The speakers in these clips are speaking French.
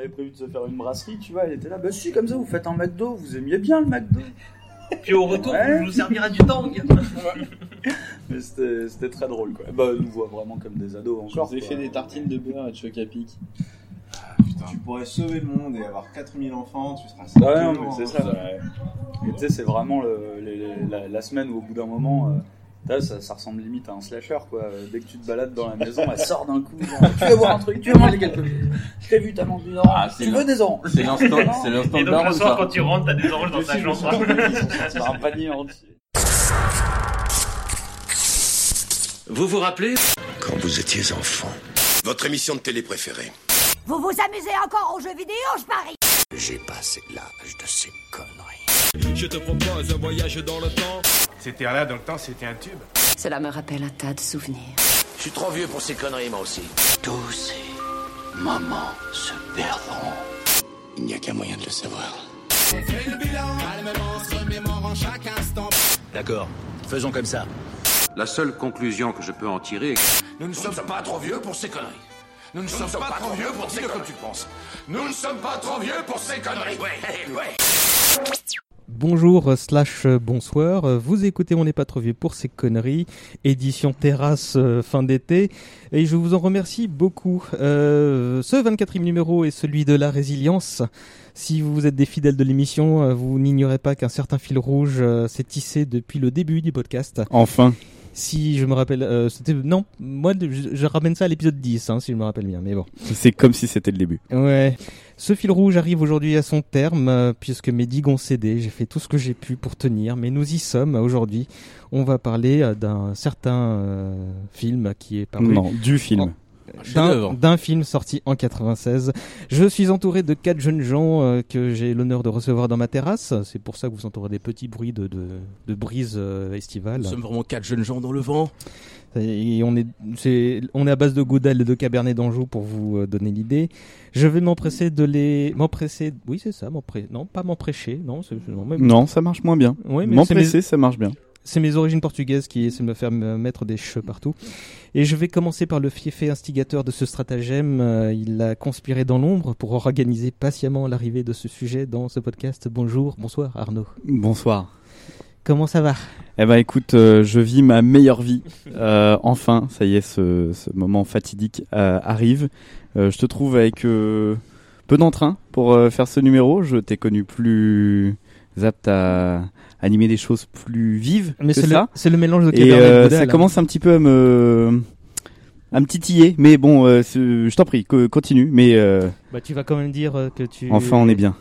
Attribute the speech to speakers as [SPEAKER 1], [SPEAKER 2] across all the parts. [SPEAKER 1] avait prévu de se faire une brasserie, tu vois, elle était là, bah si, comme ça, vous faites un McDo, vous aimiez bien le McDo.
[SPEAKER 2] Puis au retour,
[SPEAKER 1] Ouais.
[SPEAKER 2] vous nous servira du tang.
[SPEAKER 1] Mais c'était c'était très drôle, quoi. Bah, elle nous voit vraiment comme des ados
[SPEAKER 3] Je
[SPEAKER 1] encore.
[SPEAKER 3] vous ai
[SPEAKER 1] quoi.
[SPEAKER 3] fait des tartines de beurre et de choc à pic.
[SPEAKER 4] Tu pourrais sauver le monde et avoir 4000 enfants, tu seras
[SPEAKER 1] Ah ouais, non,
[SPEAKER 4] seul,
[SPEAKER 1] mais
[SPEAKER 4] hein.
[SPEAKER 1] c'est ça. Et tu sais, c'est vraiment le- les- les- la, la semaine où au bout d'un moment, euh, t'as, ça, ça ressemble limite à un slasher, quoi. Euh, Dès que tu te balades dans la maison, elle sort d'un coup. genre, tu veux voir un truc, tu veux manger quelque chose. Je t'ai vu, t'as mangé une orange.
[SPEAKER 5] Ah, c'est
[SPEAKER 1] tu
[SPEAKER 5] le-
[SPEAKER 1] veux des oranges.
[SPEAKER 5] C'est l'instant c'est l'instant
[SPEAKER 2] Et
[SPEAKER 5] de
[SPEAKER 2] donc
[SPEAKER 5] baron,
[SPEAKER 2] le soir,
[SPEAKER 5] ça.
[SPEAKER 2] quand tu rentres, t'as des oranges dans ta chambre.
[SPEAKER 1] C'est un panier entier.
[SPEAKER 6] Vous vous rappelez
[SPEAKER 7] Quand vous étiez enfant.
[SPEAKER 6] Votre émission de télé préférée.
[SPEAKER 8] Vous vous amusez encore aux jeux vidéo, je parie
[SPEAKER 7] J'ai passé l'âge de ces conneries.
[SPEAKER 6] Je te propose un voyage dans le temps.
[SPEAKER 4] C'était là dans le temps, c'était un tube.
[SPEAKER 8] Cela me rappelle un tas de souvenirs.
[SPEAKER 6] Je suis trop vieux pour ces conneries, moi aussi.
[SPEAKER 7] Tous ces moments se perdront. Il n'y a qu'un moyen de le savoir.
[SPEAKER 6] D'accord, faisons comme ça.
[SPEAKER 5] La seule conclusion que je peux en tirer,
[SPEAKER 6] Nous ne sommes pas trop vieux pour ces conneries. Nous ne sommes, pas, trop vieux pour ces conneries. tu penses. Nous ne sommes pas trop vieux pour ces conneries. Ouais, ouais.
[SPEAKER 9] Bonjour euh, slash euh, bonsoir, Euh, vous écoutez On n'est pas trop vieux pour ces conneries, édition terrasse euh, fin d'été, et je vous en remercie beaucoup. Euh, ce 24e numéro est celui de la résilience. Si vous êtes des fidèles de l'émission, euh, vous n'ignorez pas qu'un certain fil rouge euh, s'est tissé depuis le début du podcast.
[SPEAKER 3] Enfin.
[SPEAKER 9] Si je me rappelle, euh, c'était... Non, moi je, je ramène ça à l'épisode 10, hein, si je me rappelle bien, mais bon.
[SPEAKER 3] C'est comme si c'était le début.
[SPEAKER 9] Ouais. Ce fil rouge arrive aujourd'hui à son terme, euh, puisque mes digues ont cédé. J'ai fait tout ce que j'ai pu pour tenir, mais nous y sommes euh, aujourd'hui. On va parler euh, d'un certain euh, film qui est paru.
[SPEAKER 3] Non, du film.
[SPEAKER 9] D'un d'un film sorti en 96. Je suis entouré de quatre jeunes gens euh, que j'ai l'honneur de recevoir dans ma terrasse. C'est pour ça que vous entourez des petits bruits de, de, de brise euh, estivale.
[SPEAKER 10] Nous sommes vraiment quatre jeunes gens dans le vent.
[SPEAKER 9] Et on est, c'est, on est à base de Goudal et de Cabernet d'Anjou pour vous euh, donner l'idée. Je vais m'empresser de les, m'empresser, oui c'est ça, m'empre- non pas m'emprêcher, non, c'est, non, mais-
[SPEAKER 3] Non, ça marche moins bien.
[SPEAKER 9] Ouais, mais c'est
[SPEAKER 3] M'empresser, ça marche bien.
[SPEAKER 9] c'est mes origines portugaises qui essaient de me faire me mettre des cheveux partout. Et je vais commencer par le fiefé instigateur de ce stratagème. Euh, Il a conspiré dans l'ombre pour organiser patiemment l'arrivée de ce sujet dans ce podcast. Bonjour, bonsoir Arnaud.
[SPEAKER 3] Bonsoir.
[SPEAKER 9] Comment ça va
[SPEAKER 3] Eh ben écoute, euh, je vis ma meilleure vie. Euh, enfin, ça y est, ce, ce moment fatidique euh, arrive. Euh, je te trouve avec euh, peu d'entrain pour euh, faire ce numéro. Je t'ai connu plus apte à animer des choses plus vives que
[SPEAKER 9] c'est le,
[SPEAKER 3] ça.
[SPEAKER 9] c'est le mélange de
[SPEAKER 3] Et
[SPEAKER 9] Cabernet et de
[SPEAKER 3] euh,
[SPEAKER 9] Goudal,
[SPEAKER 3] ça
[SPEAKER 9] hein.
[SPEAKER 3] commence un petit peu à me à me titiller. Mais bon, euh, c'est- je t'en prie, co- continue. Mais euh,
[SPEAKER 9] Bah, tu vas quand même dire euh, que tu.
[SPEAKER 3] enfin, on est bien.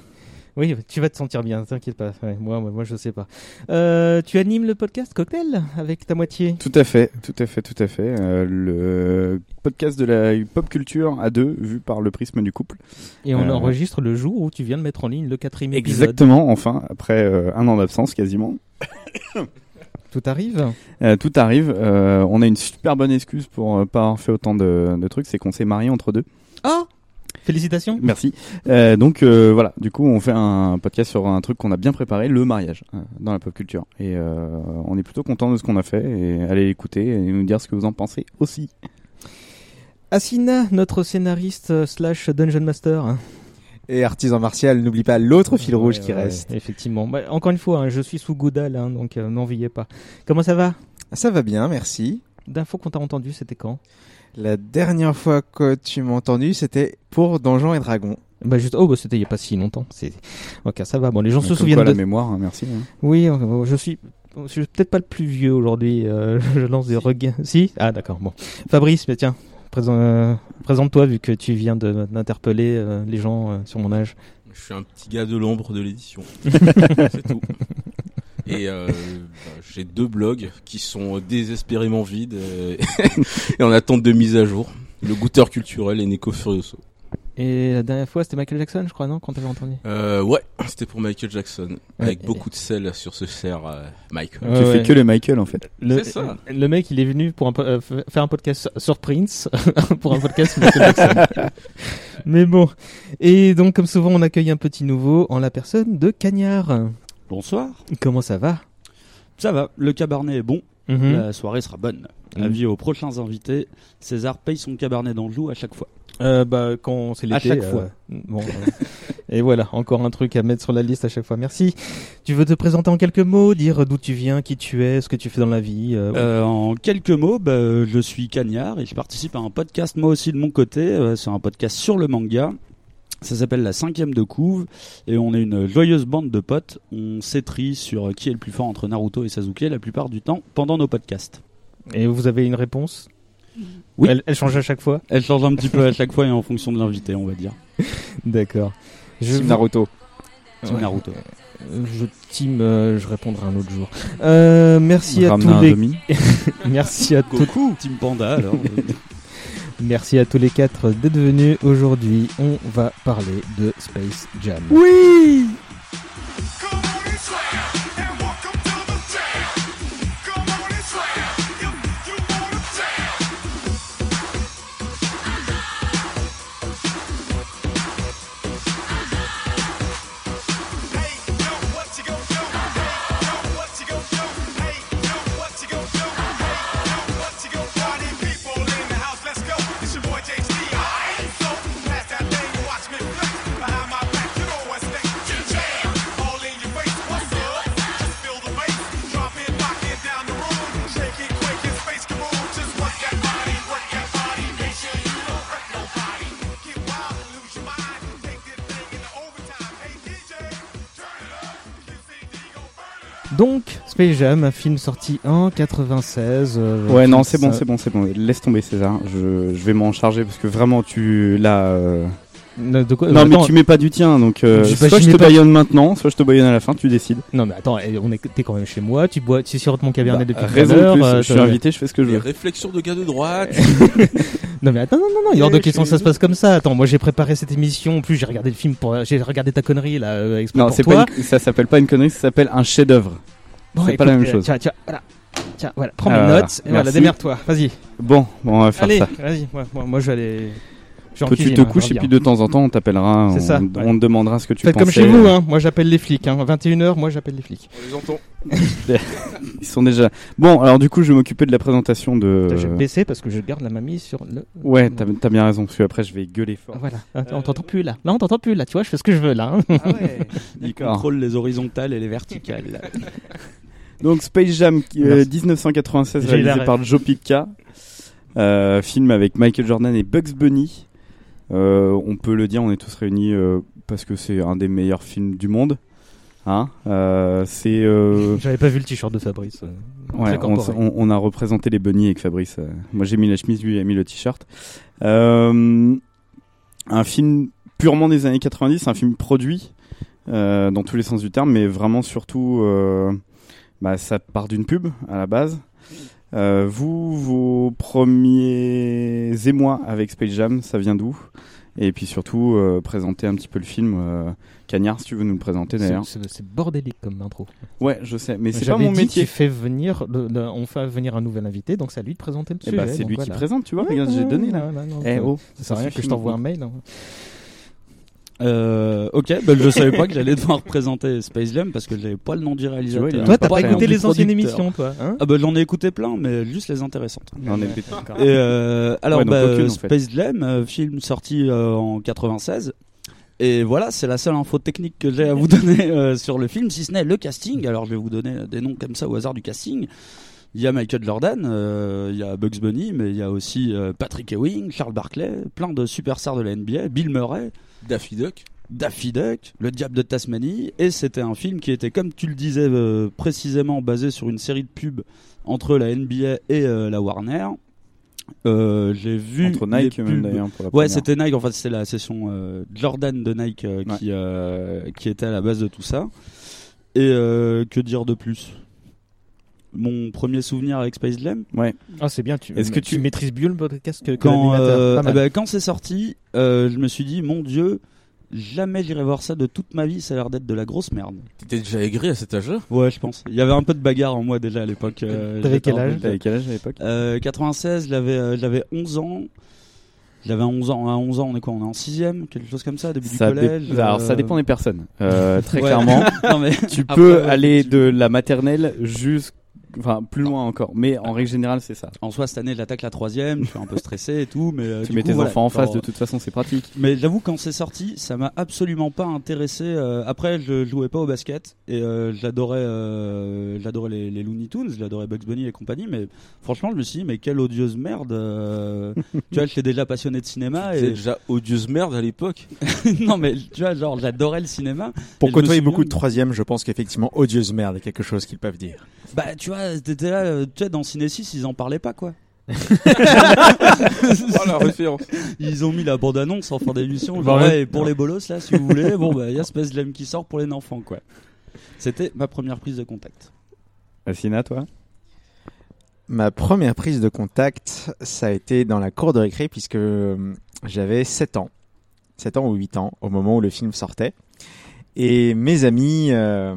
[SPEAKER 9] Oui, tu vas te sentir bien, t'inquiète pas. Ouais, moi, moi, moi, je sais pas. Euh, tu animes le podcast Cocktail avec ta moitié.
[SPEAKER 3] Tout à fait, tout à fait, tout à fait. Euh, le podcast de la pop culture à deux, vu par le prisme du couple.
[SPEAKER 9] Et on
[SPEAKER 3] Euh,
[SPEAKER 9] enregistre le jour où tu viens de mettre en ligne le quatrième épisode.
[SPEAKER 3] Exactement, enfin, après euh, un an d'absence quasiment.
[SPEAKER 9] Tout arrive.
[SPEAKER 3] Euh, tout arrive. Euh, on a une super bonne excuse pour euh, pas avoir fait autant de, de trucs, c'est qu'on s'est marié entre deux.
[SPEAKER 9] Félicitations.
[SPEAKER 3] Merci. Euh, donc euh, voilà, du coup, on fait un podcast sur un truc qu'on a bien préparé, le mariage, euh, dans la pop culture. Et euh, on est plutôt content de ce qu'on a fait. Et allez l'écouter et nous dire ce que vous en pensez aussi.
[SPEAKER 9] Asina, notre scénariste euh, slash dungeon master.
[SPEAKER 10] Et artisan martial, n'oublie pas l'autre fil rouge
[SPEAKER 9] Ouais,
[SPEAKER 10] qui
[SPEAKER 9] ouais,
[SPEAKER 10] reste.
[SPEAKER 9] Effectivement. Bah, encore une fois, hein, je suis sous Goudal, hein, donc euh, m'enviez pas. Comment ça va
[SPEAKER 10] Ça va bien, merci.
[SPEAKER 9] D'infos qu'on t'a entendu, c'était quand
[SPEAKER 10] La dernière fois que tu m'as entendu, c'était pour Donjons et Dragons.
[SPEAKER 9] Bah juste. Oh, bah, c'était il y a pas si longtemps. C'est. Ok, ça va. Bon, les gens se
[SPEAKER 3] Comme
[SPEAKER 9] souviennent
[SPEAKER 3] quoi,
[SPEAKER 9] de.
[SPEAKER 3] la mémoire, hein, merci. hein.
[SPEAKER 9] Oui, euh, je suis, je suis peut-être pas le plus vieux aujourd'hui. euh, je lance des regains. Si Ah d'accord. Bon, Fabrice, mais tiens, présent- euh, présente-toi vu que tu viens de- d'interpeller euh, les gens euh, sur mon âge.
[SPEAKER 10] Je suis un petit gars de l'ombre de l'édition. C'est tout. Et euh, bah, j'ai deux blogs qui sont désespérément vides et en attente de mise à jour. Le goûteur culturel et Nico Furioso.
[SPEAKER 9] Et la dernière fois, c'était Michael Jackson, je crois, non, quand t'avais entendu
[SPEAKER 10] Euh, ouais, c'était pour Michael Jackson.
[SPEAKER 9] Avec beaucoup
[SPEAKER 10] de sel sur ce cerf,
[SPEAKER 6] euh,
[SPEAKER 10] Michael.
[SPEAKER 3] Tu fais que les Michael en fait.
[SPEAKER 9] le,
[SPEAKER 10] c'est ça.
[SPEAKER 9] le mec, il est venu pour un po- euh, f- faire un podcast sur- sur Prince, pour un podcast sur Michael Jackson. Mais bon. Et donc, comme souvent, on accueille un petit nouveau en la personne de Cagnard.
[SPEAKER 4] Bonsoir.
[SPEAKER 9] Comment ça va
[SPEAKER 4] Ça va, le cabernet est bon,
[SPEAKER 9] Mhm.
[SPEAKER 4] la soirée sera bonne.
[SPEAKER 9] Mhm.
[SPEAKER 2] Mm.
[SPEAKER 4] Avis aux prochains invités, César paye son cabernet d'Anjou à chaque fois.
[SPEAKER 9] Euh, bah, quand c'est
[SPEAKER 3] À
[SPEAKER 9] l'été.
[SPEAKER 3] chaque
[SPEAKER 9] euh,
[SPEAKER 3] fois.
[SPEAKER 9] bon, euh, et voilà, encore un truc à mettre sur la liste à chaque fois. Merci. Tu veux te présenter en quelques mots, dire d'où tu viens, qui tu es, ce que tu fais dans la vie. euh,
[SPEAKER 2] Euh, en quelques mots, bah, euh, je suis Cagnard et je participe à un podcast moi aussi de mon côté. euh, C'est un podcast sur le manga. Ça s'appelle La cinquième de couve et on est une joyeuse bande de potes. On s'étrie sur euh, qui est le plus fort entre Naruto et Sasuke la plupart du temps pendant nos podcasts.
[SPEAKER 9] Et vous avez une réponse
[SPEAKER 2] Oui.
[SPEAKER 9] Elle, elle change à chaque fois
[SPEAKER 2] Elle change un petit peu à chaque fois et en fonction de l'invité, on va dire.
[SPEAKER 9] D'accord. Je-
[SPEAKER 2] Team Naruto. Team
[SPEAKER 9] Ouais.
[SPEAKER 2] Naruto.
[SPEAKER 9] Euh, Je team, euh, je répondrai un autre jour. Euh, merci à
[SPEAKER 3] Ramener
[SPEAKER 9] tous
[SPEAKER 3] un
[SPEAKER 9] les.
[SPEAKER 3] demi.
[SPEAKER 9] merci à tous.
[SPEAKER 2] Goku, Team Panda alors.
[SPEAKER 9] Merci à tous les quatre d'être venus aujourd'hui. On va parler de Space Jam.
[SPEAKER 2] Oui.
[SPEAKER 9] Donc, Space Jam, un film sorti en 96. euh,
[SPEAKER 3] Ouais, non,
[SPEAKER 9] film
[SPEAKER 3] c'est bon,
[SPEAKER 9] ça-
[SPEAKER 3] c'est bon, c'est bon. Laisse tomber César. Je, je vais m'en charger parce que vraiment, tu là. euh,
[SPEAKER 9] Non, de quoi- euh,
[SPEAKER 3] non, mais
[SPEAKER 9] attends.
[SPEAKER 3] tu mets pas du tien, donc euh,
[SPEAKER 9] J'ai pas-
[SPEAKER 3] soit
[SPEAKER 9] j'y
[SPEAKER 3] je
[SPEAKER 9] mets
[SPEAKER 3] te
[SPEAKER 9] pas-
[SPEAKER 3] baïonne maintenant, soit je te baïonne à la fin, tu décides.
[SPEAKER 9] Non, mais attends, eh, on est, t'es quand même chez moi, tu bois, tu sirotes mon cabernet
[SPEAKER 3] Bah,
[SPEAKER 9] depuis
[SPEAKER 3] raison
[SPEAKER 9] tout à l'heure,
[SPEAKER 3] de plus,
[SPEAKER 9] euh,
[SPEAKER 3] je suis
[SPEAKER 9] t'as-
[SPEAKER 3] invité, je fais ce que je
[SPEAKER 6] Les
[SPEAKER 3] veux.
[SPEAKER 6] réflexions de gars de droite.
[SPEAKER 9] Non, mais attends, non, non, non, il est hors de
[SPEAKER 6] Eh,
[SPEAKER 9] question que
[SPEAKER 6] chez
[SPEAKER 9] ça se
[SPEAKER 6] nous.
[SPEAKER 9] passe comme ça. Attends, moi j'ai préparé cette émission, en plus j'ai regardé le film pour, j'ai regardé ta connerie là, euh, exprès
[SPEAKER 3] Non,
[SPEAKER 9] pour
[SPEAKER 3] c'est pas
[SPEAKER 9] toi.
[SPEAKER 3] une- ça s'appelle pas une connerie, ça s'appelle un chef-d'œuvre.
[SPEAKER 9] Bon,
[SPEAKER 3] c'est pas la
[SPEAKER 9] écoute,
[SPEAKER 3] même
[SPEAKER 9] euh,
[SPEAKER 3] chose.
[SPEAKER 9] Tiens, tiens, voilà. Tiens, voilà, prends mes
[SPEAKER 3] Ah,
[SPEAKER 9] notes,
[SPEAKER 3] voilà.
[SPEAKER 9] et voilà,
[SPEAKER 3] Merci.
[SPEAKER 9] démerde-toi, vas-y.
[SPEAKER 3] Bon, bon, on va faire
[SPEAKER 9] Allez,
[SPEAKER 3] ça.
[SPEAKER 9] vas-y, moi, moi, moi, je vais aller. je vais
[SPEAKER 3] Toi,
[SPEAKER 9] en
[SPEAKER 3] tu
[SPEAKER 9] cuisine,
[SPEAKER 3] te
[SPEAKER 9] hein, je
[SPEAKER 3] couches et
[SPEAKER 9] reviens.
[SPEAKER 3] puis de temps en temps, on t'appellera, on,
[SPEAKER 9] C'est ça, ouais.
[SPEAKER 3] on te demandera ce que tu
[SPEAKER 9] Faites
[SPEAKER 3] pensais. euh,
[SPEAKER 9] comme chez vous, hein. Moi, j'appelle les flics, hein. 21h, moi, j'appelle les flics.
[SPEAKER 6] On les entend.
[SPEAKER 3] Ils sont déjà. Bon, alors du coup, je vais m'occuper de la présentation de.
[SPEAKER 9] Je vais baisser parce que je garde la mamie sur le.
[SPEAKER 3] Euh. Ouais, t'as t'as bien raison, parce que après, je vais gueuler fort.
[SPEAKER 9] Voilà. Attends, on t'entend plus là. Là, on t'entend plus là. Tu vois, je fais ce que je veux là. hein.
[SPEAKER 2] Il
[SPEAKER 3] D'accord.
[SPEAKER 2] contrôle les horizontales et les verticales.
[SPEAKER 3] Donc Space Jam qui- euh,
[SPEAKER 9] Merci.
[SPEAKER 3] 1996
[SPEAKER 9] J'ai eu la
[SPEAKER 3] réalisé
[SPEAKER 9] ref.
[SPEAKER 3] par Joe Picca, Euh, film avec Michael Jordan et Bugs Bunny. Euh, on peut le dire, on est tous réunis euh, parce que c'est un des meilleurs films du monde. Hein Euh, c'est euh,
[SPEAKER 9] J'avais pas vu le t-shirt de Fabrice. euh,
[SPEAKER 3] ouais,
[SPEAKER 9] très
[SPEAKER 3] on,
[SPEAKER 9] corporel.
[SPEAKER 3] on- on a représenté les bunnies avec Fabrice. euh. Moi j'ai mis la chemise, lui il a mis le t-shirt. Euh, un film purement des années 90, un film produit euh, dans tous les sens du terme, mais vraiment surtout, euh, bah, ça part d'une pub à la base. Euh, vous, vos premiers émois avec Space Jam, ça vient d'où Et puis surtout, euh, présenter un petit peu le film. euh, Cagnard, si tu veux nous le présenter
[SPEAKER 9] C'est-
[SPEAKER 3] d'ailleurs.
[SPEAKER 9] C'est c'est bordélique comme intro.
[SPEAKER 3] Ouais, je sais, mais c'est pas
[SPEAKER 9] J'avais
[SPEAKER 3] mon
[SPEAKER 9] dit,
[SPEAKER 3] métier.
[SPEAKER 9] Tu fais venir, le- le- on fait venir un nouvel invité, donc c'est à lui de présenter le
[SPEAKER 3] Eh
[SPEAKER 9] sujet.
[SPEAKER 3] bah, c'est
[SPEAKER 9] donc
[SPEAKER 3] lui qui
[SPEAKER 9] voilà.
[SPEAKER 3] présente, tu vois.
[SPEAKER 9] Ouais,
[SPEAKER 3] regarde, j'ai
[SPEAKER 9] ouais,
[SPEAKER 3] donné
[SPEAKER 9] ouais,
[SPEAKER 3] là.
[SPEAKER 9] ouais, non,
[SPEAKER 3] Eh
[SPEAKER 9] donc,
[SPEAKER 3] oh,
[SPEAKER 9] ça sert à
[SPEAKER 3] ça
[SPEAKER 9] rien que je
[SPEAKER 3] suffit
[SPEAKER 9] t'envoie un mail. hein.
[SPEAKER 2] Euh, ok, ben je savais pas que j'allais devoir représenter Space Jam parce que j'avais pas le nom du réalisateur.
[SPEAKER 3] Tu vois, il a
[SPEAKER 9] Toi,
[SPEAKER 3] Toi,
[SPEAKER 9] t'as
[SPEAKER 3] t'as Pas
[SPEAKER 9] pas
[SPEAKER 2] le
[SPEAKER 9] écouté
[SPEAKER 2] nom
[SPEAKER 9] les
[SPEAKER 2] du
[SPEAKER 9] anciennes
[SPEAKER 2] producteur.
[SPEAKER 9] émissions, toi hein
[SPEAKER 2] Ah bah j'en ai écouté plein, mais juste les intéressantes.
[SPEAKER 3] Non, mais-
[SPEAKER 2] Et euh, alors,
[SPEAKER 3] Ouais, donc
[SPEAKER 2] bah,
[SPEAKER 3] aucune, en fait.
[SPEAKER 2] Space Jam, euh, film sorti euh, en 96. Et voilà, c'est la seule info technique que j'ai à vous donner euh, sur le film, si ce n'est le casting. Alors, je vais vous donner des noms comme ça au hasard du casting. Il y a Michael Jordan, euh, il y a Bugs Bunny, mais il y a aussi euh, Patrick Ewing, Charles Barkley, plein de superstars de la NBA, Bill Murray,
[SPEAKER 6] Daffy Duck.
[SPEAKER 2] Daffy Duck, Le Diable de Tasmanie, et c'était un film qui était, comme tu le disais euh, précisément, basé sur une série de pubs entre la NBA et euh, la Warner. Euh, J'ai vu
[SPEAKER 3] Entre
[SPEAKER 2] les
[SPEAKER 3] Nike, même
[SPEAKER 2] pubs-
[SPEAKER 3] d'ailleurs, pour la
[SPEAKER 2] Ouais,
[SPEAKER 3] première.
[SPEAKER 2] c'était Nike. En fait, c'était la session euh, Jordan de Nike euh,
[SPEAKER 3] Ouais.
[SPEAKER 2] qui euh, qui était à la base de tout ça. Et euh, que dire de plus Mon premier souvenir avec Space Jam,
[SPEAKER 3] Ouais.
[SPEAKER 9] Ah, c'est bien. tu-
[SPEAKER 3] Est-ce que
[SPEAKER 9] tu
[SPEAKER 3] tu- eh
[SPEAKER 9] maîtrises mieux le podcast que que
[SPEAKER 2] quand,
[SPEAKER 9] l'animateur.
[SPEAKER 2] euh,
[SPEAKER 9] Pas
[SPEAKER 2] ah
[SPEAKER 3] ben,
[SPEAKER 9] mal.
[SPEAKER 2] bah, quand c'est sorti, euh, je me suis dit, mon Dieu, jamais j'irai voir ça de toute ma vie, ça a l'air d'être de la grosse merde.
[SPEAKER 6] T'étais déjà aigri à cet âge-là
[SPEAKER 2] Ouais, je pense. Il y avait un peu de bagarre en moi déjà à l'époque. euh,
[SPEAKER 9] T'avais
[SPEAKER 2] j'étais
[SPEAKER 9] quel
[SPEAKER 2] un peu
[SPEAKER 9] âge
[SPEAKER 2] de-
[SPEAKER 3] T'avais quel âge à l'époque
[SPEAKER 2] euh, 96, j'avais euh, j'avais 11 ans. J'avais 11 ans, à 11 ans, on est quoi On est en 6ème, quelque chose comme ça, début
[SPEAKER 3] Ça
[SPEAKER 2] du
[SPEAKER 3] dé-
[SPEAKER 2] collège.
[SPEAKER 3] Alors,
[SPEAKER 2] euh,
[SPEAKER 3] ça dépend des personnes. Euh, très
[SPEAKER 2] ouais.
[SPEAKER 3] clairement,
[SPEAKER 2] non mais
[SPEAKER 3] tu peux
[SPEAKER 2] Après, ouais,
[SPEAKER 3] aller
[SPEAKER 2] tu-
[SPEAKER 3] de la maternelle jusqu'au Enfin, plus loin encore. Mais en règle générale, c'est ça.
[SPEAKER 1] En soi, cette année, j'attaque la troisième, je suis un peu stressé et tout, mais. euh,
[SPEAKER 3] Tu
[SPEAKER 1] du
[SPEAKER 3] mets
[SPEAKER 1] coup,
[SPEAKER 3] tes
[SPEAKER 1] voilà,
[SPEAKER 3] enfants en face,
[SPEAKER 1] genre,
[SPEAKER 3] de toute façon, c'est pratique.
[SPEAKER 1] Mais j'avoue, quand c'est sorti, ça m'a absolument pas intéressé. Euh, après, je jouais pas au basket et euh, j'adorais, euh, j'adorais les, les Looney Tunes, j'adorais Bugs Bunny et compagnie. Mais franchement, je me suis dit, mais quelle odieuse merde. euh, tu vois, j'étais déjà passionné de cinéma.
[SPEAKER 6] T'étais
[SPEAKER 1] et
[SPEAKER 6] déjà odieuse merde à l'époque.
[SPEAKER 1] non, mais tu vois, genre, j'adorais le cinéma.
[SPEAKER 10] Pour
[SPEAKER 1] Et je me
[SPEAKER 10] côtoyer
[SPEAKER 1] souviens-
[SPEAKER 10] beaucoup de troisièmes, je pense qu'effectivement, odieuse merde est quelque chose qu'ils peuvent dire.
[SPEAKER 1] Bah, tu vois, t'étais là, euh, tu sais, dans Ciné 6, ils en parlaient pas, quoi. oh
[SPEAKER 6] la référence.
[SPEAKER 1] Ils ont mis la bande-annonce en fin d'émission.
[SPEAKER 9] Bah
[SPEAKER 1] Genre,
[SPEAKER 9] ouais.
[SPEAKER 1] ouais, et pour les bolos, là, si vous voulez, bon, bah, il y a Space Jam qui sort pour les enfants, quoi. C'était ma première prise de contact.
[SPEAKER 3] Alcina, toi
[SPEAKER 10] Ma première prise de contact, ça a été dans la cour de récré puisque euh, j'avais 7 ans. 7 ans ou 8 ans au moment où le film sortait. Et mes amis, euh,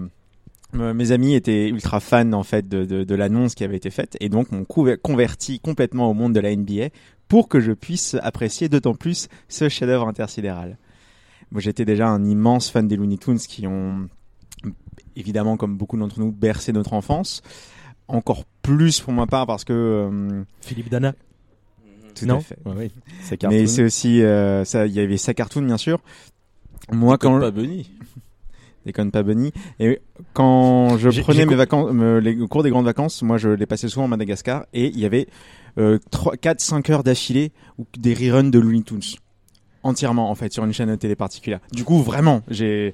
[SPEAKER 10] me- mes amis étaient ultra fans en fait de, de- de l'annonce qui avait été faite et donc m'ont couver- converti complètement au monde de la NBA pour que je puisse apprécier d'autant plus ce chef-d'œuvre intersidéral. Moi, j'étais déjà un immense fan des Looney Tunes qui ont évidemment, comme beaucoup d'entre nous, bercé notre enfance. Encore plus pour ma part parce que. euh,
[SPEAKER 9] Philippe Dana.
[SPEAKER 10] Tout
[SPEAKER 9] Non
[SPEAKER 10] à fait.
[SPEAKER 9] Ouais, oui. Sa
[SPEAKER 10] Mais
[SPEAKER 9] cartoon.
[SPEAKER 10] c'est aussi. euh, ça- Il y avait sa cartoon, bien sûr. Moi,
[SPEAKER 6] Déconne
[SPEAKER 10] quand.
[SPEAKER 6] pas Bunny.
[SPEAKER 10] Déconne pas Bunny. Et quand je
[SPEAKER 6] J'ai-
[SPEAKER 10] prenais
[SPEAKER 6] j'ai
[SPEAKER 10] mes
[SPEAKER 6] co-
[SPEAKER 10] vacances, me- les au cours des grandes vacances, moi je les passais souvent à Madagascar et il y avait euh, 3, 4, 5 heures d'affilée ou des reruns de Looney Tunes. Entièrement, en fait, sur une chaîne de télé particulière. Du coup, vraiment, j'ai,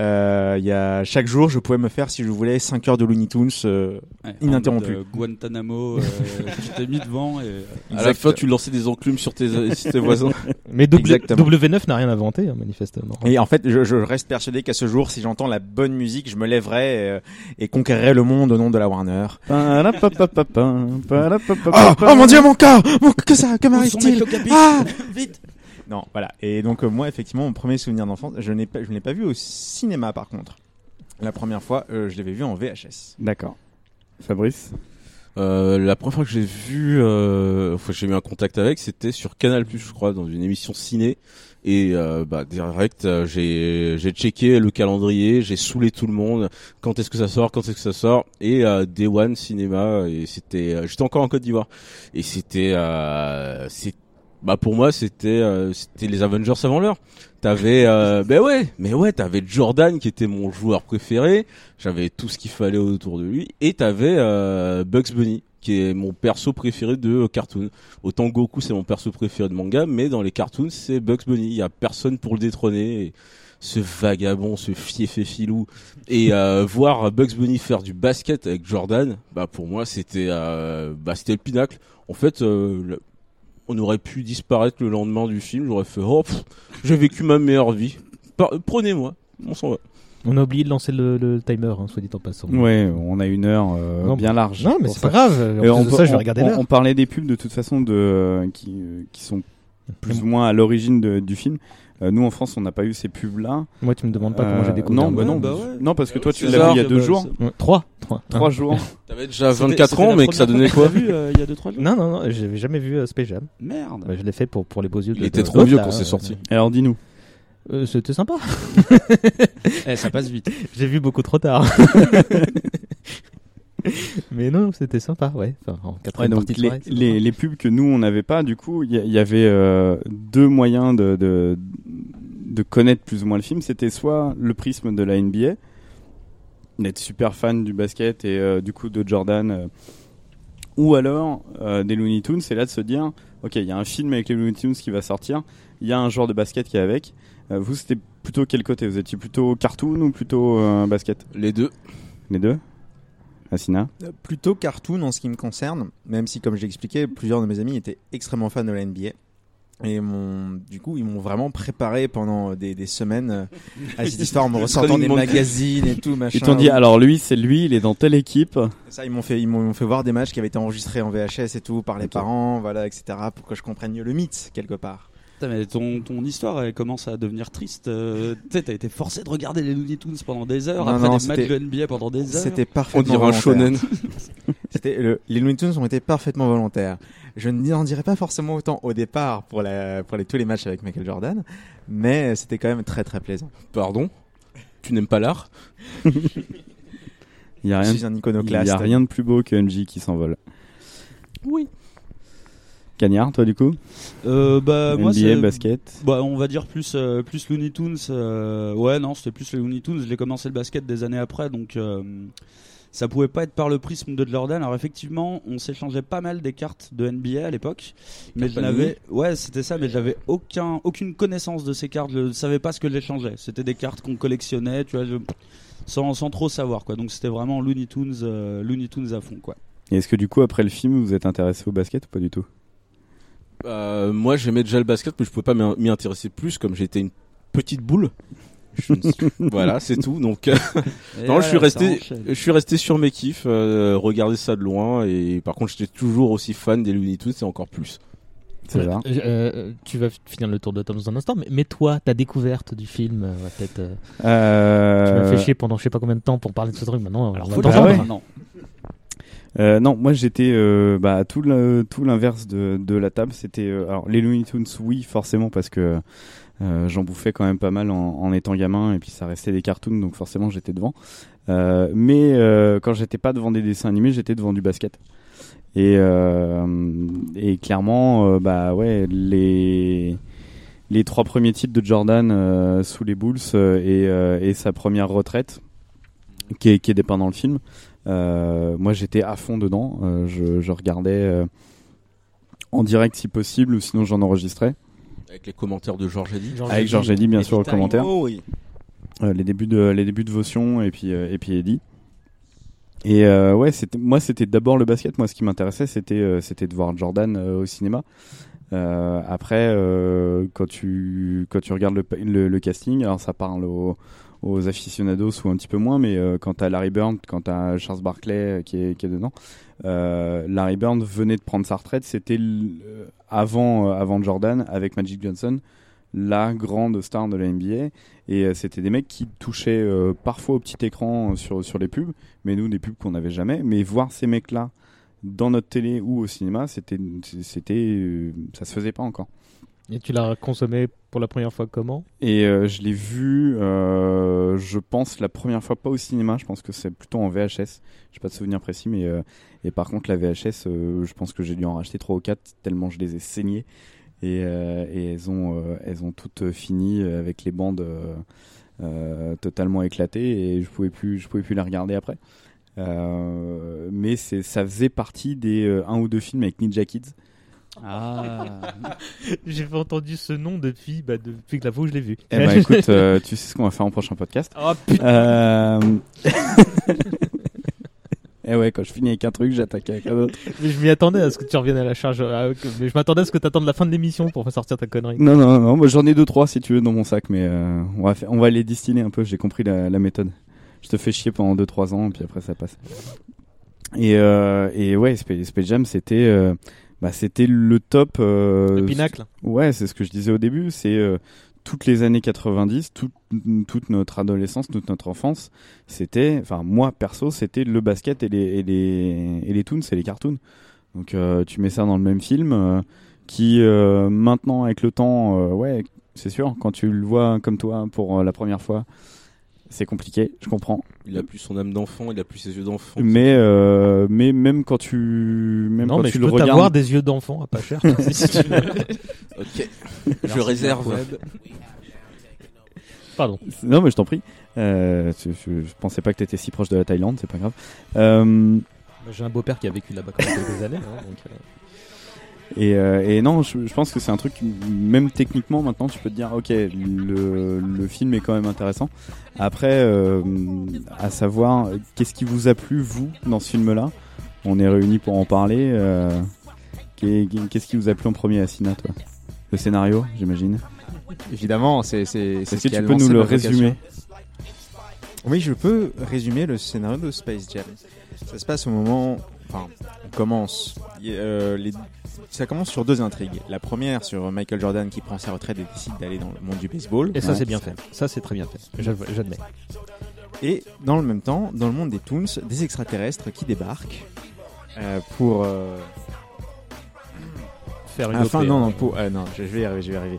[SPEAKER 10] euh, il y a, chaque jour, je pouvais me faire, si je voulais, 5 heures de Looney Tunes, euh,
[SPEAKER 1] Ouais, en
[SPEAKER 10] ininterrompues.
[SPEAKER 1] mode, euh, Guantanamo, euh, tu t'es mis devant et. euh,
[SPEAKER 6] À la fin, tu lançais des enclumes sur tes, sur tes voisins.
[SPEAKER 9] Mais W-
[SPEAKER 10] Exactement.
[SPEAKER 9] W9 n'a rien inventé, hein, manifestement.
[SPEAKER 10] Et en fait, je, je reste persuadé qu'à ce jour, si j'entends la bonne musique, je me lèverai euh, et conquérirai le monde au nom de la Warner.
[SPEAKER 3] Ah
[SPEAKER 10] Ah, oh mon dieu, mon corps mon, Que ça Que m'arrive-t-il
[SPEAKER 1] mettre le capis
[SPEAKER 10] Ah
[SPEAKER 1] Vite
[SPEAKER 10] Non, voilà. Et donc, euh, moi, effectivement, mon premier souvenir d'enfance, je n'ai pas- je ne l'ai pas vu au cinéma, par contre. La première fois, euh, je l'avais vu en VHS.
[SPEAKER 3] D'accord. Fabrice
[SPEAKER 6] Euh, la première fois que j'ai vu, euh, enfin, j'ai eu un contact avec, c'était sur Canal je crois, dans une émission ciné. Et euh, bah, direct, euh, j'ai j'ai checké le calendrier, j'ai saoulé tout le monde. Quand est-ce que ça sort Quand est-ce que ça sort Et euh, Day One Cinéma. Et c'était, euh, j'étais encore en Côte d'Ivoire. Et c'était, euh, c'est- bah pour moi, c'était euh, c'était les Avengers avant l'heure. T'avais, euh, ben ouais, mais ouais, t'avais Jordan qui était mon joueur préféré. J'avais tout ce qu'il fallait autour de lui. Et t'avais euh, Bugs Bunny qui est mon perso préféré de euh, cartoon. Autant Goku c'est mon perso préféré de manga, mais dans les cartoons c'est Bugs Bunny. Il y a personne pour le détrôner. Et ce vagabond, ce fief et filou, et euh, voir Bugs Bunny faire du basket avec Jordan, bah pour moi c'était euh, bah c'était le pinacle. En fait, euh, le- on aurait pu disparaître le lendemain du film. J'aurais fait oh, pff, j'ai vécu ma meilleure vie. Par- Prenez-moi, on s'en va.
[SPEAKER 9] On a oublié de lancer le, le timer, hein, soit dit en passant.
[SPEAKER 3] Ouais, on a une heure euh,
[SPEAKER 9] Non,
[SPEAKER 3] bien large.
[SPEAKER 9] non, mais
[SPEAKER 3] pour
[SPEAKER 9] c'est pas grave. En
[SPEAKER 3] Et
[SPEAKER 9] plus de
[SPEAKER 3] peut-
[SPEAKER 9] ça, je vais regarder l'heure.
[SPEAKER 3] on, on parlait des pubs de toute façon de euh, qui, euh, qui sont plus ou moins à l'origine de- du film. Euh, nous en France, on n'a pas eu ces pubs là.
[SPEAKER 9] Moi, tu me demandes pas comment j'ai découvert.
[SPEAKER 3] Non, bah
[SPEAKER 9] Ouais,
[SPEAKER 3] non,
[SPEAKER 9] bah
[SPEAKER 3] bah-
[SPEAKER 9] ouais.
[SPEAKER 3] non, parce que toi,
[SPEAKER 9] oui,
[SPEAKER 3] tu
[SPEAKER 9] c'est
[SPEAKER 3] l'as
[SPEAKER 9] ça.
[SPEAKER 3] vu il y a deux
[SPEAKER 9] Bah,
[SPEAKER 3] jours.
[SPEAKER 9] c'est- Ouais. Trois. Trois.
[SPEAKER 3] Trois
[SPEAKER 9] Hein.
[SPEAKER 3] jours.
[SPEAKER 6] T'avais déjà
[SPEAKER 9] C'était-
[SPEAKER 6] 24
[SPEAKER 9] c'était
[SPEAKER 6] ans,
[SPEAKER 9] la
[SPEAKER 6] mais que ça
[SPEAKER 9] première
[SPEAKER 6] donnait
[SPEAKER 9] fois
[SPEAKER 6] quoi
[SPEAKER 9] que t'as vu,
[SPEAKER 1] euh, il y a deux, trois
[SPEAKER 9] Non, non, non, j'avais jamais vu euh, Space Jam.
[SPEAKER 1] Merde.
[SPEAKER 9] Bah, je l'ai fait pour, pour les beaux yeux de
[SPEAKER 6] Il était
[SPEAKER 9] de-
[SPEAKER 6] trop
[SPEAKER 9] de-
[SPEAKER 6] vieux
[SPEAKER 9] là,
[SPEAKER 6] quand c'est
[SPEAKER 9] euh,
[SPEAKER 6] sorti.
[SPEAKER 3] Alors dis-nous.
[SPEAKER 9] Euh, C'était sympa.
[SPEAKER 1] Eh, ça passe vite.
[SPEAKER 9] J'ai vu beaucoup trop tard. Mais non, c'était sympa, ouais. Enfin, en
[SPEAKER 3] Ouais,
[SPEAKER 9] quatrième
[SPEAKER 3] donc
[SPEAKER 9] partie de
[SPEAKER 3] les,
[SPEAKER 9] soirée, c'est
[SPEAKER 3] les- les pubs que nous on n'avait pas, du coup, il y, a- il y avait euh, deux moyens de, de, de connaître plus ou moins le film. C'était soit le prisme de la NBA, d'être super fan du basket et euh, du coup de Jordan, euh, ou alors euh, des Looney Tunes, c'est là de se dire, ok, il y a un film avec les Looney Tunes qui va sortir, il y a un joueur de basket qui est avec. Euh, vous, c'était plutôt quel côté Vous étiez plutôt cartoon ou plutôt euh, basket
[SPEAKER 6] Les deux.
[SPEAKER 3] Les deux Assina
[SPEAKER 10] Euh, Plutôt cartoon en ce qui me concerne, même si, comme je l'expliquais, plusieurs de mes amis étaient extrêmement fans de la NBA. Et mon, du coup, ils m'ont vraiment préparé pendant des, des semaines euh, à cette histoire en me ressortant des magazines et tout, machin.
[SPEAKER 3] Ils t'ont dit, ah. alors lui, c'est lui, il est dans telle équipe.
[SPEAKER 10] Ça, ils m'ont fait, ils m'ont ils m'ont fait voir des matchs qui avaient été enregistrés en VHS et tout par les parents, voilà, etc., pour que je comprenne mieux le mythe quelque part.
[SPEAKER 1] Putain, mais ton, ton histoire elle commence à devenir triste. Euh, tu sais, t'as été forcé de regarder les Looney Tunes pendant des heures,
[SPEAKER 10] Non,
[SPEAKER 1] après
[SPEAKER 10] non,
[SPEAKER 1] des matchs de
[SPEAKER 10] c'était-
[SPEAKER 1] NBA pendant des heures.
[SPEAKER 10] C'était parfaitement volontaire. C'était le- les Looney Tunes ont été parfaitement volontaires. Je n'en dirais pas forcément autant au départ pour la, pour les, tous les matchs avec Michael Jordan, mais c'était quand même très très plaisant.
[SPEAKER 6] Pardon Tu n'aimes pas l'art
[SPEAKER 3] Il y a rien,
[SPEAKER 10] Je suis un
[SPEAKER 3] Il
[SPEAKER 10] iconoclaste.
[SPEAKER 3] y a rien de plus beau que NJ qui s'envole.
[SPEAKER 1] Oui.
[SPEAKER 3] Cagnard, toi du coup
[SPEAKER 1] Euh, bah,
[SPEAKER 3] NBA,
[SPEAKER 1] moi, c'est-
[SPEAKER 3] basket.
[SPEAKER 1] Bah, on va dire plus, euh, plus Looney Tunes. euh, ouais, non, c'était plus les Looney Tunes. J'ai commencé le basket des années après, donc euh, ça pouvait pas être par le prisme de Jordan. Alors, effectivement, on s'échangeait pas mal des cartes de NBA à l'époque. Mais je
[SPEAKER 6] Panini.
[SPEAKER 1] n'avais. Ouais, c'était ça, mais j'avais aucun, aucune connaissance de ces cartes. Je ne savais pas ce que j'échangeais. C'était des cartes qu'on collectionnait, tu vois, je- sans, sans trop savoir, quoi. Donc, c'était vraiment Looney Tunes, euh, Looney Tunes à fond, quoi.
[SPEAKER 3] Et est-ce que du coup, après le film, vous êtes intéressé au basket ou pas du tout
[SPEAKER 6] Euh, moi, j'aimais déjà le basket, mais je pouvais pas m'y m'y intéresser plus, comme j'étais une petite boule. Je ne suis- voilà, c'est tout. Donc, euh,
[SPEAKER 1] Et
[SPEAKER 6] non, je suis
[SPEAKER 1] voilà, ça
[SPEAKER 6] resté,
[SPEAKER 1] enchaîne.
[SPEAKER 6] je suis resté sur mes kiffs, euh, regarder ça de loin, et par contre, j'étais toujours aussi fan des Looney Tunes, et encore plus.
[SPEAKER 9] Euh, euh, tu vas finir le tour de Tom dans un instant, mais, mais toi, ta découverte du film, euh, ouais, peut-être. euh,
[SPEAKER 3] Euh,
[SPEAKER 9] Tu m'as fait chier pendant je sais pas combien de temps pour parler de ce truc maintenant. Alors,
[SPEAKER 3] Bah ouais. Euh, non, moi j'étais euh, bah, à tout le- tout l'inverse de, de la table. C'était euh, alors les Looney Tunes, oui, forcément parce que euh, j'en bouffais quand même pas mal en, en étant gamin et puis ça restait des cartoons, donc forcément j'étais devant. Euh, mais euh, quand j'étais pas devant des dessins animés, j'étais devant du basket. Et, euh, et clairement, euh, bah ouais, les les trois premiers titres de Jordan euh, sous les Bulls euh, et, euh, et sa première retraite qui est, qui est dépeint dans le film. Euh, moi, j'étais à fond dedans. Euh, je, je regardais euh, en direct si possible, ou sinon j'en enregistrais.
[SPEAKER 6] Avec les commentaires de Georges Eddy.
[SPEAKER 3] Avec Georges Eddy, bien sûr, au
[SPEAKER 6] Putain,
[SPEAKER 3] commentaire.
[SPEAKER 6] oh oui.
[SPEAKER 3] Euh, les débuts de les débuts de Votion et puis euh, et puis Eddy. Et euh, ouais, c'était moi c'était d'abord le basket. Moi, ce qui m'intéressait, c'était euh, c'était de voir Jordan euh, au cinéma. Euh, après, euh, quand tu quand tu regardes le, pa- le, le casting, alors ça parle aux, aux aficionados ou un petit peu moins, mais euh, quand t'as Larry Bird, quand t'as Charles Barkley euh, qui est qui est dedans, euh, Larry Bird venait de prendre sa retraite. C'était l- euh, avant euh, avant Jordan avec Magic Johnson la grande star de la NBA. Et euh, c'était des mecs qui touchaient euh, parfois au petit écran euh, sur, sur les pubs, mais nous, des pubs qu'on n'avait jamais. Mais voir ces mecs-là dans notre télé ou au cinéma, c'était, c'était, euh, ça se faisait pas encore.
[SPEAKER 9] Et tu l'as consommé pour la première fois comment
[SPEAKER 3] Et euh, je l'ai vu, euh, je pense, la première fois pas au cinéma, je pense que c'est plutôt en VHS. J'ai pas de souvenir précis, mais euh, et par contre, la VHS, euh, je pense que j'ai dû en racheter 3 ou 4 tellement je les ai saignées. Et, euh, et elles, ont, euh, elles ont toutes euh, fini avec les bandes euh, euh, totalement éclatées et je pouvais plus, je pouvais plus les regarder après. Euh, mais c'est, ça faisait partie des euh, un ou deux films avec Ninja Kids.
[SPEAKER 9] J'ai pas entendu ce nom depuis, bah, depuis que la fois où je l'ai vu.
[SPEAKER 3] Eh ben écoute, euh, tu sais ce qu'on va faire en prochain podcast.
[SPEAKER 9] Oh, putain.
[SPEAKER 3] Euh, Eh ouais, quand je finis avec un truc, j'attaque avec un autre.
[SPEAKER 9] Mais je m'y attendais à ce que tu reviennes à la charge. euh, que- Mais je m'attendais à ce que tu attendes la fin de l'émission pour sortir ta connerie.
[SPEAKER 3] Non, non, non, moi j'en ai deux, trois si tu veux dans mon sac, mais euh, on, va faire- on va les distiller un peu, j'ai compris la, la méthode. Je te fais chier pendant deux, trois ans, puis après ça passe. Et, euh, et ouais, Sp- Space Jam, c'était euh, bah, c'était le top. euh,
[SPEAKER 9] Le pinacle.
[SPEAKER 3] Ouais, c'est ce que je disais au début, c'est euh, toutes les années 90, tout- toute notre adolescence, toute notre enfance, c'était, enfin moi perso, c'était le basket et les, et les, et les toons et les cartoons. Donc euh, tu mets ça dans le même film, euh, qui euh, maintenant avec le temps, euh, ouais, c'est sûr, quand tu le vois comme toi pour euh, la première fois, c'est compliqué, je comprends.
[SPEAKER 6] Il a plus son âme d'enfant, il a plus ses yeux d'enfant.
[SPEAKER 3] Mais euh, mais même quand tu même
[SPEAKER 9] Non,
[SPEAKER 3] quand
[SPEAKER 9] mais
[SPEAKER 3] tu
[SPEAKER 9] je
[SPEAKER 3] le
[SPEAKER 9] peux
[SPEAKER 3] regardes,
[SPEAKER 9] t'avoir des yeux d'enfant à pas cher. si tu veux.
[SPEAKER 6] Ok. Je réserve.
[SPEAKER 9] Pardon.
[SPEAKER 3] Non, mais je t'en prie. Euh, je, je- je pensais pas que t'étais si proche de la Thaïlande, c'est pas grave. Euh,
[SPEAKER 9] J'ai un beau-père qui a vécu là-bas quand même quelques années. hein, donc, euh,
[SPEAKER 3] et, euh, et non, je, je pense que c'est un truc, même techniquement maintenant, tu peux te dire, ok, le, le film est quand même intéressant. Après, euh, à savoir, qu'est-ce qui vous a plu, vous, dans ce film-là On est réunis pour en parler. euh, qu'est- qu'est-ce qui vous a plu en premier, Assina, toi Le scénario, j'imagine
[SPEAKER 10] Évidemment, c'est c'est
[SPEAKER 3] Est-ce
[SPEAKER 10] c'est
[SPEAKER 3] que
[SPEAKER 10] ce qui
[SPEAKER 3] tu
[SPEAKER 10] a
[SPEAKER 3] peux
[SPEAKER 10] lancé
[SPEAKER 3] nous le
[SPEAKER 10] ma vocation.
[SPEAKER 3] résumer
[SPEAKER 10] Oui, je peux résumer le scénario de Space Jam. Ça se passe au moment, enfin, on commence. Il y a, euh, les- Ça commence sur deux intrigues. La première sur Michael Jordan qui prend sa retraite et décide d'aller dans le monde du baseball.
[SPEAKER 9] Et ça, c'est bien fait. Ça, c'est très bien fait. J'avoue- J'admets.
[SPEAKER 10] Et dans le même temps, dans le monde des Toons, des extraterrestres qui débarquent euh, pour euh,
[SPEAKER 9] faire une
[SPEAKER 10] Afin,
[SPEAKER 9] OP,
[SPEAKER 10] non,
[SPEAKER 9] hein.
[SPEAKER 10] non, pour- euh, non, je je vais y arriver, je vais y arriver.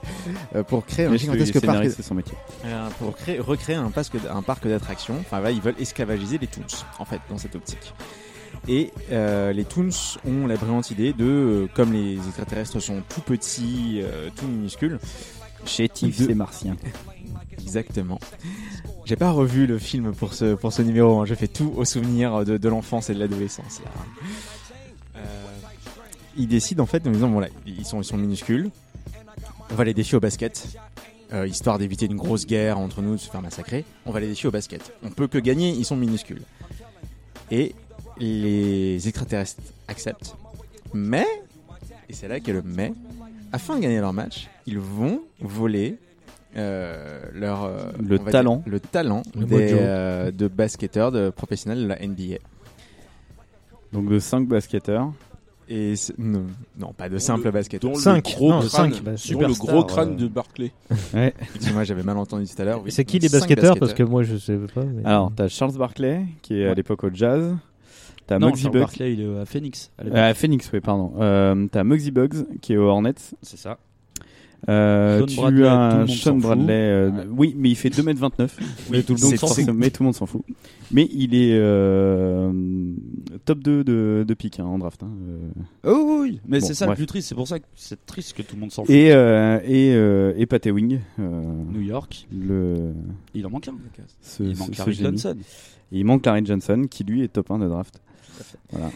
[SPEAKER 10] Euh, pour créer un
[SPEAKER 3] Laisse-le,
[SPEAKER 10] gigantesque
[SPEAKER 3] les
[SPEAKER 10] parc.
[SPEAKER 3] scénaristes, c'est son métier.
[SPEAKER 10] Euh, pour créer, recréer un, pasque- un parc d'attractions. Enfin, là, ils veulent esclavagiser les Toons, en fait, dans cette optique. Et euh, les Toons ont la brillante idée de, euh, comme les extraterrestres sont tout petits, euh, tout minuscules,
[SPEAKER 3] Chétifs,
[SPEAKER 10] de-
[SPEAKER 3] c'est martien.
[SPEAKER 10] Exactement. J'ai pas revu le film pour ce, pour ce numéro, hein. je fais tout au souvenir de, de l'enfance et de l'adolescence. là. Euh, ils décident en fait en disant voilà, ils sont, ils sont minuscules, on va les défier au basket, euh, histoire d'éviter une grosse guerre entre nous, de se faire massacrer, on va les défier au basket. On peut que gagner, ils sont minuscules. Et les extraterrestres acceptent, mais, et c'est là qu'est le mais, afin de gagner leur match, ils vont voler euh, leur euh,
[SPEAKER 3] Le
[SPEAKER 10] on va
[SPEAKER 3] talent.
[SPEAKER 10] le talent
[SPEAKER 3] Le
[SPEAKER 10] des,
[SPEAKER 3] mojo.
[SPEAKER 10] euh, de basketteurs de professionnels de la NBA.
[SPEAKER 3] Donc de 5 basketteurs.
[SPEAKER 10] Et c'est- non, non, pas de simples basketteurs.
[SPEAKER 6] dont le Cinq, gros non, crâne- cinq, bah, dont superstar, le gros crâne euh. de Barclay.
[SPEAKER 10] ouais. Excuse-moi, j'avais mal entendu tout à l'heure. oui.
[SPEAKER 9] C'est qui les
[SPEAKER 10] Cinq
[SPEAKER 9] basketteurs Parce que moi, je sais pas. mais-
[SPEAKER 3] Alors, t'as Charles Barclay, qui est à l'époque au jazz. T'as
[SPEAKER 1] Non,
[SPEAKER 3] Muggsy
[SPEAKER 1] Charles
[SPEAKER 3] Bugs.
[SPEAKER 1] Barclay, il est à Phoenix, à l'époque.
[SPEAKER 3] Euh, à Phoenix, oui, pardon. Euh, t'as Muggsy Bugs, qui est au Hornets.
[SPEAKER 1] C'est ça.
[SPEAKER 3] Euh,
[SPEAKER 1] Sean
[SPEAKER 3] tu
[SPEAKER 1] Bradley, tout le
[SPEAKER 3] as
[SPEAKER 1] monde
[SPEAKER 3] Sean
[SPEAKER 1] s'en fout.
[SPEAKER 3] Bradley. euh, Oui, mais il fait 2m29.
[SPEAKER 1] Mais tout le monde
[SPEAKER 3] c'est-
[SPEAKER 1] s'en fout.
[SPEAKER 3] c'est- Mais tout le monde s'en fout. Mais il est euh, top 2 de, de pick hein, en draft. hein, euh.
[SPEAKER 1] Oh oui, mais
[SPEAKER 3] Bon,
[SPEAKER 1] c'est ça
[SPEAKER 3] bref.
[SPEAKER 1] le plus triste, c'est pour ça que c'est triste que tout le monde s'en fout.
[SPEAKER 3] Et, euh, et, euh, et Pat Ewing. New
[SPEAKER 1] York.
[SPEAKER 3] Le...
[SPEAKER 1] Il en manque un.
[SPEAKER 3] Ce-
[SPEAKER 1] Il
[SPEAKER 3] ce-
[SPEAKER 1] manque
[SPEAKER 3] ce
[SPEAKER 1] Larry
[SPEAKER 3] génie.
[SPEAKER 1] Johnson.
[SPEAKER 3] Et il manque Larry Johnson, qui lui est top 1 de draft. Voilà.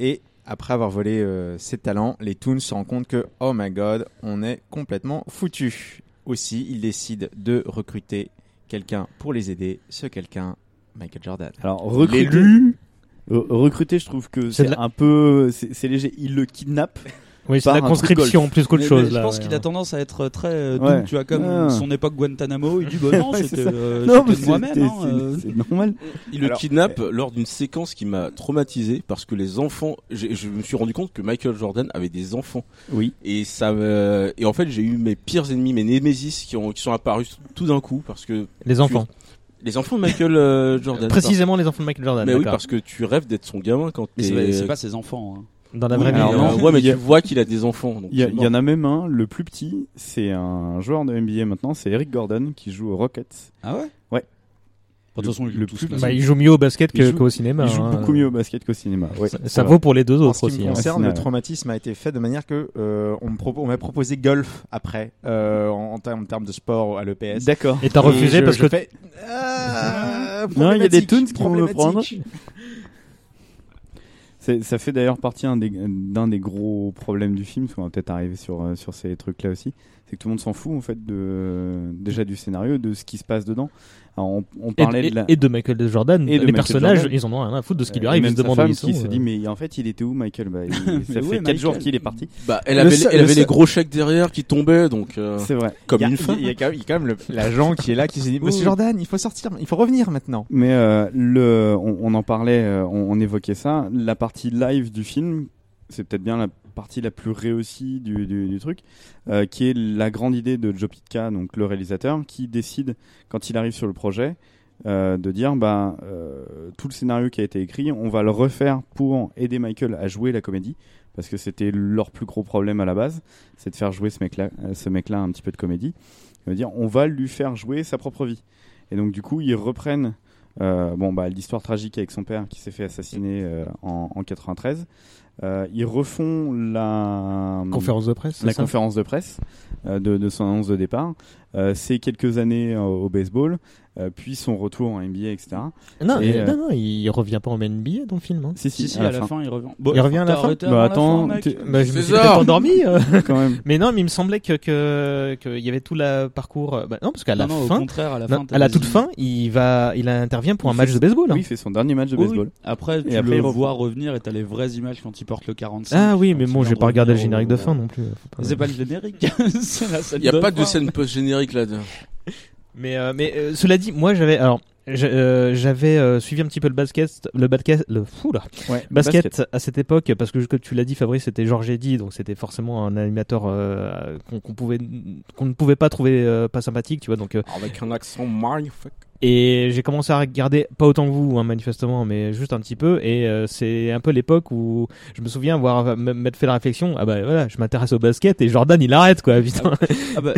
[SPEAKER 10] Et après avoir volé euh, ses talents, les Toons se rendent compte que, oh my god, on est complètement foutu. Aussi, ils décident de recruter quelqu'un pour les aider. Ce quelqu'un, Michael Jordan.
[SPEAKER 3] Alors, recruter, Euh, recruter, je trouve que
[SPEAKER 10] C'est
[SPEAKER 3] c'est
[SPEAKER 10] de la-
[SPEAKER 3] un peu. C'est c'est léger. Il le kidnappe.
[SPEAKER 9] Oui, c'est
[SPEAKER 3] par
[SPEAKER 9] de la
[SPEAKER 3] un truc
[SPEAKER 9] conscription,
[SPEAKER 3] golf.
[SPEAKER 9] plus qu'autre
[SPEAKER 1] Mais-
[SPEAKER 9] chose,
[SPEAKER 1] mais Je
[SPEAKER 9] là,
[SPEAKER 1] pense
[SPEAKER 9] ouais,
[SPEAKER 1] qu'il a
[SPEAKER 9] hein.
[SPEAKER 1] tendance à être très euh, doux,
[SPEAKER 3] Ouais.
[SPEAKER 1] tu vois, comme
[SPEAKER 3] Ah.
[SPEAKER 1] son époque Guantanamo. Il dit bah non,
[SPEAKER 3] Ouais, c'est
[SPEAKER 1] c'était
[SPEAKER 3] ça.
[SPEAKER 1] euh,
[SPEAKER 3] Non,
[SPEAKER 1] c'était
[SPEAKER 3] mais
[SPEAKER 1] de
[SPEAKER 3] c'est-
[SPEAKER 1] moi-même. hein,
[SPEAKER 3] c'est-
[SPEAKER 1] euh.
[SPEAKER 3] c'est normal.
[SPEAKER 6] Il le
[SPEAKER 3] Alors-
[SPEAKER 6] kidnappe lors d'une séquence qui m'a traumatisé parce que les enfants, j'ai- je me suis rendu compte que Michael Jordan avait des enfants.
[SPEAKER 3] Oui.
[SPEAKER 6] Et ça, me- et en fait, j'ai eu mes pires ennemis, mes némésis qui, ont, qui sont apparus tout d'un coup parce que
[SPEAKER 9] Les
[SPEAKER 6] tu-
[SPEAKER 9] enfants.
[SPEAKER 6] les enfants de Michael euh, Jordan.
[SPEAKER 9] Précisément les enfants de Michael Jordan,
[SPEAKER 6] Mais oui,
[SPEAKER 9] d'accord.
[SPEAKER 6] parce que tu rêves d'être son gamin quand
[SPEAKER 1] Mais c'est
[SPEAKER 6] t'es-
[SPEAKER 1] pas- c'est pas ses enfants, hein.
[SPEAKER 9] Dans la
[SPEAKER 6] Oui,
[SPEAKER 9] vraie
[SPEAKER 6] mais,
[SPEAKER 9] vie,
[SPEAKER 6] euh,
[SPEAKER 9] non.
[SPEAKER 6] ouais, mais
[SPEAKER 9] Il y a-
[SPEAKER 6] tu vois qu'il a des enfants. donc
[SPEAKER 3] Il y, a-
[SPEAKER 6] c'est
[SPEAKER 3] il y en a même un, le plus petit, c'est un joueur de NBA maintenant, c'est Eric Gordon qui joue aux Rockets.
[SPEAKER 1] Ah ouais
[SPEAKER 3] Ouais.
[SPEAKER 1] De toute façon, il joue tous là.
[SPEAKER 9] Bah, il joue mieux au basket
[SPEAKER 3] Il
[SPEAKER 9] que-
[SPEAKER 3] joue-
[SPEAKER 9] qu'au cinéma,
[SPEAKER 3] Il joue
[SPEAKER 9] hein.
[SPEAKER 3] beaucoup mieux au basket qu'au cinéma. ouais.
[SPEAKER 9] Ça- ça vaut pour les deux autres
[SPEAKER 10] en ce qui
[SPEAKER 9] aussi,
[SPEAKER 10] Me
[SPEAKER 9] hein.
[SPEAKER 10] concerne,
[SPEAKER 9] Ouais.
[SPEAKER 10] le traumatisme a été fait de manière que euh, on me propo- on m'a proposé golf après euh, en, en termes en termes de sport à l'EPS.
[SPEAKER 3] D'accord.
[SPEAKER 9] Et t'as refusé
[SPEAKER 10] je-
[SPEAKER 9] parce
[SPEAKER 10] je
[SPEAKER 9] que-
[SPEAKER 10] fais, Ah,
[SPEAKER 3] Non, il y a des
[SPEAKER 10] problématique,
[SPEAKER 3] tunes qui vont le prendre.
[SPEAKER 10] problématique.
[SPEAKER 3] C'est- Ça fait d'ailleurs partie un des- d'un des, gros problèmes du film, parce qu'on va peut-être arriver sur, euh, sur ces trucs-là aussi, c'est que tout le monde s'en fout en fait de, déjà du scénario, de ce qui se passe dedans. Alors, on, on
[SPEAKER 9] Et-
[SPEAKER 3] parlait
[SPEAKER 9] et-
[SPEAKER 3] de la-
[SPEAKER 9] et de Michael Jordan.
[SPEAKER 3] Et de
[SPEAKER 9] Les
[SPEAKER 3] Michael
[SPEAKER 9] personnages,
[SPEAKER 3] Jordan.
[SPEAKER 9] ils en ont rien à foutre de ce qui lui
[SPEAKER 3] Euh,
[SPEAKER 9] arrive,
[SPEAKER 3] et
[SPEAKER 9] ils
[SPEAKER 3] même
[SPEAKER 9] se
[SPEAKER 3] sa
[SPEAKER 9] demandent où
[SPEAKER 3] femme
[SPEAKER 9] ils
[SPEAKER 3] qui
[SPEAKER 9] sont,
[SPEAKER 3] se
[SPEAKER 9] euh.
[SPEAKER 3] dit mais en fait il était où Michael Bah, il- ça
[SPEAKER 6] Mais où
[SPEAKER 3] fait
[SPEAKER 6] est
[SPEAKER 3] 4 jours
[SPEAKER 6] Michael
[SPEAKER 3] qu'il est parti.
[SPEAKER 6] Bah, elle avait,
[SPEAKER 3] Le
[SPEAKER 6] les-
[SPEAKER 3] seul-
[SPEAKER 6] elle
[SPEAKER 3] le
[SPEAKER 6] avait les
[SPEAKER 3] seul-
[SPEAKER 6] gros chèques derrière qui tombaient, donc. euh,
[SPEAKER 3] C'est vrai.
[SPEAKER 6] Comme
[SPEAKER 10] Il y a-
[SPEAKER 6] une femme.
[SPEAKER 10] Il y a quand même, il y a quand même le- l'agent qui est là qui s'est dit Monsieur
[SPEAKER 3] Oui.
[SPEAKER 10] Jordan, il faut sortir, il faut revenir maintenant.
[SPEAKER 3] Mais euh, le, on, on en parlait, euh, on, on évoquait ça. La partie live du film, c'est peut-être bien la partie la plus réussie du, du- du truc, euh, qui est la grande idée de Joe Pitka, donc le réalisateur, qui décide quand il arrive sur le projet. euh, de dire bah euh, tout le scénario qui a été écrit on va le refaire pour aider Michael à jouer la comédie parce que c'était leur plus gros problème à la base c'est de faire jouer ce mec là ce mec là un petit peu de comédie Ça veut dire on va lui faire jouer sa propre vie et donc du coup ils reprennent euh, bon bah l'histoire tragique avec son père qui s'est fait assassiner euh, en, en 93. Euh, ils refont la
[SPEAKER 9] Conférence de presse, c'est
[SPEAKER 3] la
[SPEAKER 9] ça
[SPEAKER 3] conférence de presse euh, de, de son annonce de départ. Euh, c'est quelques années euh, au baseball, euh, puis son retour en NBA, etc.
[SPEAKER 9] Non,
[SPEAKER 3] Et,
[SPEAKER 9] euh,
[SPEAKER 3] euh,
[SPEAKER 9] non, non, il revient pas en NBA dans le film. Hein.
[SPEAKER 3] Si, si,
[SPEAKER 1] Si, si, à la fin, il revient.
[SPEAKER 3] Oh,
[SPEAKER 1] Bon,
[SPEAKER 9] il revient à la
[SPEAKER 1] t'as
[SPEAKER 9] fin.
[SPEAKER 1] arrêté Bah, avant la attends, fin, mec. t'es-
[SPEAKER 9] Bah, je me suis
[SPEAKER 1] César.
[SPEAKER 9] peut-être endormi. euh.
[SPEAKER 3] Quand même.
[SPEAKER 9] Mais non, mais il me semblait que que qu'il y avait tout le parcours. euh, bah, non, parce qu'à la
[SPEAKER 1] Non, non, au
[SPEAKER 9] fin,
[SPEAKER 1] contraire, à la
[SPEAKER 9] non,
[SPEAKER 1] fin, t'as
[SPEAKER 9] à la
[SPEAKER 1] des-
[SPEAKER 9] toute fin, il va, il intervient pour un
[SPEAKER 1] Il
[SPEAKER 9] match
[SPEAKER 1] fait-
[SPEAKER 9] de baseball. hein.
[SPEAKER 3] Oui, il fait son dernier match de
[SPEAKER 1] Oui,
[SPEAKER 3] baseball.
[SPEAKER 1] oui. Après, tu
[SPEAKER 3] Et après,
[SPEAKER 1] le
[SPEAKER 3] il reprend.
[SPEAKER 1] vois revenir et t'as les vraies images quand il porte le 45.
[SPEAKER 9] Ah oui, mais
[SPEAKER 1] quand
[SPEAKER 9] bon,
[SPEAKER 1] il
[SPEAKER 9] j'ai
[SPEAKER 1] vient
[SPEAKER 9] pas regardé le
[SPEAKER 1] revenir
[SPEAKER 9] générique de
[SPEAKER 3] euh,
[SPEAKER 1] au-
[SPEAKER 9] fin non plus. Faut pas-
[SPEAKER 1] C'est pas le générique. c'est la scène
[SPEAKER 6] Il n'y a
[SPEAKER 1] de
[SPEAKER 6] pas de
[SPEAKER 1] fin.
[SPEAKER 6] scène post-générique là.
[SPEAKER 9] Mais, euh, mais euh, cela dit, moi j'avais alors j'a- euh, j'avais euh, suivi un petit peu le basket, le basket, le fou là,
[SPEAKER 3] Ouais,
[SPEAKER 9] basket,
[SPEAKER 3] basket.
[SPEAKER 9] à cette époque parce que comme tu l'as dit, Fabrice, c'était Georges Eddy, donc c'était forcément un animateur euh, qu'on qu'on pouvait qu'on ne pouvait pas trouver euh, pas sympathique, tu vois. Donc euh,
[SPEAKER 6] Avec un accent magnifique.
[SPEAKER 9] Et j'ai commencé à regarder, pas autant que vous, hein, manifestement, mais juste un petit peu. Et euh, c'est un peu l'époque où je me souviens avoir m- m'être fait la réflexion ah bah voilà, je m'intéresse au basket et Jordan il arrête quoi, putain.
[SPEAKER 1] Ah bah-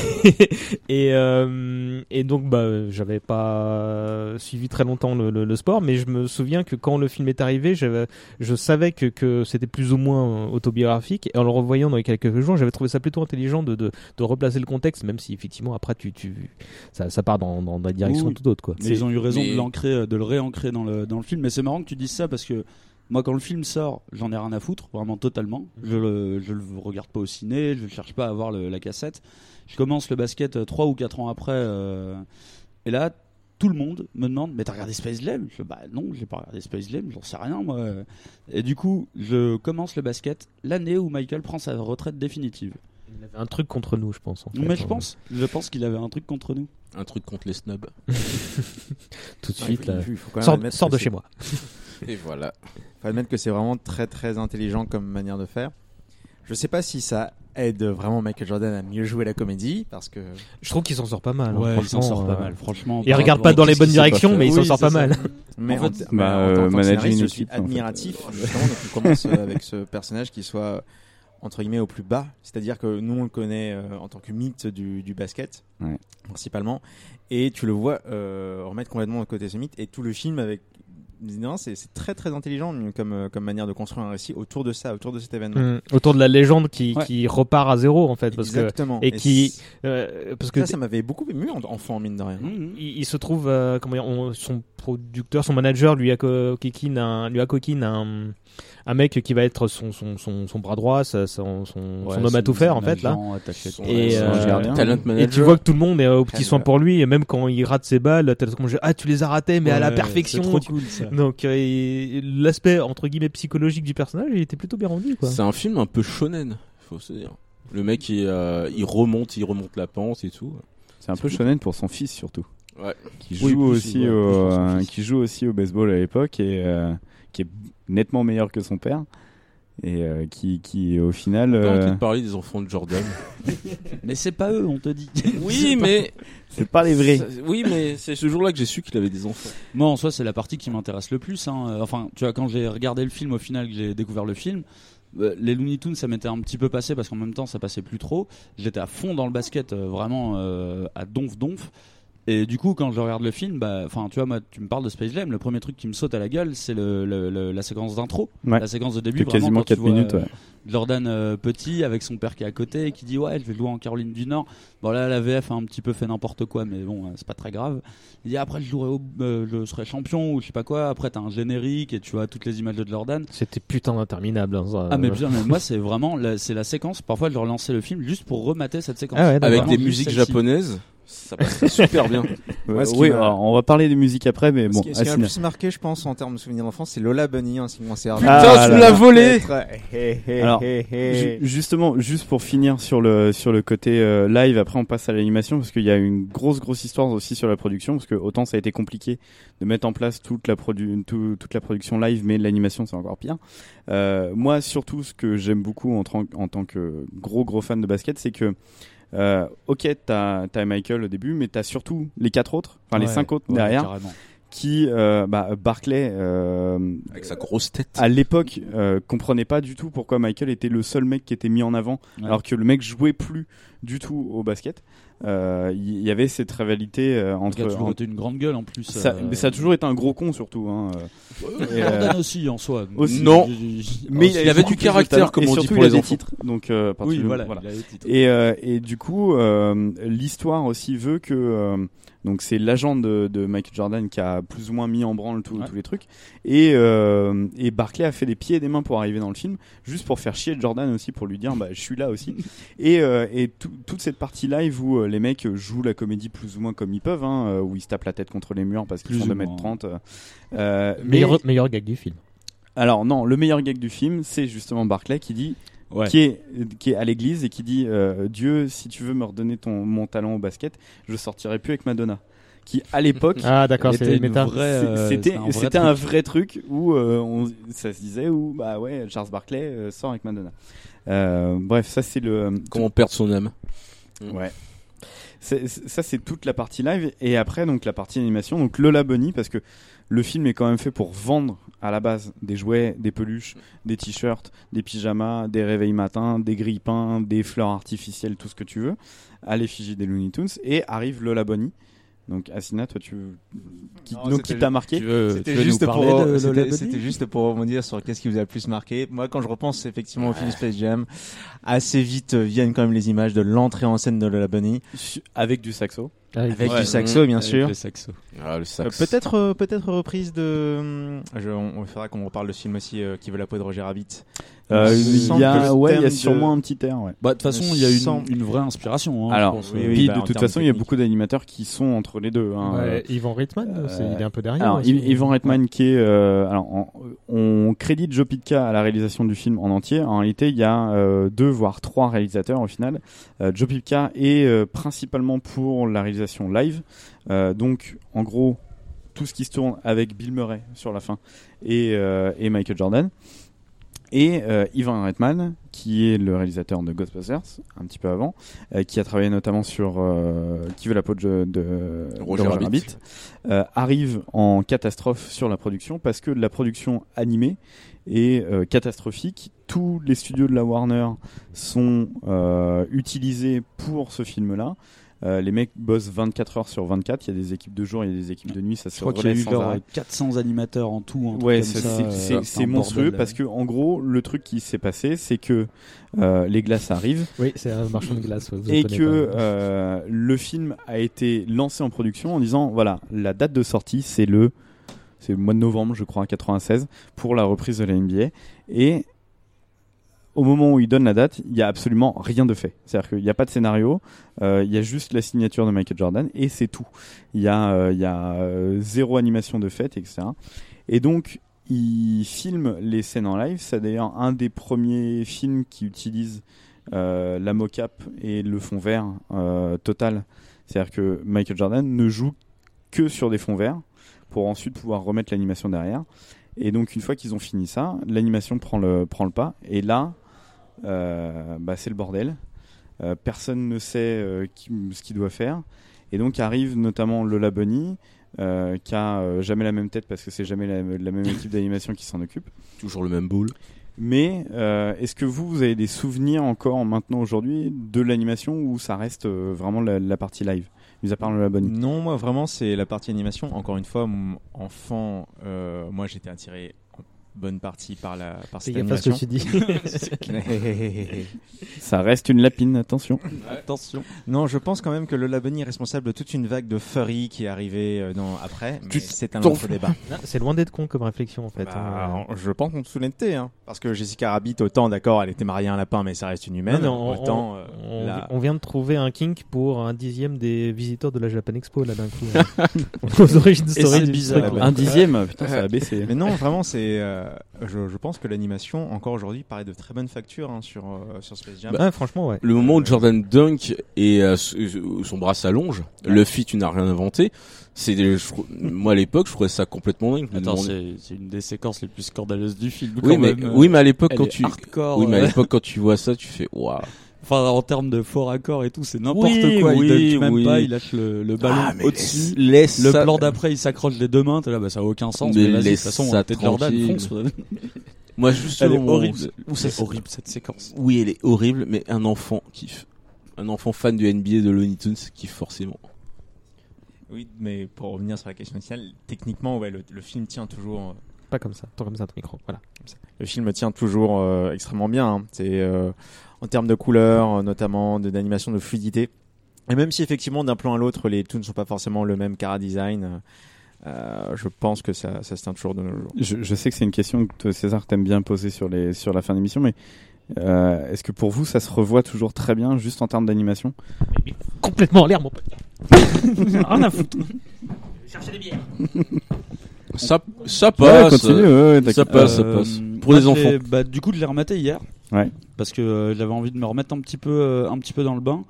[SPEAKER 9] et, euh, et donc bah j'avais pas suivi très longtemps le, le- le sport, mais je me souviens que quand le film est arrivé, j'avais- je savais que, que c'était plus ou moins euh, autobiographique. Et en le revoyant dans les quelques jours, j'avais trouvé ça plutôt intelligent de, de, de replacer le contexte, même si effectivement après tu, tu ça, ça part dans, dans, dans la direction
[SPEAKER 1] Oui.
[SPEAKER 9] tout autre quoi.
[SPEAKER 1] Mais ils ont eu raison
[SPEAKER 9] Mais-
[SPEAKER 1] de l'ancrer, euh, de le réancrer dans le, dans le film. Mais c'est marrant que tu dises ça parce que moi, quand le film sort, j'en ai rien à foutre, vraiment totalement. Je le, je le regarde pas au ciné, je ne cherche pas à avoir le- la cassette. Je commence le basket 3 ou 4 ans après. euh, et là, tout le monde me demande Mais t'as regardé Space Jam Je fais, Bah non, j'ai pas regardé Space Jam, j'en sais rien moi. Et du coup, je commence le basket l'année où Michael prend sa retraite définitive.
[SPEAKER 9] Il avait un truc contre nous, je pense. en fait.
[SPEAKER 1] Mais je pense, je pense qu'il avait un truc contre nous.
[SPEAKER 6] Un truc contre les snobs.
[SPEAKER 9] Tout de
[SPEAKER 10] Ah,
[SPEAKER 9] suite,
[SPEAKER 10] il faut-
[SPEAKER 9] là.
[SPEAKER 10] il faut quand même
[SPEAKER 9] Sors-
[SPEAKER 10] admettre
[SPEAKER 9] sors
[SPEAKER 10] que
[SPEAKER 9] de
[SPEAKER 10] c'est-
[SPEAKER 9] chez moi.
[SPEAKER 6] Et voilà.
[SPEAKER 10] Faut admettre que c'est vraiment très très intelligent comme manière de faire. Je sais pas si ça aide vraiment Michael Jordan à mieux jouer la comédie parce que
[SPEAKER 9] Je trouve qu'il s'en sort pas mal. hein,
[SPEAKER 10] Ouais, il
[SPEAKER 9] franchement,
[SPEAKER 10] s'en sort pas
[SPEAKER 9] euh,
[SPEAKER 10] mal, franchement.
[SPEAKER 9] Il
[SPEAKER 10] Par
[SPEAKER 9] regarde
[SPEAKER 10] rapport
[SPEAKER 9] pas
[SPEAKER 10] à
[SPEAKER 9] dans les
[SPEAKER 10] qu'est-ce
[SPEAKER 9] bonnes
[SPEAKER 10] qu'il s'est pas
[SPEAKER 9] directions,
[SPEAKER 10] fait.
[SPEAKER 9] mais il s'en
[SPEAKER 10] Oui,
[SPEAKER 9] sort
[SPEAKER 10] c'est
[SPEAKER 9] pas
[SPEAKER 10] ça.
[SPEAKER 9] mal.
[SPEAKER 10] Mais
[SPEAKER 9] En
[SPEAKER 10] en,
[SPEAKER 9] fait-
[SPEAKER 10] mais
[SPEAKER 3] Bah,
[SPEAKER 10] en tant que
[SPEAKER 3] euh,
[SPEAKER 10] scénariste,
[SPEAKER 3] manager une
[SPEAKER 10] je suis
[SPEAKER 3] équipe, en fait.
[SPEAKER 10] admiratif justement de- qu'on commence euh, avec ce personnage qui soit entre guillemets au plus bas, c'est-à-dire que nous on le connaît euh, en tant que mythe du, du basket
[SPEAKER 3] Ouais.
[SPEAKER 10] principalement, et tu le vois euh, remettre complètement de côté ce mythe et tout le film avec non, c'est c'est très très intelligent comme, euh, comme manière de construire un récit autour de ça, autour de cet événement.
[SPEAKER 9] Mm. Autour de la légende qui,
[SPEAKER 10] Ouais.
[SPEAKER 9] qui repart à zéro en fait parce
[SPEAKER 10] Exactement.
[SPEAKER 9] que et
[SPEAKER 10] Et
[SPEAKER 9] qui
[SPEAKER 10] c'est-
[SPEAKER 9] euh, parce que
[SPEAKER 10] Ça, ça m'avait beaucoup ému en- enfant, mine de rien.
[SPEAKER 1] Mmh,
[SPEAKER 9] il, il se trouve euh, comment dire, on- son producteur, son manager lui a co- coquine un lui a coquine un un mec qui va être son son, son, son bras droit, sa- son son,
[SPEAKER 1] Ouais,
[SPEAKER 9] son homme à
[SPEAKER 1] son
[SPEAKER 9] tout faire en fait là.
[SPEAKER 1] agent, attaché de
[SPEAKER 9] Et,
[SPEAKER 1] presse,
[SPEAKER 9] euh,
[SPEAKER 1] son
[SPEAKER 3] Ah,
[SPEAKER 1] gardien. Talent
[SPEAKER 9] et tu
[SPEAKER 1] manager.
[SPEAKER 9] vois que tout le monde est au petit
[SPEAKER 1] Handler.
[SPEAKER 9] soin pour lui et même quand il rate ses balles, t'as comme je ah tu les as ratées mais à la
[SPEAKER 1] Ouais,
[SPEAKER 9] perfection.
[SPEAKER 1] c'est trop
[SPEAKER 9] tu-
[SPEAKER 1] cool, ça.
[SPEAKER 9] Donc euh, et l'aspect entre guillemets psychologique du personnage, il était plutôt bien rendu quoi.
[SPEAKER 6] C'est un film un peu shonen, faut se dire. Le mec, il, euh, il remonte, il remonte la pente et tout.
[SPEAKER 3] C'est un peu shonen pour son fils surtout.
[SPEAKER 6] Ouais.
[SPEAKER 3] Qui joue
[SPEAKER 6] Oui, plus,
[SPEAKER 3] aussi
[SPEAKER 6] ouais, plus
[SPEAKER 3] au,
[SPEAKER 6] pour son
[SPEAKER 3] euh,
[SPEAKER 6] fils.
[SPEAKER 3] qui joue aussi au baseball à l'époque et euh, qui est nettement meilleur que son père et euh, qui qui au final.
[SPEAKER 6] Pas
[SPEAKER 3] euh,
[SPEAKER 6] envie de parler des enfants de Jordan.
[SPEAKER 1] Mais c'est pas eux, on te dit.
[SPEAKER 6] Oui, mais.
[SPEAKER 3] C'est pas les vrais.
[SPEAKER 6] Ça- Oui, mais c'est ce jour-là que j'ai su qu'il avait des enfants.
[SPEAKER 1] Moi, en soi, c'est la partie qui m'intéresse le plus. hein. Euh, Enfin, tu vois, quand j'ai regardé le film, au final, que j'ai découvert le film, euh, les Looney Tunes, ça m'était un petit peu passé parce qu'en même temps, ça passait plus trop. J'étais à fond dans le basket, euh, vraiment euh, à donf donf. Et du coup, quand je regarde le film, bah, enfin, tu vois, moi, tu me parles de Space Jam. Le premier truc qui me saute à la gueule, c'est le- le- le- la séquence d'intro,
[SPEAKER 3] Ouais.
[SPEAKER 1] la séquence de
[SPEAKER 3] Qui est
[SPEAKER 1] début, vraiment,
[SPEAKER 3] quasiment
[SPEAKER 1] quand tu
[SPEAKER 3] quatre
[SPEAKER 1] vois,
[SPEAKER 3] minutes,
[SPEAKER 1] euh,
[SPEAKER 3] ouais.
[SPEAKER 1] Jordan euh, petit avec son père qui est à côté et qui dit ouais je vais jouer en Caroline du Nord. Bon là la VF a un petit peu fait n'importe quoi mais bon euh, c'est pas très grave. Il dit après je jouerai au- euh, je serai champion ou je sais pas quoi. Après t'as un générique et tu vois toutes les images de Jordan.
[SPEAKER 9] C'était putain d'interminable. hein, ça.
[SPEAKER 3] Euh.
[SPEAKER 1] Ah mais bien mais moi c'est vraiment la- c'est la séquence. Parfois je relançais le film juste pour remater cette séquence.
[SPEAKER 9] Ah ouais, d'accord.
[SPEAKER 1] Vraiment,
[SPEAKER 6] Avec des
[SPEAKER 1] juste
[SPEAKER 6] musiques
[SPEAKER 1] celle-ci.
[SPEAKER 6] japonaises, ça passerait super bien.
[SPEAKER 3] euh,
[SPEAKER 10] ce qui
[SPEAKER 3] oui,
[SPEAKER 10] m'a-
[SPEAKER 3] alors, on va parler des musiques après, mais bon.
[SPEAKER 10] Ce qui, ce qui m'a
[SPEAKER 3] Asina.
[SPEAKER 10] le plus marqué, je pense, en termes de souvenirs d'enfance, c'est Lola Bunny, ainsi que c'est
[SPEAKER 3] Ah,
[SPEAKER 10] Putain, tu
[SPEAKER 3] là,
[SPEAKER 10] me l'as
[SPEAKER 3] là.
[SPEAKER 10] volé
[SPEAKER 3] Alors, ju- justement, juste pour finir sur le sur le côté euh, live, après on passe à l'animation parce qu'il y a une grosse grosse histoire aussi sur la production parce que autant ça a été compliqué de mettre en place toute la produ- tout- toute la production live, mais l'animation c'est encore pire. Euh, moi, surtout, ce que j'aime beaucoup en, tran- en tant que gros gros fan de basket, c'est que euh, ok, t'as as Michael au début, mais t'as surtout les quatre autres, enfin les
[SPEAKER 6] Ouais,
[SPEAKER 3] cinq autres
[SPEAKER 6] ouais,
[SPEAKER 3] derrière,
[SPEAKER 6] carrément.
[SPEAKER 3] qui euh, bah, Barclay euh,
[SPEAKER 6] Avec sa grosse tête.
[SPEAKER 3] à l'époque euh, comprenait pas du tout pourquoi Michael était le seul mec qui était mis en avant
[SPEAKER 6] Ouais.
[SPEAKER 3] alors que le mec jouait plus du tout au basket Euh, il y, y avait cette rivalité euh, entre
[SPEAKER 1] Le gars a toujours
[SPEAKER 3] en-
[SPEAKER 1] été une grande gueule, en plus,
[SPEAKER 3] ça,
[SPEAKER 1] euh,
[SPEAKER 3] mais ça a toujours été un gros con surtout hein, euh.
[SPEAKER 1] Ouais,
[SPEAKER 3] Et,
[SPEAKER 1] Jordan aussi, en soi.
[SPEAKER 3] aussi.
[SPEAKER 1] Non.
[SPEAKER 3] mais
[SPEAKER 1] Il avait
[SPEAKER 3] beaucoup
[SPEAKER 1] du
[SPEAKER 3] plus de
[SPEAKER 1] caractère,
[SPEAKER 3] talent.
[SPEAKER 1] comme
[SPEAKER 3] Et
[SPEAKER 1] on dit
[SPEAKER 3] surtout,
[SPEAKER 1] pour
[SPEAKER 3] il
[SPEAKER 1] les
[SPEAKER 3] a des
[SPEAKER 1] enfants.
[SPEAKER 3] titres donc euh, parce
[SPEAKER 1] Oui,
[SPEAKER 3] que-
[SPEAKER 1] voilà, il a des titres.
[SPEAKER 3] et, euh, et du coup, euh, l'histoire aussi veut que euh, donc c'est l'agent de, de Michael Jordan qui a plus ou moins mis en branle tout- tous les trucs. Et, euh, et Barclay a fait des pieds et des mains pour arriver dans le film, juste pour faire chier Jordan aussi, pour lui dire bah, je suis là aussi. et euh, et tout- toute cette partie live où euh, les mecs jouent la comédie plus ou moins comme ils peuvent, hein, euh, où ils se tapent la tête contre les murs parce qu'ils
[SPEAKER 9] Plus
[SPEAKER 3] sont
[SPEAKER 9] ou
[SPEAKER 3] 2m30. euh, euh,
[SPEAKER 9] meilleur meilleur gag du film.
[SPEAKER 3] alors non, le meilleur gag du film, c'est justement Barclay qui dit,
[SPEAKER 1] Ouais.
[SPEAKER 3] qui est qui est à l'église et qui dit euh, Dieu, si tu veux me redonner ton mon talent au basket, je sortirai plus avec Madonna. Qui à l'époque,
[SPEAKER 9] Ah, d'accord, c'est
[SPEAKER 3] était une
[SPEAKER 9] méta.
[SPEAKER 3] vraie,
[SPEAKER 9] euh,
[SPEAKER 3] C'était
[SPEAKER 9] c'est un vrai
[SPEAKER 3] c'était un
[SPEAKER 9] truc.
[SPEAKER 3] vrai truc où euh, on, ça se disait où bah ouais, Charles Barclay euh, sort avec Madonna. Euh, bref, ça c'est le
[SPEAKER 6] Comment perdre son âme.
[SPEAKER 3] Ouais. c'est- c'est- ça, c'est toute la partie live. Et après, donc, la partie animation. Donc, Lola Bunny, parce que le film est quand même fait pour vendre à la base des jouets, des peluches, des t-shirts, des pyjamas, des réveils matins, des grille-pains, des fleurs artificielles, tout ce que tu veux, à l'effigie des Looney Tunes. Et arrive Lola Bunny. Donc, Asina, toi, tu. Qui,
[SPEAKER 10] Non,
[SPEAKER 3] donc,
[SPEAKER 10] c'était
[SPEAKER 3] qui t'a marqué
[SPEAKER 10] C'était juste, pour-
[SPEAKER 6] euh,
[SPEAKER 10] c'était- c'était juste pour rebondir sur qu'est-ce qui vous a le plus marqué. Moi, quand je repense effectivement au film Space Jam, assez vite euh, viennent quand même les images de l'entrée en scène de Lola Bunny.
[SPEAKER 3] Avec du saxo.
[SPEAKER 9] Ah,
[SPEAKER 10] Avec,
[SPEAKER 3] Ouais.
[SPEAKER 10] du saxo, bien
[SPEAKER 3] Avec
[SPEAKER 10] sûr.
[SPEAKER 3] le saxo.
[SPEAKER 6] Ah, le sax.
[SPEAKER 10] Euh, peut-être, euh, peut-être reprise de. hum, je- on, on fera qu'on reparle de ce film aussi euh, qui veut la peau de Roger Rabbit.
[SPEAKER 3] Euh,
[SPEAKER 10] me
[SPEAKER 3] il y
[SPEAKER 10] semble
[SPEAKER 3] a-
[SPEAKER 10] que le
[SPEAKER 3] ouais, il y a
[SPEAKER 10] thème de-
[SPEAKER 3] sûrement un petit air, ouais.
[SPEAKER 1] Bah, de toute façon,
[SPEAKER 10] Me
[SPEAKER 1] il y a
[SPEAKER 10] semble-
[SPEAKER 1] une, une vraie inspiration. hein,
[SPEAKER 3] Alors,
[SPEAKER 1] je pense.
[SPEAKER 3] oui, puis de toute façon, il y a beaucoup d'animateurs qui sont entre les deux. Hein.
[SPEAKER 9] Ouais,
[SPEAKER 3] Euh,
[SPEAKER 9] Ivan Reitman, c'est- il est un peu derrière
[SPEAKER 3] Alors,
[SPEAKER 9] aussi. hein.
[SPEAKER 3] Yv- Yvan Reitman, qui est. euh, alors, en- on crédite Joe Pitka à la réalisation du film en entier. En réalité, il y a euh, deux, voire trois réalisateurs au final. Euh, Joe Pitka est euh, principalement pour la réalisation live. Euh, donc, en gros, tout ce qui se tourne avec Bill Murray sur la fin et, euh, et Michael Jordan. Et euh, Ivan Reitman, qui est le réalisateur de Ghostbusters, un petit peu avant, euh, qui a travaillé notamment sur euh, Qui veut la peau de, de- de
[SPEAKER 6] Roger
[SPEAKER 3] Roger,
[SPEAKER 6] Rabbit.
[SPEAKER 3] Rabbit, euh, arrive en catastrophe sur la production parce que la production animée est euh, catastrophique. Tous les studios de la Warner sont euh, utilisés pour ce film-là. Euh, les mecs bossent 24 heures sur 24. Il y a des équipes de jour, il y a des équipes de nuit. Ça se
[SPEAKER 1] Je crois qu'il y a
[SPEAKER 3] relaie
[SPEAKER 1] eu
[SPEAKER 3] sans
[SPEAKER 1] genre
[SPEAKER 3] arrêt.
[SPEAKER 1] 400 animateurs en tout. un truc
[SPEAKER 3] Ouais,
[SPEAKER 1] comme
[SPEAKER 3] ça,
[SPEAKER 1] ça,
[SPEAKER 3] c'est-
[SPEAKER 1] euh,
[SPEAKER 3] c'est- c'est
[SPEAKER 1] un
[SPEAKER 3] monstrueux
[SPEAKER 1] bordel.
[SPEAKER 3] parce que en gros, le truc qui s'est passé, c'est que euh, les glaces arrivent.
[SPEAKER 9] Oui, c'est un marchand de glace, ouais, vous
[SPEAKER 3] et
[SPEAKER 9] en tenez
[SPEAKER 3] que
[SPEAKER 9] pas.
[SPEAKER 3] euh, le film a été lancé en production en disant voilà, la date de sortie, c'est le c'est le mois de novembre, je crois, 96, pour la reprise de la NBA. Et au moment où il donne la date, il n'y a absolument rien de fait. C'est-à-dire qu'il n'y a pas de scénario, euh, il y a juste la signature de Michael Jordan et c'est tout. Il y a, euh, il y a euh, zéro animation de fait, etc. Et donc, il filme les scènes en live. C'est d'ailleurs un des premiers films qui utilise euh, la mocap et le fond vert euh, total. C'est-à-dire que Michael Jordan ne joue que sur des fonds verts pour ensuite pouvoir remettre l'animation derrière. Et donc une fois qu'ils ont fini ça, l'animation prend le, prend le pas. Et là, euh, bah, c'est le bordel. Euh, personne ne sait euh, qui- ce qu'il doit faire. Et donc arrive notamment Lola Bunny, euh, qui a euh, jamais la même tête parce que c'est jamais la, la même équipe d'animation qui s'en occupe.
[SPEAKER 6] Toujours le même boule.
[SPEAKER 3] Mais euh, est-ce que vous, vous avez des souvenirs encore maintenant aujourd'hui de l'animation où ça reste euh, vraiment la, la partie live, mis à part Lola Bunny
[SPEAKER 10] Non, moi vraiment, c'est la partie animation. Encore une fois, mon enfant, euh, moi j'étais attiré en bonne partie par la par
[SPEAKER 9] Fais
[SPEAKER 10] cette
[SPEAKER 9] gaffe à ce
[SPEAKER 10] animation.
[SPEAKER 9] que tu dis.
[SPEAKER 3] Ça reste une lapine, attention.
[SPEAKER 1] Attention.
[SPEAKER 10] Non, je pense quand même que Lola Bunny est responsable de toute une vague de furry qui est arrivée euh, dans- après. mais C'est un autre débat.
[SPEAKER 9] Non, C'est loin d'être con comme réflexion en fait. hein.
[SPEAKER 10] Bah, on- je pense qu'on soulèveté, hein. parce que Jessica Rabbit, autant d'accord, elle était mariée à un lapin, mais ça reste une humaine.
[SPEAKER 9] Non, mais on,
[SPEAKER 10] autant,
[SPEAKER 9] on-
[SPEAKER 10] euh,
[SPEAKER 9] on-
[SPEAKER 10] la-
[SPEAKER 9] on vient de trouver un kink pour un dixième des visiteurs de la Japan Expo là d'un coup. hein. Aux origines story du truc, là.
[SPEAKER 10] Mais non, vraiment, c'est. euh, je, je pense que l'animation, encore aujourd'hui, paraît de très bonne facture hein, sur euh, sur Space Jam.
[SPEAKER 9] Bah, franchement, ouais.
[SPEAKER 6] Le moment où Jordan dunk et euh, s- son bras s'allonge, le fit, tu n'as rien inventé. C'est des- je trou- moi à l'époque, je trouvais ça complètement dingue. Je me
[SPEAKER 1] Attends,
[SPEAKER 6] demandais-
[SPEAKER 1] c'est c'est une des séquences les plus scandaleuses du film.
[SPEAKER 6] Oui
[SPEAKER 1] quand
[SPEAKER 6] mais,
[SPEAKER 1] même.
[SPEAKER 6] oui mais à l'époque
[SPEAKER 1] Elle
[SPEAKER 6] quand
[SPEAKER 1] est
[SPEAKER 6] tu
[SPEAKER 1] hardcore,
[SPEAKER 6] oui mais à
[SPEAKER 1] euh.
[SPEAKER 6] l'époque quand tu vois ça tu fais waouh
[SPEAKER 1] Enfin, en termes de fort accord et tout, c'est n'importe
[SPEAKER 6] Oui,
[SPEAKER 1] quoi.
[SPEAKER 6] oui,
[SPEAKER 1] il donne même
[SPEAKER 6] oui.
[SPEAKER 1] pas, il lâche le, le ballon
[SPEAKER 6] Ah, mais
[SPEAKER 1] au-dessus.
[SPEAKER 6] laisse- laisse
[SPEAKER 1] le
[SPEAKER 6] ça-
[SPEAKER 1] plan d'après, il s'accroche les deux mains. T'es là, bah, ça a aucun sens. Mais,
[SPEAKER 6] Mais
[SPEAKER 1] vas-y, de toute
[SPEAKER 6] laisse
[SPEAKER 1] façon,
[SPEAKER 6] ça
[SPEAKER 1] la tête Jordan
[SPEAKER 6] tranquille.
[SPEAKER 1] fonce.
[SPEAKER 6] Moi juste
[SPEAKER 1] elle est
[SPEAKER 6] le moment
[SPEAKER 1] horrible.
[SPEAKER 6] où- où ça
[SPEAKER 1] Elle est
[SPEAKER 6] se-
[SPEAKER 1] horrible cette séquence.
[SPEAKER 6] Oui, elle est horrible mais un enfant kiffe. Un enfant fan du NBA de Looney Tunes kiffe forcément.
[SPEAKER 10] Oui, mais pour revenir sur la question initiale, techniquement, ouais, le, le film tient toujours. euh,
[SPEAKER 9] Pas comme ça, tant comme ça ton micro. Voilà.
[SPEAKER 10] Le film tient toujours euh, extrêmement bien. hein. C'est euh, en termes de couleurs, euh, notamment de- d'animation, de fluidité. Et même si effectivement d'un plan à l'autre, les toons ne sont pas forcément le même cara design, euh, je pense que ça, ça se tient toujours de nos jours.
[SPEAKER 3] Je, je sais que c'est une question que toi, César t'aimes bien poser sur les sur la fin d'émission, mais euh, est-ce que pour vous ça se revoit toujours très bien juste en termes d'animation
[SPEAKER 9] Complètement en l'air mon pote. Rien à foutre.
[SPEAKER 2] Cherchez des bières.
[SPEAKER 6] Ça ça
[SPEAKER 3] Ouais,
[SPEAKER 6] passe.
[SPEAKER 3] continue, ouais, ouais,
[SPEAKER 6] ça
[SPEAKER 3] t'inquiète.
[SPEAKER 6] passe, ça
[SPEAKER 1] Euh,
[SPEAKER 6] passe. Pour
[SPEAKER 1] moi,
[SPEAKER 6] les
[SPEAKER 1] j'ai-
[SPEAKER 6] enfants.
[SPEAKER 1] Bah, du coup, de les remater hier.
[SPEAKER 3] Ouais.
[SPEAKER 1] Parce que euh, j'avais envie de me remettre un petit peu, euh, un petit peu dans le bain.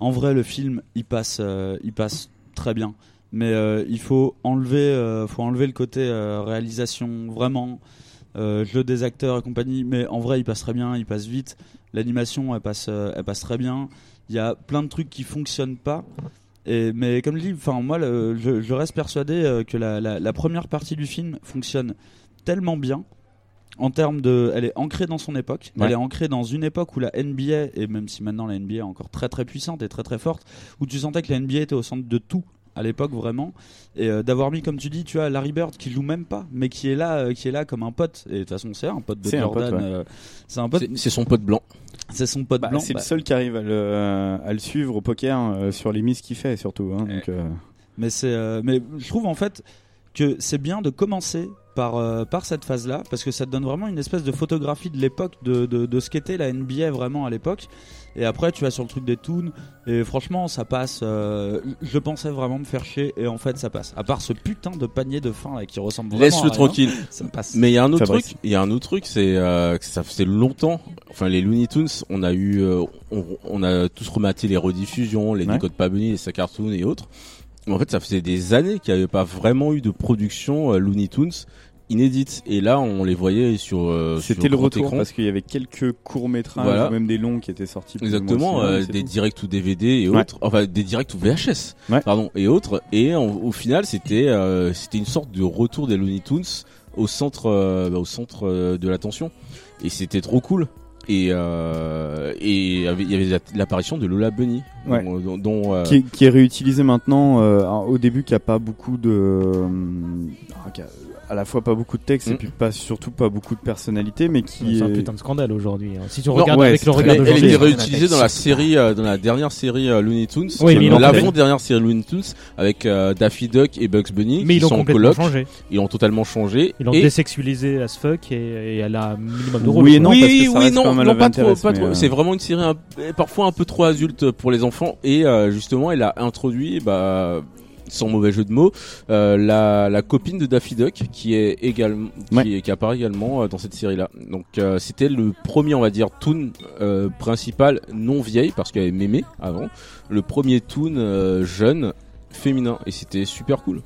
[SPEAKER 1] En vrai, le film, il passe, euh, il passe très bien. Mais euh, il faut enlever, euh, faut enlever le côté euh, réalisation, vraiment, euh, jeu des acteurs et compagnie. Mais en vrai, il passe très bien, il passe vite. L'animation, elle passe, euh, elle passe très bien. Il y a plein de trucs qui fonctionnent pas. Et, mais comme je dis, enfin moi, le- je, je reste persuadé euh, que la, la- la première partie du film fonctionne tellement bien en termes de, elle est ancrée dans son époque.
[SPEAKER 3] Ouais.
[SPEAKER 1] Elle est ancrée dans une époque où la NBA et même si maintenant la NBA est encore très très puissante et très très forte, où tu sentais que la NBA était au centre de tout à l'époque vraiment et euh, d'avoir mis comme tu dis tu vois Larry Bird qui joue même pas mais qui est là euh, qui est là comme un pote et de toute façon c'est un pote de
[SPEAKER 3] C'est un
[SPEAKER 1] Jordan
[SPEAKER 3] pote, ouais.
[SPEAKER 1] euh, c'est un pote
[SPEAKER 6] C'est- c'est son pote blanc
[SPEAKER 1] c'est son pote
[SPEAKER 3] Bah,
[SPEAKER 1] blanc
[SPEAKER 3] c'est
[SPEAKER 1] bah,
[SPEAKER 3] le seul qui arrive à le, à le suivre au poker euh, sur les mises qu'il fait, surtout. hein, donc, euh,
[SPEAKER 1] Mais c'est, euh, mais je trouve en fait que c'est bien de commencer par euh, par cette phase-là parce que ça te donne vraiment une espèce de photographie de l'époque de, de, de ce qu'était la NBA vraiment à l'époque. Et après tu vas sur le truc des toons et franchement ça passe. euh, je pensais vraiment me faire chier et en fait ça passe. À part ce putain de panier de fin là qui ressemble vraiment. à
[SPEAKER 6] Laisse-le
[SPEAKER 1] rien,
[SPEAKER 6] tranquille.
[SPEAKER 1] Ça passe.
[SPEAKER 6] Mais il y a un autre
[SPEAKER 1] Fabrice.
[SPEAKER 6] truc. Il y a un autre truc, c'est euh, que ça faisait longtemps. Enfin, les Looney Tunes, on a eu, euh, on, on a tous rematé les rediffusions, les
[SPEAKER 3] Ouais.
[SPEAKER 6] Nicodes pas Bunny, les Sacartoons et autres. Mais en fait, ça faisait des années qu'il n'y avait pas vraiment eu de production euh, Looney Tunes inédite. Et là, on les voyait sur. euh,
[SPEAKER 3] C'était
[SPEAKER 6] sur
[SPEAKER 3] le
[SPEAKER 6] grand
[SPEAKER 3] retour
[SPEAKER 6] écran.
[SPEAKER 3] parce qu'il y avait quelques courts-métrages
[SPEAKER 6] Voilà.
[SPEAKER 3] ou même des longs qui étaient sortis. plus ou moins
[SPEAKER 6] Exactement,
[SPEAKER 9] hein,
[SPEAKER 3] similaires,
[SPEAKER 6] euh,
[SPEAKER 3] et c'est
[SPEAKER 6] des
[SPEAKER 3] tout.
[SPEAKER 6] directs ou DVD et
[SPEAKER 3] Ouais.
[SPEAKER 6] autres, enfin des directs ou VHS, pardon, et autres. Et en- au final, c'était euh, c'était une sorte de retour des Looney Tunes au centre euh, bah, au centre euh, de l'attention. Et c'était trop cool. Et euh, et il y avait- il y avait la- l'apparition de Lola Bunny,
[SPEAKER 3] Ouais.
[SPEAKER 6] dont, dont- dont, euh,
[SPEAKER 3] qui, est, qui est réutilisé maintenant euh, alors, au début qui a pas beaucoup de hum, ah, qui a à la fois pas beaucoup de texte et
[SPEAKER 6] Mm.
[SPEAKER 3] puis pas surtout pas beaucoup de personnalité mais qui
[SPEAKER 9] C'est un
[SPEAKER 3] est-
[SPEAKER 9] putain de scandale aujourd'hui. hein. Si tu
[SPEAKER 6] Non,
[SPEAKER 9] regardes
[SPEAKER 6] ouais,
[SPEAKER 9] avec
[SPEAKER 6] c'est
[SPEAKER 9] le
[SPEAKER 6] très-
[SPEAKER 9] regard
[SPEAKER 6] elle-
[SPEAKER 9] d'aujourd'hui. hein.
[SPEAKER 6] Elle était réutilisée dans la série, euh, dans la dernière série euh, Looney Tunes,
[SPEAKER 9] Oui, mais ils l'ont
[SPEAKER 6] l'avant
[SPEAKER 9] fait.
[SPEAKER 6] dernière série Looney Tunes avec euh, Daffy Duck et Bugs Bunny.
[SPEAKER 9] Mais ils
[SPEAKER 6] qui
[SPEAKER 9] l'ont
[SPEAKER 6] sont en
[SPEAKER 9] complètement
[SPEAKER 6] coloc.
[SPEAKER 9] changé.
[SPEAKER 6] Ils l'ont totalement changé.
[SPEAKER 9] Ils l'ont
[SPEAKER 6] et-
[SPEAKER 9] désexualisé as fuck et, et elle a un minimum de rôle.
[SPEAKER 3] Oui et non,
[SPEAKER 6] oui,
[SPEAKER 3] parce que ça
[SPEAKER 6] oui,
[SPEAKER 3] reste
[SPEAKER 6] non,
[SPEAKER 3] quand même
[SPEAKER 6] non,
[SPEAKER 3] Love
[SPEAKER 6] pas trop,
[SPEAKER 3] Interest,
[SPEAKER 6] pas
[SPEAKER 3] mais,
[SPEAKER 6] trop.
[SPEAKER 3] euh,
[SPEAKER 6] C'est vraiment une série un- eh, parfois un peu trop adulte pour les enfants et euh, justement, elle a introduit, bah, sans mauvais jeu de mots, euh, la, la copine de Daffy Duck qui est également, qui, est- qui apparaît également euh, dans cette série-là. Donc, euh, c'était le premier, on va dire, toon euh, principal non vieille parce qu'elle avait mémé avant, le premier toon euh, jeune féminin et c'était super cool.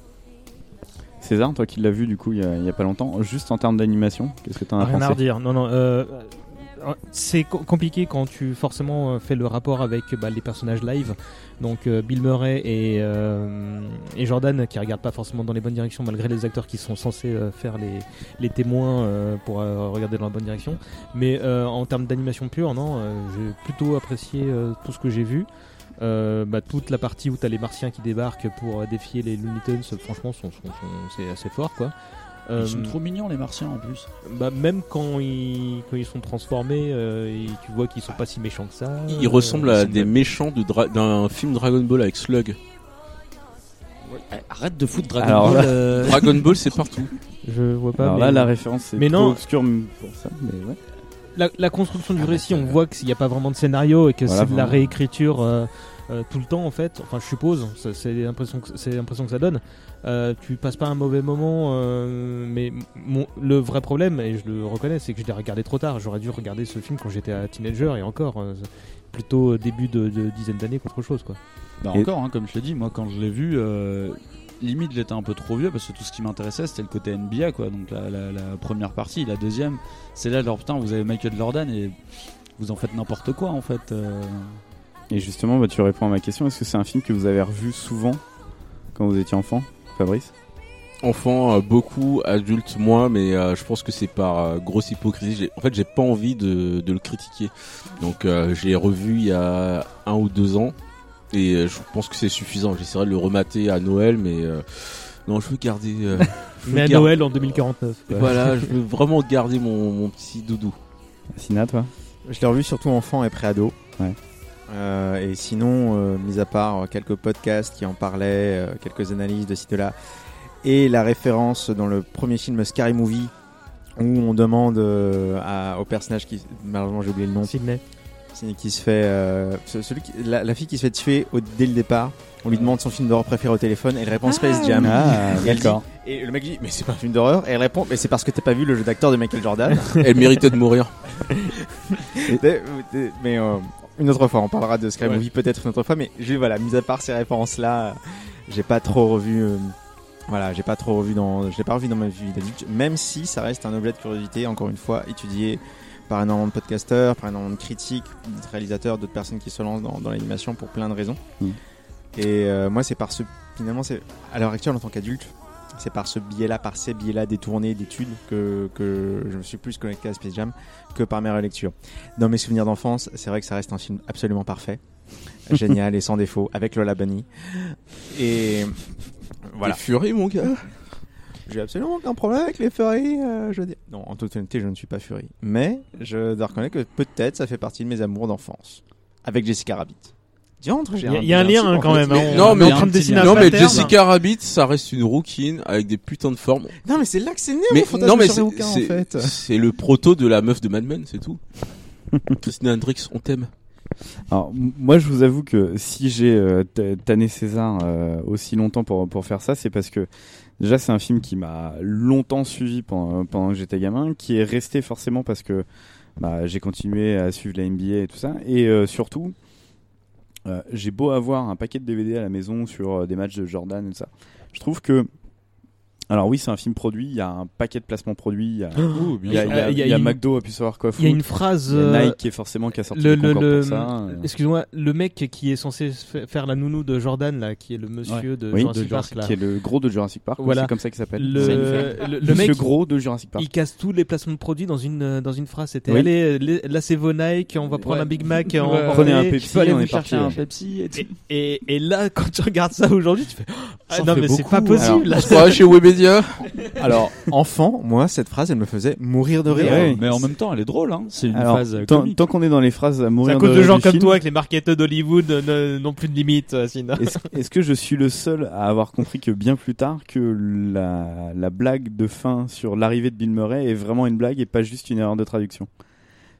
[SPEAKER 3] César toi qui l'as vu du coup il y, a- il y a pas longtemps juste en termes d'animation qu'est-ce que t'en as
[SPEAKER 9] Rien à
[SPEAKER 3] pensé
[SPEAKER 9] redire. Non, non. euh, euh, c'est co- compliqué quand tu forcément euh, fais le rapport avec bah, les personnages live. Donc euh, Bill Murray et, euh, et Jordan qui regardent pas forcément dans les bonnes directions malgré les acteurs qui sont censés euh, faire les, les témoins euh, pour euh, regarder dans la bonne direction. Mais euh, en termes d'animation pure, non, euh, j'ai plutôt apprécié euh, tout ce que j'ai vu. Euh, bah, toute la partie où t'as les martiens qui débarquent pour euh, défier les Looney Tunes, franchement, sont- sont- sont- c'est assez fort quoi.
[SPEAKER 3] Ah,
[SPEAKER 1] Ils sont
[SPEAKER 9] Euh,
[SPEAKER 1] trop mignons les martiens en plus.
[SPEAKER 9] bah, même quand ils, quand ils sont transformés, euh, et tu vois qu'ils sont pas si méchants que ça.
[SPEAKER 6] Ils
[SPEAKER 9] Euh,
[SPEAKER 6] ressemblent
[SPEAKER 9] ils
[SPEAKER 6] à
[SPEAKER 9] sont-
[SPEAKER 6] des méchants de dra- d'un film Dragon Ball avec Slug.
[SPEAKER 1] Arrête de foutre Dragon
[SPEAKER 6] Alors
[SPEAKER 1] Ball.
[SPEAKER 6] là-
[SPEAKER 1] euh,
[SPEAKER 6] Dragon Ball, c'est partout.
[SPEAKER 9] Je vois pas.
[SPEAKER 3] alors
[SPEAKER 9] mais-
[SPEAKER 3] là la référence est
[SPEAKER 9] Mais
[SPEAKER 3] trop
[SPEAKER 9] non.
[SPEAKER 3] obscure pour ça mais ouais
[SPEAKER 9] La, la construction du récit, on voit qu'il n'y a pas vraiment de scénario et que
[SPEAKER 3] Voilà,
[SPEAKER 9] c'est de la
[SPEAKER 3] vraiment.
[SPEAKER 9] réécriture euh, euh, tout le temps en fait. Enfin, je suppose, ça- c'est l'impression que c'est l'impression que ça donne. Euh, tu passes pas un mauvais moment, euh, mais mon- le vrai problème, et je le reconnais, c'est que je l'ai regardé trop tard. J'aurais dû regarder ce film quand j'étais euh, teenager et encore euh, plutôt début de, de dizaine d'années qu'autre chose quoi.
[SPEAKER 1] Bah
[SPEAKER 9] Et-
[SPEAKER 1] encore, hein, comme je te dis, moi quand je l'ai vu, euh, limite j'étais un peu trop vieux parce que tout ce qui m'intéressait c'était le côté NBA quoi. Donc la, la- la première partie, la deuxième, c'est là genre putain vous avez Michael Jordan et vous en faites n'importe quoi en fait. euh.
[SPEAKER 3] et justement bah, tu réponds à ma question est-ce que c'est un film que vous avez revu souvent quand vous étiez enfant Fabrice
[SPEAKER 6] Enfant, euh, beaucoup, adulte, moi, mais euh, je pense que c'est par euh, grosse hypocrisie. J'ai- En fait, j'ai pas envie de, de le critiquer. Donc, euh, je l'ai revu il y a un ou deux ans, et euh, je pense que c'est suffisant. J'essaierai de le remater à Noël, mais euh, non, je veux garder. euh, je veux
[SPEAKER 9] Mais à
[SPEAKER 6] gar-
[SPEAKER 9] Noël en 2049. quoi.
[SPEAKER 6] Voilà, je veux vraiment garder mon, mon petit doudou.
[SPEAKER 3] Sina toi
[SPEAKER 10] Je l'ai revu surtout enfant et pré-ado. Euh, et sinon, euh, mis à part euh, quelques podcasts qui en parlaient, euh, quelques analyses de ci, de là, et la référence dans le premier film Scary Movie, où on demande euh, à- au personnage qui. Malheureusement, j'ai oublié le nom.
[SPEAKER 9] Sidney.
[SPEAKER 10] Qui se fait. euh, ce- celui qui- la, la fille qui se fait tuer au- dès le départ. On lui demande son film d'horreur préféré au téléphone, elle répond Space Jam.
[SPEAKER 3] Ah,
[SPEAKER 10] Et elle dit-
[SPEAKER 3] d'accord.
[SPEAKER 10] Et le mec dit, mais c'est pas un film d'horreur. Et elle répond, mais c'est parce que t'as pas vu le jeu d'acteur de Michael Jordan.
[SPEAKER 6] Elle méritait de mourir.
[SPEAKER 10] mais mais, euh, une autre fois, on parlera de Scream
[SPEAKER 6] Ouais.
[SPEAKER 10] Movie peut-être une autre fois. Mais je, voilà, mis à part ces références-là, euh, j'ai pas trop revu. euh, voilà, j'ai pas trop revu dans, je l'ai pas revu dans ma vie d'adulte. Même si ça reste un objet de curiosité, encore une fois, étudié par énormément de podcasteurs, par énormément de critiques, de réalisateurs, d'autres personnes qui se lancent dans, dans l'animation pour plein de raisons.
[SPEAKER 3] Mm.
[SPEAKER 10] Et euh, moi, c'est par ce. Finalement, c'est à l'heure actuelle, en tant qu'adulte, c'est par ce biais-là, par ces biais-là détournés d'études que, que je me suis plus connecté à Space Jam que par mes relectures. Dans mes souvenirs d'enfance, c'est vrai que ça reste un film absolument parfait, génial et sans défaut, avec Lola Bunny. Et voilà.
[SPEAKER 6] Les furies, mon gars.
[SPEAKER 10] J'ai absolument aucun problème avec les furies, euh, je veux dire. Non, en toute honnêteté, je ne suis pas furie. Mais je dois reconnaître que peut-être ça fait partie de mes amours d'enfance. Avec Jessica Rabbit. Diantre, j'ai
[SPEAKER 6] Il y a-
[SPEAKER 9] il y a un
[SPEAKER 10] petit-
[SPEAKER 9] lien, hein,
[SPEAKER 10] en
[SPEAKER 9] quand
[SPEAKER 10] fait,
[SPEAKER 9] même, hein,
[SPEAKER 10] mais-
[SPEAKER 6] Non, mais, non, mais Jessica Rabbit, ça reste une rouquine avec des putains de formes.
[SPEAKER 10] Non, mais c'est là que c'est né
[SPEAKER 6] Mais
[SPEAKER 10] mon fantasme
[SPEAKER 6] non, mais
[SPEAKER 10] sur
[SPEAKER 6] c'est
[SPEAKER 10] les bouquins, en
[SPEAKER 6] c'est-
[SPEAKER 10] fait.
[SPEAKER 6] c'est le proto de la meuf de Mad Men, c'est tout. Christina Hendricks, on t'aime.
[SPEAKER 3] Alors, m- moi, je vous avoue que si j'ai euh, t- tanné César euh, aussi longtemps pour, pour faire ça, c'est parce que déjà, c'est un film qui m'a longtemps suivi pendant, pendant que j'étais gamin, qui est resté forcément parce que bah, j'ai continué à suivre la NBA et tout ça. Et euh, surtout, euh, j'ai beau avoir un paquet de DVD à la maison sur euh, des matchs de Jordan et tout ça. Je trouve que. Alors oui, c'est un film produit, il y a un paquet de placements produits, il y a,
[SPEAKER 9] Oh, bien
[SPEAKER 3] il y a,
[SPEAKER 9] sûr.
[SPEAKER 3] il y a-
[SPEAKER 9] Euh, il y a
[SPEAKER 3] il y a
[SPEAKER 9] une-
[SPEAKER 3] McDo a pu savoir quoi
[SPEAKER 9] Il y a
[SPEAKER 3] foutre,
[SPEAKER 9] une phrase.
[SPEAKER 3] il y a
[SPEAKER 9] euh,
[SPEAKER 3] Nike qui est forcément qui a sorti
[SPEAKER 9] le,
[SPEAKER 3] des
[SPEAKER 9] le-
[SPEAKER 3] concords
[SPEAKER 9] le-
[SPEAKER 3] pour ça. euh.
[SPEAKER 9] Excuse-moi, le mec qui est censé f- faire la nounou de Jordan, là, qui est le monsieur
[SPEAKER 3] Ouais.
[SPEAKER 9] de,
[SPEAKER 3] Oui,
[SPEAKER 9] Jurassic
[SPEAKER 3] de Jurassic-
[SPEAKER 9] Park, là.
[SPEAKER 3] qui est le gros de Jurassic Park, oui, c'est comme ça qu'il s'appelle.
[SPEAKER 9] Le,
[SPEAKER 3] Seinfeld.
[SPEAKER 9] le- le
[SPEAKER 3] Monsieur
[SPEAKER 9] mec, il-
[SPEAKER 3] gros de Jurassic Park.
[SPEAKER 9] Il casse tous les placements de produits dans une, euh, dans une phrase. C'était
[SPEAKER 3] Oui.
[SPEAKER 9] allez, les- là c'est vos Nike, on va prendre
[SPEAKER 3] Ouais.
[SPEAKER 9] un Big Mac, on
[SPEAKER 3] Ouais.
[SPEAKER 9] va
[SPEAKER 3] Prenez un
[SPEAKER 9] emmener.
[SPEAKER 3] Pepsi, Tu peux aller on vous est parti, chercher un ouais.
[SPEAKER 1] Pepsi et
[SPEAKER 9] et, et là, quand tu regardes ça aujourd'hui, tu fais ah,
[SPEAKER 6] Ça
[SPEAKER 9] Non,
[SPEAKER 6] fait
[SPEAKER 9] mais c'est
[SPEAKER 6] beaucoup.
[SPEAKER 3] hein.
[SPEAKER 9] pas possible.
[SPEAKER 6] Alors, on se croirait chez Webedia.
[SPEAKER 10] Alors, enfant, moi, cette phrase, elle me faisait mourir de rire.
[SPEAKER 1] Ouais, mais en même temps, elle est drôle, hein. C'est une
[SPEAKER 3] Alors,
[SPEAKER 1] phase euh,
[SPEAKER 3] tant
[SPEAKER 1] comique.
[SPEAKER 3] tant qu'on est dans les phrases à
[SPEAKER 9] C'est
[SPEAKER 3] mourir
[SPEAKER 9] à cause
[SPEAKER 3] de,
[SPEAKER 9] de gens
[SPEAKER 3] du
[SPEAKER 9] comme
[SPEAKER 3] film,
[SPEAKER 9] toi que les marketeurs d'Hollywood ne- n'ont plus de limite. euh, sinon.
[SPEAKER 3] Est-ce est-ce que je suis le seul à avoir compris que bien plus tard que la, la blague de fin sur l'arrivée de Bill Murray est vraiment une blague et pas juste une erreur de traduction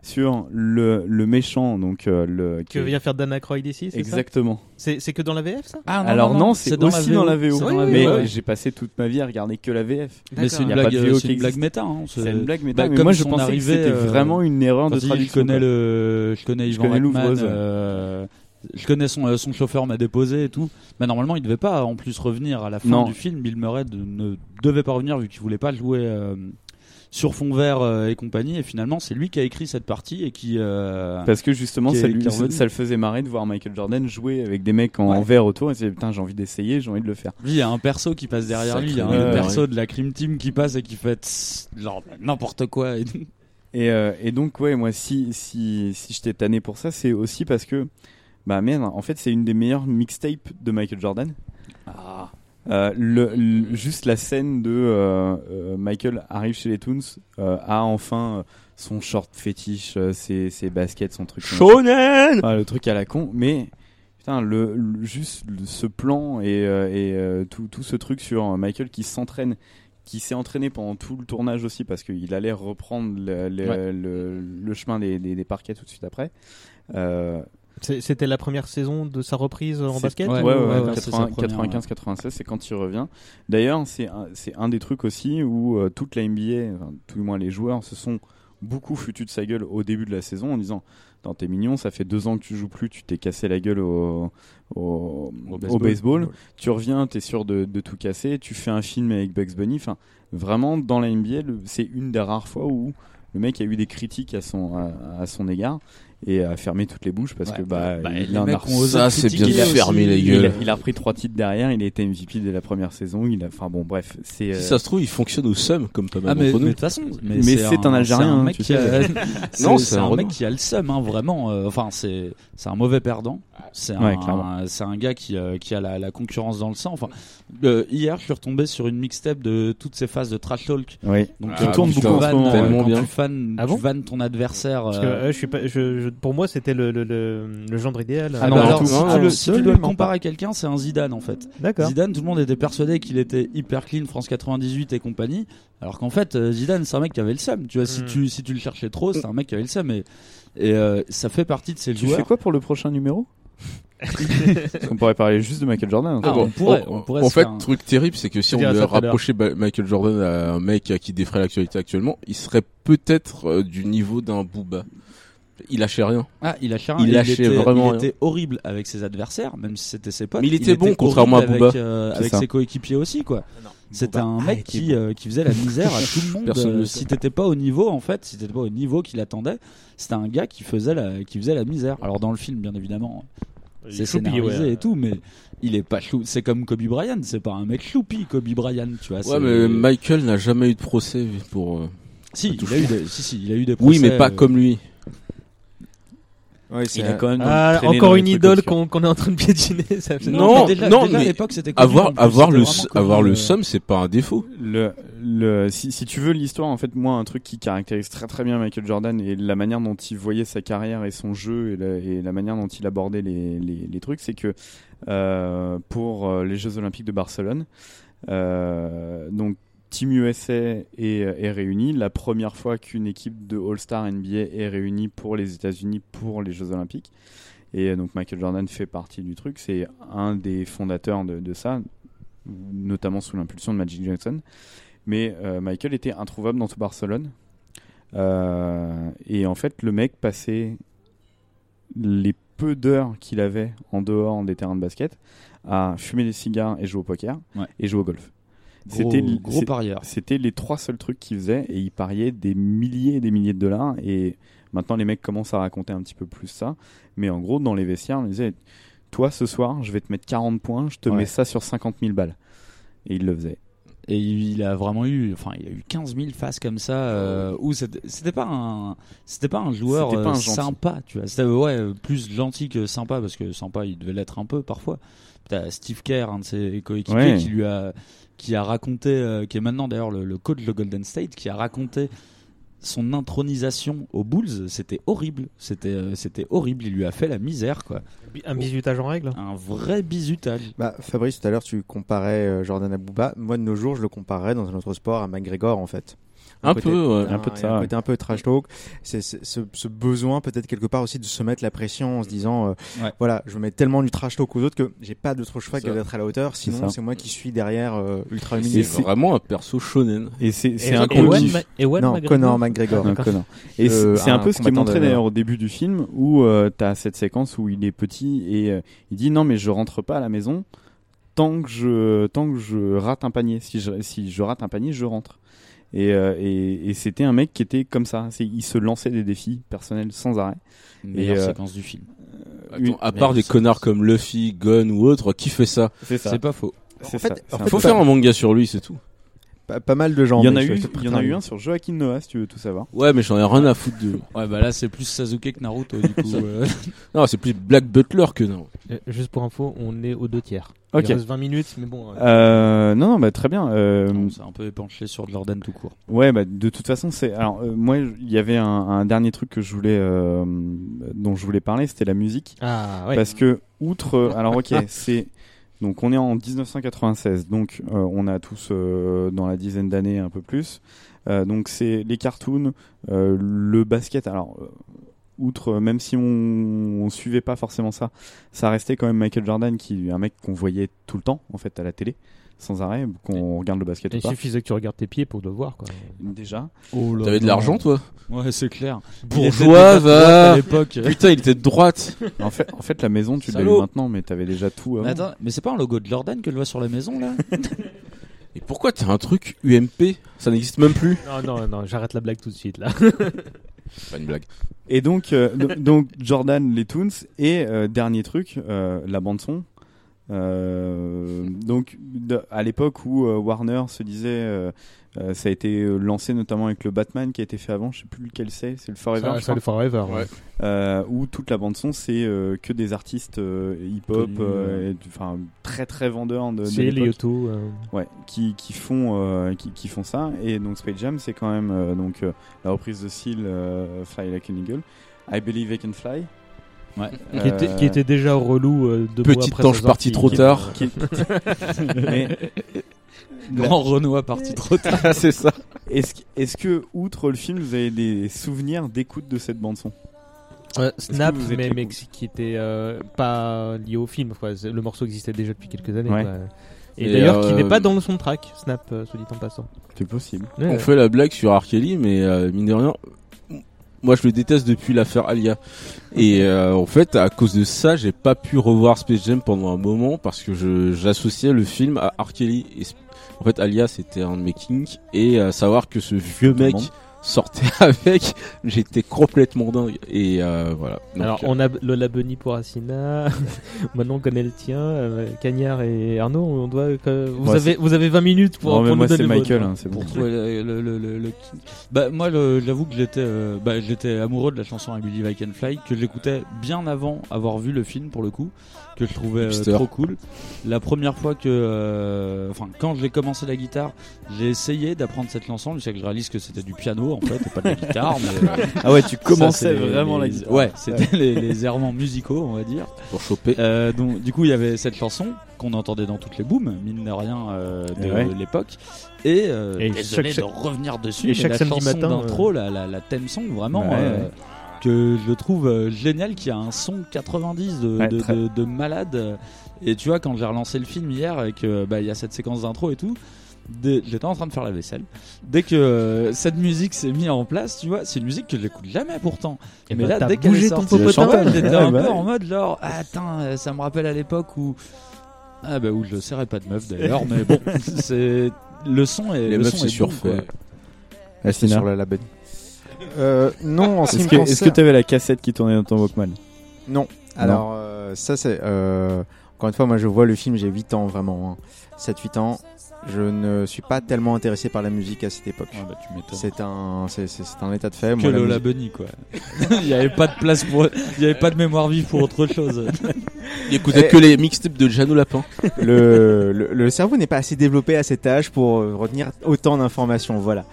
[SPEAKER 3] sur le, le méchant donc euh, le
[SPEAKER 9] Que vient faire Dan Aykroyd ici c'est ça Ah,
[SPEAKER 3] Exactement.
[SPEAKER 9] C'est c'est que dans la VF ça
[SPEAKER 1] Ah,
[SPEAKER 3] Alors non, c'est aussi dans la VO,
[SPEAKER 9] C'est dans la
[SPEAKER 3] mais
[SPEAKER 9] VO, ouais.
[SPEAKER 3] j'ai passé toute ma vie à regarder que la VF.
[SPEAKER 1] Mais c'est
[SPEAKER 3] Il
[SPEAKER 1] une
[SPEAKER 3] y a pas
[SPEAKER 1] blague,
[SPEAKER 3] de VO
[SPEAKER 1] euh, c'est
[SPEAKER 3] qui
[SPEAKER 1] une blague
[SPEAKER 3] existe.
[SPEAKER 1] méta. hein.
[SPEAKER 3] C'est une blague méta.
[SPEAKER 1] Bah,
[SPEAKER 3] mais
[SPEAKER 1] comme
[SPEAKER 3] moi, je
[SPEAKER 1] son
[SPEAKER 3] pensais
[SPEAKER 1] arrivée,
[SPEAKER 3] que c'était
[SPEAKER 1] euh,
[SPEAKER 3] vraiment une erreur de
[SPEAKER 1] quand il dit,
[SPEAKER 3] traduction.
[SPEAKER 1] Je connais
[SPEAKER 3] quoi.
[SPEAKER 1] le, je connais
[SPEAKER 3] Je
[SPEAKER 1] Yvan
[SPEAKER 3] connais
[SPEAKER 1] Reitman,
[SPEAKER 3] l'ouvreuse, ouais.
[SPEAKER 1] euh, je connais son, euh, son chauffeur m'a déposé et tout. Mais normalement, il devait pas en plus revenir à la fin
[SPEAKER 3] Non.
[SPEAKER 1] du film. Bill Murray de- ne devait pas revenir vu qu'il voulait pas jouer euh, sur fond vert euh, et compagnie. Et finalement, c'est lui qui a écrit cette partie et qui. euh,
[SPEAKER 3] Parce que justement,
[SPEAKER 1] qui est-
[SPEAKER 3] ça, lui-
[SPEAKER 1] qui est revenu.
[SPEAKER 3] ça le faisait marrer de voir Michael Jordan jouer avec des mecs en verre autour. Et c'est putain, j'ai envie d'essayer, j'ai envie de le faire.
[SPEAKER 1] Lui, il y a un perso qui passe derrière lui, il y a
[SPEAKER 3] Sacré
[SPEAKER 1] un
[SPEAKER 3] bonheur,
[SPEAKER 1] perso
[SPEAKER 3] ouais.
[SPEAKER 1] de la Cream Team qui passe et qui fait tss, genre, n'importe quoi. Et... tout.
[SPEAKER 3] Et, euh, et donc, ouais, moi, si, si, si je t'ai tanné pour ça, c'est aussi parce que, bah merde, en fait, c'est une des meilleures mixtapes de Michael Jordan. Euh, le, le- juste la scène de euh, euh, Michael arrive chez les Toons, euh, a enfin euh, son short fétiche, euh, ses, ses baskets, son truc.
[SPEAKER 1] Shonen
[SPEAKER 3] Enfin, Le truc à la con, mais putain, le, le- juste le- ce plan et, euh, et, euh, tout, tout ce truc sur euh, Michael qui s'entraîne, qui s'est entraîné pendant tout le tournage aussi parce qu'il allait reprendre le, le-
[SPEAKER 9] Ouais.
[SPEAKER 3] le- le chemin des, des- des parquets tout de suite après. Euh,
[SPEAKER 9] C'est- C'était la première saison de sa reprise en
[SPEAKER 3] c'est-
[SPEAKER 9] basket
[SPEAKER 3] Ouais,
[SPEAKER 9] ou- euh,
[SPEAKER 3] ouais, ouais,
[SPEAKER 9] ouais, ouais.
[SPEAKER 3] 80, 95-96, c'est quand il revient. D'ailleurs, c'est un, c'est un des trucs aussi où euh, toute la NBA, enfin, tout du moins les joueurs, se sont beaucoup foutus de sa gueule au début de la saison en disant Dans t'es mignon, ça fait deux ans que tu joues plus, tu t'es cassé la gueule au, au, au baseball.
[SPEAKER 6] baseball.
[SPEAKER 3] Tu reviens, t'es sûr de, de tout casser, tu fais un film avec Bugs Bunny. Enfin, vraiment, dans la NBA, le- c'est une des rares fois où le mec a eu des critiques à son, à, à son égard et a fermé toutes les bouches parce que bah,
[SPEAKER 6] les
[SPEAKER 3] il en a
[SPEAKER 6] mecs ont osé Ça, c'est bien
[SPEAKER 3] critiquer
[SPEAKER 6] de fermer
[SPEAKER 3] aussi.
[SPEAKER 6] les gueules.
[SPEAKER 3] Il a, il a repris trois titres derrière, il a été MVP dès la première saison, il a enfin bon bref, c'est euh,
[SPEAKER 6] Si ça se trouve, il fonctionne au seum comme Thomas
[SPEAKER 1] Ah, mais mais de
[SPEAKER 6] Bonfanno.
[SPEAKER 1] toute façon,
[SPEAKER 3] Mais c'est un Algérien,
[SPEAKER 1] c'est un
[SPEAKER 3] hein,
[SPEAKER 1] mec
[SPEAKER 3] tu
[SPEAKER 1] qui
[SPEAKER 3] sais.
[SPEAKER 1] a-
[SPEAKER 6] Non,
[SPEAKER 1] c'est-
[SPEAKER 6] c'est
[SPEAKER 1] c'est
[SPEAKER 6] un
[SPEAKER 1] un mec
[SPEAKER 6] Renoir.
[SPEAKER 1] qui a le seum, hein, vraiment. euh, Enfin, c'est c'est un mauvais perdant. C'est
[SPEAKER 3] Ouais,
[SPEAKER 1] un,
[SPEAKER 3] clairement.
[SPEAKER 1] c'est un gars qui, euh, qui a la, la concurrence dans le sang. Enfin, euh, hier, je suis retombé sur une mixtape de toutes ces phases de trash talk.
[SPEAKER 3] Oui.
[SPEAKER 1] Donc,
[SPEAKER 6] Ah,
[SPEAKER 3] Qui
[SPEAKER 1] euh,
[SPEAKER 3] tourne
[SPEAKER 1] quand tu
[SPEAKER 3] beaucoup en ce
[SPEAKER 1] vannes,
[SPEAKER 3] moment,
[SPEAKER 1] euh,
[SPEAKER 3] tellement
[SPEAKER 1] quand
[SPEAKER 3] bien.
[SPEAKER 1] Tu, fan,
[SPEAKER 9] Ah bon
[SPEAKER 1] tu vannes ton adversaire.
[SPEAKER 9] Parce que,
[SPEAKER 1] euh,
[SPEAKER 9] euh, je suis pas, je, je- pour moi, c'était le, le, le, le genre idéal.
[SPEAKER 1] Ah non,
[SPEAKER 6] bah,
[SPEAKER 1] alors, si, tu le, si tu dois le comparer à quelqu'un, c'est un Zidane en fait.
[SPEAKER 9] D'accord.
[SPEAKER 1] Zidane, tout le monde était persuadé qu'il était hyper clean, France 98 et compagnie. Alors qu'en fait, euh, Zidane, c'est un mec qui avait le seum. Tu vois, si,
[SPEAKER 9] Hmm.
[SPEAKER 1] tu, si tu le cherchais trop, c'est un mec qui avait le seum. Et, et euh, ça fait partie de ces
[SPEAKER 3] Tu
[SPEAKER 1] joueurs.
[SPEAKER 3] fais quoi pour le prochain numéro Parce qu'on pourrait parler juste de Michael Jordan. en fait.
[SPEAKER 1] Ah, on pourrait- on pourrait
[SPEAKER 6] en
[SPEAKER 1] se
[SPEAKER 6] fait,
[SPEAKER 1] faire un-
[SPEAKER 6] truc terrible, c'est que si
[SPEAKER 9] Je
[SPEAKER 6] on
[SPEAKER 9] dirais
[SPEAKER 6] devait
[SPEAKER 9] ça tout à l'heure.
[SPEAKER 6] rapprocher Ba- Michael Jordan à un mec à qui défrait l'actualité actuellement, il serait peut-être euh, du niveau d'un Booba. Il lâchait rien.
[SPEAKER 1] Ah, il lâchait rien.
[SPEAKER 6] Il lâchait
[SPEAKER 1] était,
[SPEAKER 6] vraiment
[SPEAKER 1] Il
[SPEAKER 6] rien.
[SPEAKER 1] était horrible avec ses adversaires, même si c'était ses potes.
[SPEAKER 6] Mais il était bon,
[SPEAKER 1] horrible
[SPEAKER 6] contrairement à Booba.
[SPEAKER 1] Avec, euh,
[SPEAKER 6] C'est
[SPEAKER 1] avec
[SPEAKER 6] ça.
[SPEAKER 1] ses coéquipiers aussi, quoi. C'était
[SPEAKER 10] bah,
[SPEAKER 1] un
[SPEAKER 6] Ah,
[SPEAKER 1] mec
[SPEAKER 6] était
[SPEAKER 1] qui, euh, qui faisait la misère à tout le monde.
[SPEAKER 6] Personne ne
[SPEAKER 1] Euh,
[SPEAKER 6] le sait.
[SPEAKER 1] si t'étais pas au niveau, en fait, si t'étais pas au niveau qu'il attendait, c'était un gars qui faisait la, qui faisait la misère. Alors dans le film, bien évidemment.
[SPEAKER 11] Il est
[SPEAKER 1] C'est
[SPEAKER 11] choupi,
[SPEAKER 1] scénarisé
[SPEAKER 11] ouais.
[SPEAKER 1] et tout, mais il est pas chou. C'est comme Kobe Bryant, c'est pas un mec choupi, Kobe Bryant, tu vois.
[SPEAKER 6] ouais,
[SPEAKER 1] c'est-
[SPEAKER 6] mais Michael n'a jamais eu de procès pour. euh,
[SPEAKER 1] Si,
[SPEAKER 6] touche.
[SPEAKER 1] il a eu des- si, si, il a eu des
[SPEAKER 6] Oui, mais
[SPEAKER 1] procès,
[SPEAKER 6] pas
[SPEAKER 1] euh,
[SPEAKER 6] comme lui.
[SPEAKER 10] Ouais,
[SPEAKER 6] c'est- Il a quand même
[SPEAKER 9] Ah,
[SPEAKER 6] traîné dans
[SPEAKER 9] encore
[SPEAKER 6] les
[SPEAKER 9] une
[SPEAKER 6] trucs
[SPEAKER 9] idole
[SPEAKER 6] obscurs.
[SPEAKER 9] qu'on qu'on est en train de piétiner. ça fait-
[SPEAKER 6] Non, non, mais avoir, avoir le,
[SPEAKER 3] c'était vraiment
[SPEAKER 6] avoir
[SPEAKER 3] comme, euh,
[SPEAKER 6] le somme, c'est pas un défaut.
[SPEAKER 3] Le, le, si, si tu veux l'histoire, en fait, moi, un truc qui caractérise très très bien Michael Jordan et la manière dont il voyait sa carrière et son jeu et la, et la manière dont il abordait les, les, les trucs, c'est que euh, pour euh, les Jeux Olympiques de Barcelone, euh, donc Team USA est, est réunie. La première fois qu'une équipe de All-Star NBA est réunie pour les États-Unis pour les Jeux Olympiques. Et euh, donc Michael Jordan fait partie du truc. C'est un des fondateurs de, de ça, notamment sous l'impulsion de Magic Johnson. Mais euh, Michael était introuvable dans tout Barcelone. Euh, et en fait, le mec passait les peu d'heures qu'il avait en dehors des terrains de basket à fumer des cigares et jouer au poker
[SPEAKER 1] Ouais.
[SPEAKER 3] et jouer au golf.
[SPEAKER 1] Gros-
[SPEAKER 3] l-
[SPEAKER 1] gros
[SPEAKER 3] c'est-
[SPEAKER 1] parieur.
[SPEAKER 3] Ah. C'était les trois seuls trucs qu'il faisait et il pariait des milliers et des milliers de dollars. Et maintenant, les mecs commencent à raconter un petit peu plus ça. Mais en gros, dans les vestiaires, on disait Toi, ce soir, je vais te mettre 40 points, je te
[SPEAKER 1] Ouais.
[SPEAKER 3] mets ça sur 50 000 balles. Et il le faisait.
[SPEAKER 1] Et il a vraiment eu, enfin, il a eu 15 000 faces comme ça
[SPEAKER 3] Ah
[SPEAKER 1] euh, où c'était c'était pas un, c'était pas un joueur
[SPEAKER 3] C'était pas
[SPEAKER 1] euh,
[SPEAKER 3] un gentil.
[SPEAKER 1] sympa, tu vois. C'était euh, ouais euh, plus gentil que sympa parce que sympa, il devait l'être un peu parfois. T'as Steve Kerr, un de ses coéquipiers,
[SPEAKER 3] Ouais.
[SPEAKER 1] qui lui a, qui a raconté, euh, qui est maintenant d'ailleurs le, le coach de Golden State, qui a raconté son intronisation aux Bulls. C'était horrible, c'était, euh, c'était horrible. Il lui a fait la misère, quoi.
[SPEAKER 9] Un bisutage en règle.
[SPEAKER 1] Un vrai bisutage.
[SPEAKER 10] Bah, Fabrice, tout à l'heure, tu comparais euh, Jordan à Booba. Moi, de nos jours, je le comparais dans un autre sport à McGregor, en fait.
[SPEAKER 6] Ah, Un peu, ouais.
[SPEAKER 10] un, peu de ça. Un côté un peu trash talk. C'est c'est- ce, ce besoin, peut-être quelque part aussi, de se mettre la pression en se disant, euh,
[SPEAKER 1] Ouais.
[SPEAKER 10] voilà, je mets tellement du trash talk aux autres que j'ai pas d'autre choix
[SPEAKER 6] C'est
[SPEAKER 10] que
[SPEAKER 6] ça.
[SPEAKER 10] d'être à la hauteur.
[SPEAKER 6] C'est
[SPEAKER 10] Sinon,
[SPEAKER 6] ça.
[SPEAKER 10] c'est moi qui suis derrière euh, ultra
[SPEAKER 6] C'est
[SPEAKER 10] humilié.
[SPEAKER 6] vraiment un perso shonen. bah,
[SPEAKER 3] Et c'est
[SPEAKER 10] Et-
[SPEAKER 3] c'est un
[SPEAKER 10] et Ewan
[SPEAKER 3] collectif.
[SPEAKER 10] Ma- Ewan Non, McGregor Conor McGregor.
[SPEAKER 3] Non, Conor. Et
[SPEAKER 10] Euh,
[SPEAKER 3] c'est c'est un,
[SPEAKER 10] un
[SPEAKER 3] peu ce qui est
[SPEAKER 10] combattant
[SPEAKER 3] montré
[SPEAKER 10] de-
[SPEAKER 3] d'ailleurs au début du film où euh, t'as cette séquence où il est petit et euh, il dit non mais je rentre pas à la maison tant que je tant que je rate un panier. Si je si je rate un panier, je rentre. Et, euh, et, et c'était un mec qui était comme ça. C'est- Il se lançait des défis personnels sans arrêt.
[SPEAKER 1] Meilleure
[SPEAKER 3] Et, euh,
[SPEAKER 1] séquence du film.
[SPEAKER 3] euh,
[SPEAKER 6] Attends, à
[SPEAKER 3] une-
[SPEAKER 6] part des connards comme Luffy, Gun ou autre, qui fait ça
[SPEAKER 3] C'est ça.
[SPEAKER 1] C'est pas faux.
[SPEAKER 3] C'est
[SPEAKER 6] Il
[SPEAKER 3] ça. C'est un
[SPEAKER 6] faut
[SPEAKER 3] peu
[SPEAKER 6] faire
[SPEAKER 3] ça.
[SPEAKER 6] un manga sur lui, c'est tout.
[SPEAKER 10] Pas, pas mal de gens.
[SPEAKER 3] Il y en
[SPEAKER 10] mais
[SPEAKER 3] a
[SPEAKER 10] je-
[SPEAKER 3] eu,
[SPEAKER 10] je-
[SPEAKER 3] il y en a eu un sur Joaquin Noah si tu veux tout savoir.
[SPEAKER 6] Ouais, mais j'en ai rien à foutre de.
[SPEAKER 1] Ouais, bah là, c'est plus Sasuke que Naruto, du coup. euh.
[SPEAKER 6] Non, c'est plus Black Butler que non.
[SPEAKER 9] Euh, Juste pour info, on est aux deux tiers.
[SPEAKER 3] Ok.
[SPEAKER 9] Il reste 20 minutes, mais bon. euh,
[SPEAKER 3] Euh, non non bah très bien. Euh,
[SPEAKER 1] On s'est un peu épanché sur Jordan tout court.
[SPEAKER 3] Ouais, bah, de toute façon, c'est. Alors, euh, moi, il y avait un, un dernier truc que je voulais, euh, dont je voulais parler, c'était la musique.
[SPEAKER 9] Ah, ouais.
[SPEAKER 3] Parce que, outre. euh, alors, ok, c'est. Donc, on est en 1996, donc euh, on a tous euh, dans la dizaine d'années, un peu plus. Euh, donc, c'est les cartoons, euh, le basket. Alors, euh, outre, euh, même si on, on suivait pas forcément ça, ça restait quand même Michael Jordan, qui est un mec qu'on voyait tout le temps, en fait, à la télé, sans arrêt, qu'on regarde le basket
[SPEAKER 9] Il
[SPEAKER 3] ou pas.
[SPEAKER 9] suffisait que tu regardes tes pieds pour le voir, quoi.
[SPEAKER 3] Déjà.
[SPEAKER 1] Oh
[SPEAKER 6] T'avais de l'argent, toi
[SPEAKER 1] Ouais, c'est clair.
[SPEAKER 6] Bourgeois, va
[SPEAKER 1] à l'époque.
[SPEAKER 6] Putain, il était de droite
[SPEAKER 3] En fait, en fait, la maison, tu l'as eu
[SPEAKER 1] Salaud.
[SPEAKER 3] maintenant, mais t'avais déjà tout avant.
[SPEAKER 1] Mais attends, mais c'est pas un logo de Jordan que je vois sur la maison là
[SPEAKER 6] Et pourquoi t'as un truc UMP Ça n'existe même plus.
[SPEAKER 9] Non, non, non, j'arrête la blague tout de suite, là.
[SPEAKER 6] Pas une blague.
[SPEAKER 3] Et donc, euh, do- donc Jordan, les Toons, et euh, dernier truc, euh, la bande son. Euh, donc, de- à l'époque où euh, Warner se disait, euh, euh, ça a été euh, lancé notamment avec le Batman qui a été fait avant, je sais plus lequel c'est, c'est le Forever.
[SPEAKER 9] Ça-
[SPEAKER 3] je crois.
[SPEAKER 9] ça, le Forever, hein. ouais. Ouais.
[SPEAKER 3] Euh, où toute la bande son c'est euh, que des artistes euh, hip-hop,
[SPEAKER 9] Connus,
[SPEAKER 3] euh, et du- enfin très très vendeurs de. de
[SPEAKER 9] C'est les
[SPEAKER 3] l'époque.
[SPEAKER 9] autos, euh.
[SPEAKER 3] Ouais, qui, qui font euh, qui, qui font ça et donc Space Jam c'est quand même euh, donc euh, la reprise de Seal euh, Fly Like an Eagle, I Believe I Can Fly. Euh,
[SPEAKER 1] Ouais.
[SPEAKER 9] Qui, était, qui était déjà relou euh, deux mois
[SPEAKER 6] Euh, Petite
[SPEAKER 9] après
[SPEAKER 6] tanche
[SPEAKER 9] sa
[SPEAKER 6] partie
[SPEAKER 9] sortie.
[SPEAKER 6] trop tard.
[SPEAKER 3] Qui- Mais-
[SPEAKER 1] Grand Renoir parti trop tard.
[SPEAKER 6] c'est ça.
[SPEAKER 3] Est-ce que- est-ce que outre le film vous avez des souvenirs d'écoute de cette bande son
[SPEAKER 9] Euh,
[SPEAKER 3] Est-ce que
[SPEAKER 9] Snap,
[SPEAKER 3] vous êtes
[SPEAKER 9] mais,
[SPEAKER 3] les-
[SPEAKER 9] mais qui- qui était euh, pas lié au film. Quoi. C'est- Le morceau existait déjà depuis quelques années.
[SPEAKER 3] Ouais.
[SPEAKER 9] quoi. Et,
[SPEAKER 6] Et
[SPEAKER 9] d'ailleurs, qui
[SPEAKER 6] euh,
[SPEAKER 9] n'est pas dans le soundtrack, Snap, euh, soit dit en passant.
[SPEAKER 3] C'est possible.
[SPEAKER 9] Ouais,
[SPEAKER 6] On
[SPEAKER 9] ouais.
[SPEAKER 6] fait la blague sur R. Kelly, mais euh, mine de rien, Moi, je le déteste depuis l'affaire Alia. Et euh, en fait, à cause de ça, j'ai pas pu revoir Space Jam pendant un moment parce que je- j'associais le film à R. Kelly. Et Sp- en fait, Alia, c'était un making. Et à savoir que ce vieux mec
[SPEAKER 9] Comment
[SPEAKER 6] sortait avec, j'étais complètement dingue. Et euh, voilà. Donc,
[SPEAKER 11] Alors,
[SPEAKER 6] euh,
[SPEAKER 11] on a Lola Bunny pour Asina. Maintenant, on connaît le tien. euh, Cagnard et Arnaud, on doit. euh, vous,
[SPEAKER 3] Moi,
[SPEAKER 11] avez,
[SPEAKER 3] c'est-
[SPEAKER 11] vous avez 20 minutes pour.
[SPEAKER 3] Non, mais
[SPEAKER 11] pour
[SPEAKER 3] moi,
[SPEAKER 11] nous donner
[SPEAKER 3] c'est
[SPEAKER 11] votre-
[SPEAKER 3] Michael, hein, c'est bon.
[SPEAKER 1] Pour trouver le- le- le- le- le- Bah, moi, le- j'avoue que j'étais, euh, bah, j'étais amoureux de la chanson I Believe I Can Fly, que j'écoutais bien avant avoir vu le film pour le coup, que je trouvais euh,
[SPEAKER 6] Hipster.
[SPEAKER 1] trop cool. La première fois que, euh, enfin, quand j'ai commencé la guitare, j'ai essayé d'apprendre cette chanson, jusqu'à que je réalise que c'était du piano en fait, et pas de la guitare. mais, euh,
[SPEAKER 3] Ah ouais,
[SPEAKER 1] ça,
[SPEAKER 3] tu
[SPEAKER 1] c'est
[SPEAKER 3] commençais
[SPEAKER 1] les-
[SPEAKER 3] vraiment la
[SPEAKER 1] les-
[SPEAKER 3] guitare.
[SPEAKER 1] Ouais, c'était
[SPEAKER 3] Ouais.
[SPEAKER 1] les, les errements musicaux, on va dire. Euh,
[SPEAKER 6] Pour choper.
[SPEAKER 1] donc, du coup, il y avait cette chanson qu'on entendait dans toutes les booms, mine de rien, euh, de
[SPEAKER 3] Eh ouais.
[SPEAKER 1] l'époque. Et, euh,
[SPEAKER 11] Et
[SPEAKER 1] désolé
[SPEAKER 11] chaque-
[SPEAKER 1] de revenir dessus,
[SPEAKER 11] et
[SPEAKER 1] mais
[SPEAKER 11] chaque
[SPEAKER 1] la
[SPEAKER 11] samedi
[SPEAKER 1] chanson
[SPEAKER 11] matin,
[SPEAKER 1] d'intro,
[SPEAKER 11] euh,
[SPEAKER 1] la, la, la thème song, vraiment,
[SPEAKER 11] Ouais,
[SPEAKER 1] euh,
[SPEAKER 11] ouais.
[SPEAKER 1] que je trouve euh, génial, qui a un son 90 de,
[SPEAKER 11] Ouais,
[SPEAKER 1] de-
[SPEAKER 11] très.
[SPEAKER 1] de- de malade. Et tu vois, quand j'ai relancé le film hier et que bah, il y a cette séquence d'intro et tout, dès- j'étais en train de faire la vaisselle. Dès que euh, cette musique s'est mise en place, tu vois, c'est une musique que j'écoute jamais pourtant.
[SPEAKER 11] Et
[SPEAKER 1] mais
[SPEAKER 11] bah,
[SPEAKER 1] là,
[SPEAKER 11] t'as
[SPEAKER 1] dès qu'elle
[SPEAKER 11] bougé
[SPEAKER 1] est
[SPEAKER 11] ton
[SPEAKER 1] sortie,
[SPEAKER 11] popotin.
[SPEAKER 1] ouais, j'étais
[SPEAKER 11] Ouais,
[SPEAKER 1] un
[SPEAKER 11] bah
[SPEAKER 1] peu
[SPEAKER 11] ouais.
[SPEAKER 1] en mode genre, ah, attends, euh, ça me rappelle à l'époque où ah bah où je serais pas de meuf d'ailleurs, mais bon, c'est le son est
[SPEAKER 6] Les
[SPEAKER 1] le
[SPEAKER 6] meufs,
[SPEAKER 1] son
[SPEAKER 6] c'est
[SPEAKER 1] est bon,
[SPEAKER 6] surfait.
[SPEAKER 1] quoi.
[SPEAKER 10] C'est
[SPEAKER 3] Asina.
[SPEAKER 10] sur la label. Euh, non, en ce qui
[SPEAKER 3] Est-ce
[SPEAKER 10] me
[SPEAKER 3] que est-ce que
[SPEAKER 10] concerne-
[SPEAKER 3] t'avais la cassette qui tournait dans ton Walkman
[SPEAKER 10] Non. Alors, euh, ça, c'est. euh, encore une fois, moi, je vois le film, j'ai 8 ans, vraiment. 7-8 ans. Je ne suis pas tellement intéressé par la musique à cette époque.
[SPEAKER 1] bah,
[SPEAKER 10] c'est un, c'est, c'est- c'est un état de fait.
[SPEAKER 1] Que
[SPEAKER 10] moi, la
[SPEAKER 1] Lola
[SPEAKER 10] musique-
[SPEAKER 1] Bunny quoi. il y avait pas de place pour, il y avait pas de mémoire vive pour autre chose.
[SPEAKER 6] Il écoutait
[SPEAKER 10] Eh.
[SPEAKER 6] que les mixtapes de Jeannot Lapin.
[SPEAKER 10] le, le, le cerveau n'est pas assez développé à cet âge pour euh, retenir autant d'informations. Voilà.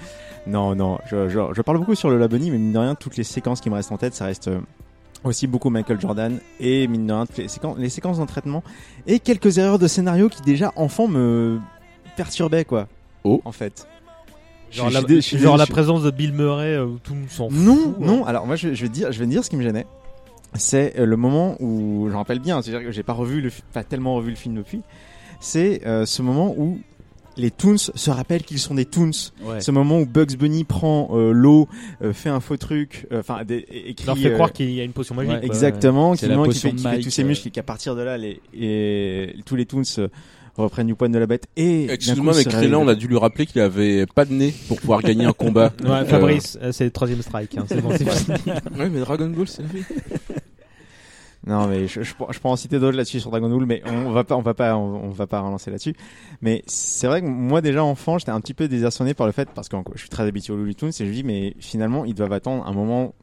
[SPEAKER 10] Non, non, je, je, je parle beaucoup sur le Laboni, mais mine de rien, toutes les séquences qui me restent en tête, ça reste euh, aussi beaucoup Michael Jordan et mine de rien, toutes les séquences, les séquences d'entraînement et quelques erreurs de scénario qui, déjà, enfant, me perturbaient, quoi.
[SPEAKER 6] Oh.
[SPEAKER 10] En fait.
[SPEAKER 11] Genre,
[SPEAKER 10] Je-
[SPEAKER 11] la,
[SPEAKER 10] je suis dé- je suis-
[SPEAKER 11] genre la
[SPEAKER 10] je suis-
[SPEAKER 11] présence de Bill Murray euh, où tout le monde s'en fout. hein.
[SPEAKER 10] non, non. Alors moi, je, je vais te dire, je vais te dire ce qui me gênait. C'est euh, le moment où j'en rappelle bien. hein, C'est-à-dire que j'ai pas revu le, fi- pas tellement revu le film depuis. C'est euh, ce moment où les Toons se rappellent qu'ils sont des Toons.
[SPEAKER 1] Ouais.
[SPEAKER 10] Ce moment où Bugs Bunny prend euh, l'eau, euh, fait un faux truc, euh, enfin des- é- écrit.
[SPEAKER 11] Leur fait croire
[SPEAKER 10] euh,
[SPEAKER 11] qu'il y a une potion magique, quoi.
[SPEAKER 10] exactement.
[SPEAKER 11] Ouais.
[SPEAKER 10] Qui,
[SPEAKER 11] C'est la
[SPEAKER 10] manque, qui
[SPEAKER 11] potion
[SPEAKER 10] fait,
[SPEAKER 11] de
[SPEAKER 10] qui fait
[SPEAKER 11] Mike,
[SPEAKER 10] tous ses
[SPEAKER 11] euh.
[SPEAKER 10] muscles et qu'à partir de là, les et tous les Toons euh, reprennent du poigne de la bête. Et d'un
[SPEAKER 6] Excuse-moi,
[SPEAKER 10] coup,
[SPEAKER 6] mais
[SPEAKER 10] se
[SPEAKER 6] Krillin, on
[SPEAKER 10] réveillent.
[SPEAKER 6] a dû lui rappeler qu'il avait pas de nez pour pouvoir gagner un combat.
[SPEAKER 11] Ouais,
[SPEAKER 6] Euh,
[SPEAKER 11] Fabrice, euh, c'est le troisième strike. hein, c'est bon, c'est fini.
[SPEAKER 6] Ouais, mais Dragon Ball, c'est la vie.
[SPEAKER 10] Non, mais je, je, pour- je pourrais en citer d'autres là-dessus sur Dragon Ball, mais on va pas, on va pas, on, on va pas relancer là-dessus. Mais c'est vrai que moi déjà enfant, j'étais un petit peu désarçonné par le fait parce que en- je suis très habitué aux Looney Tunes et je me dis mais finalement ils doivent attendre un moment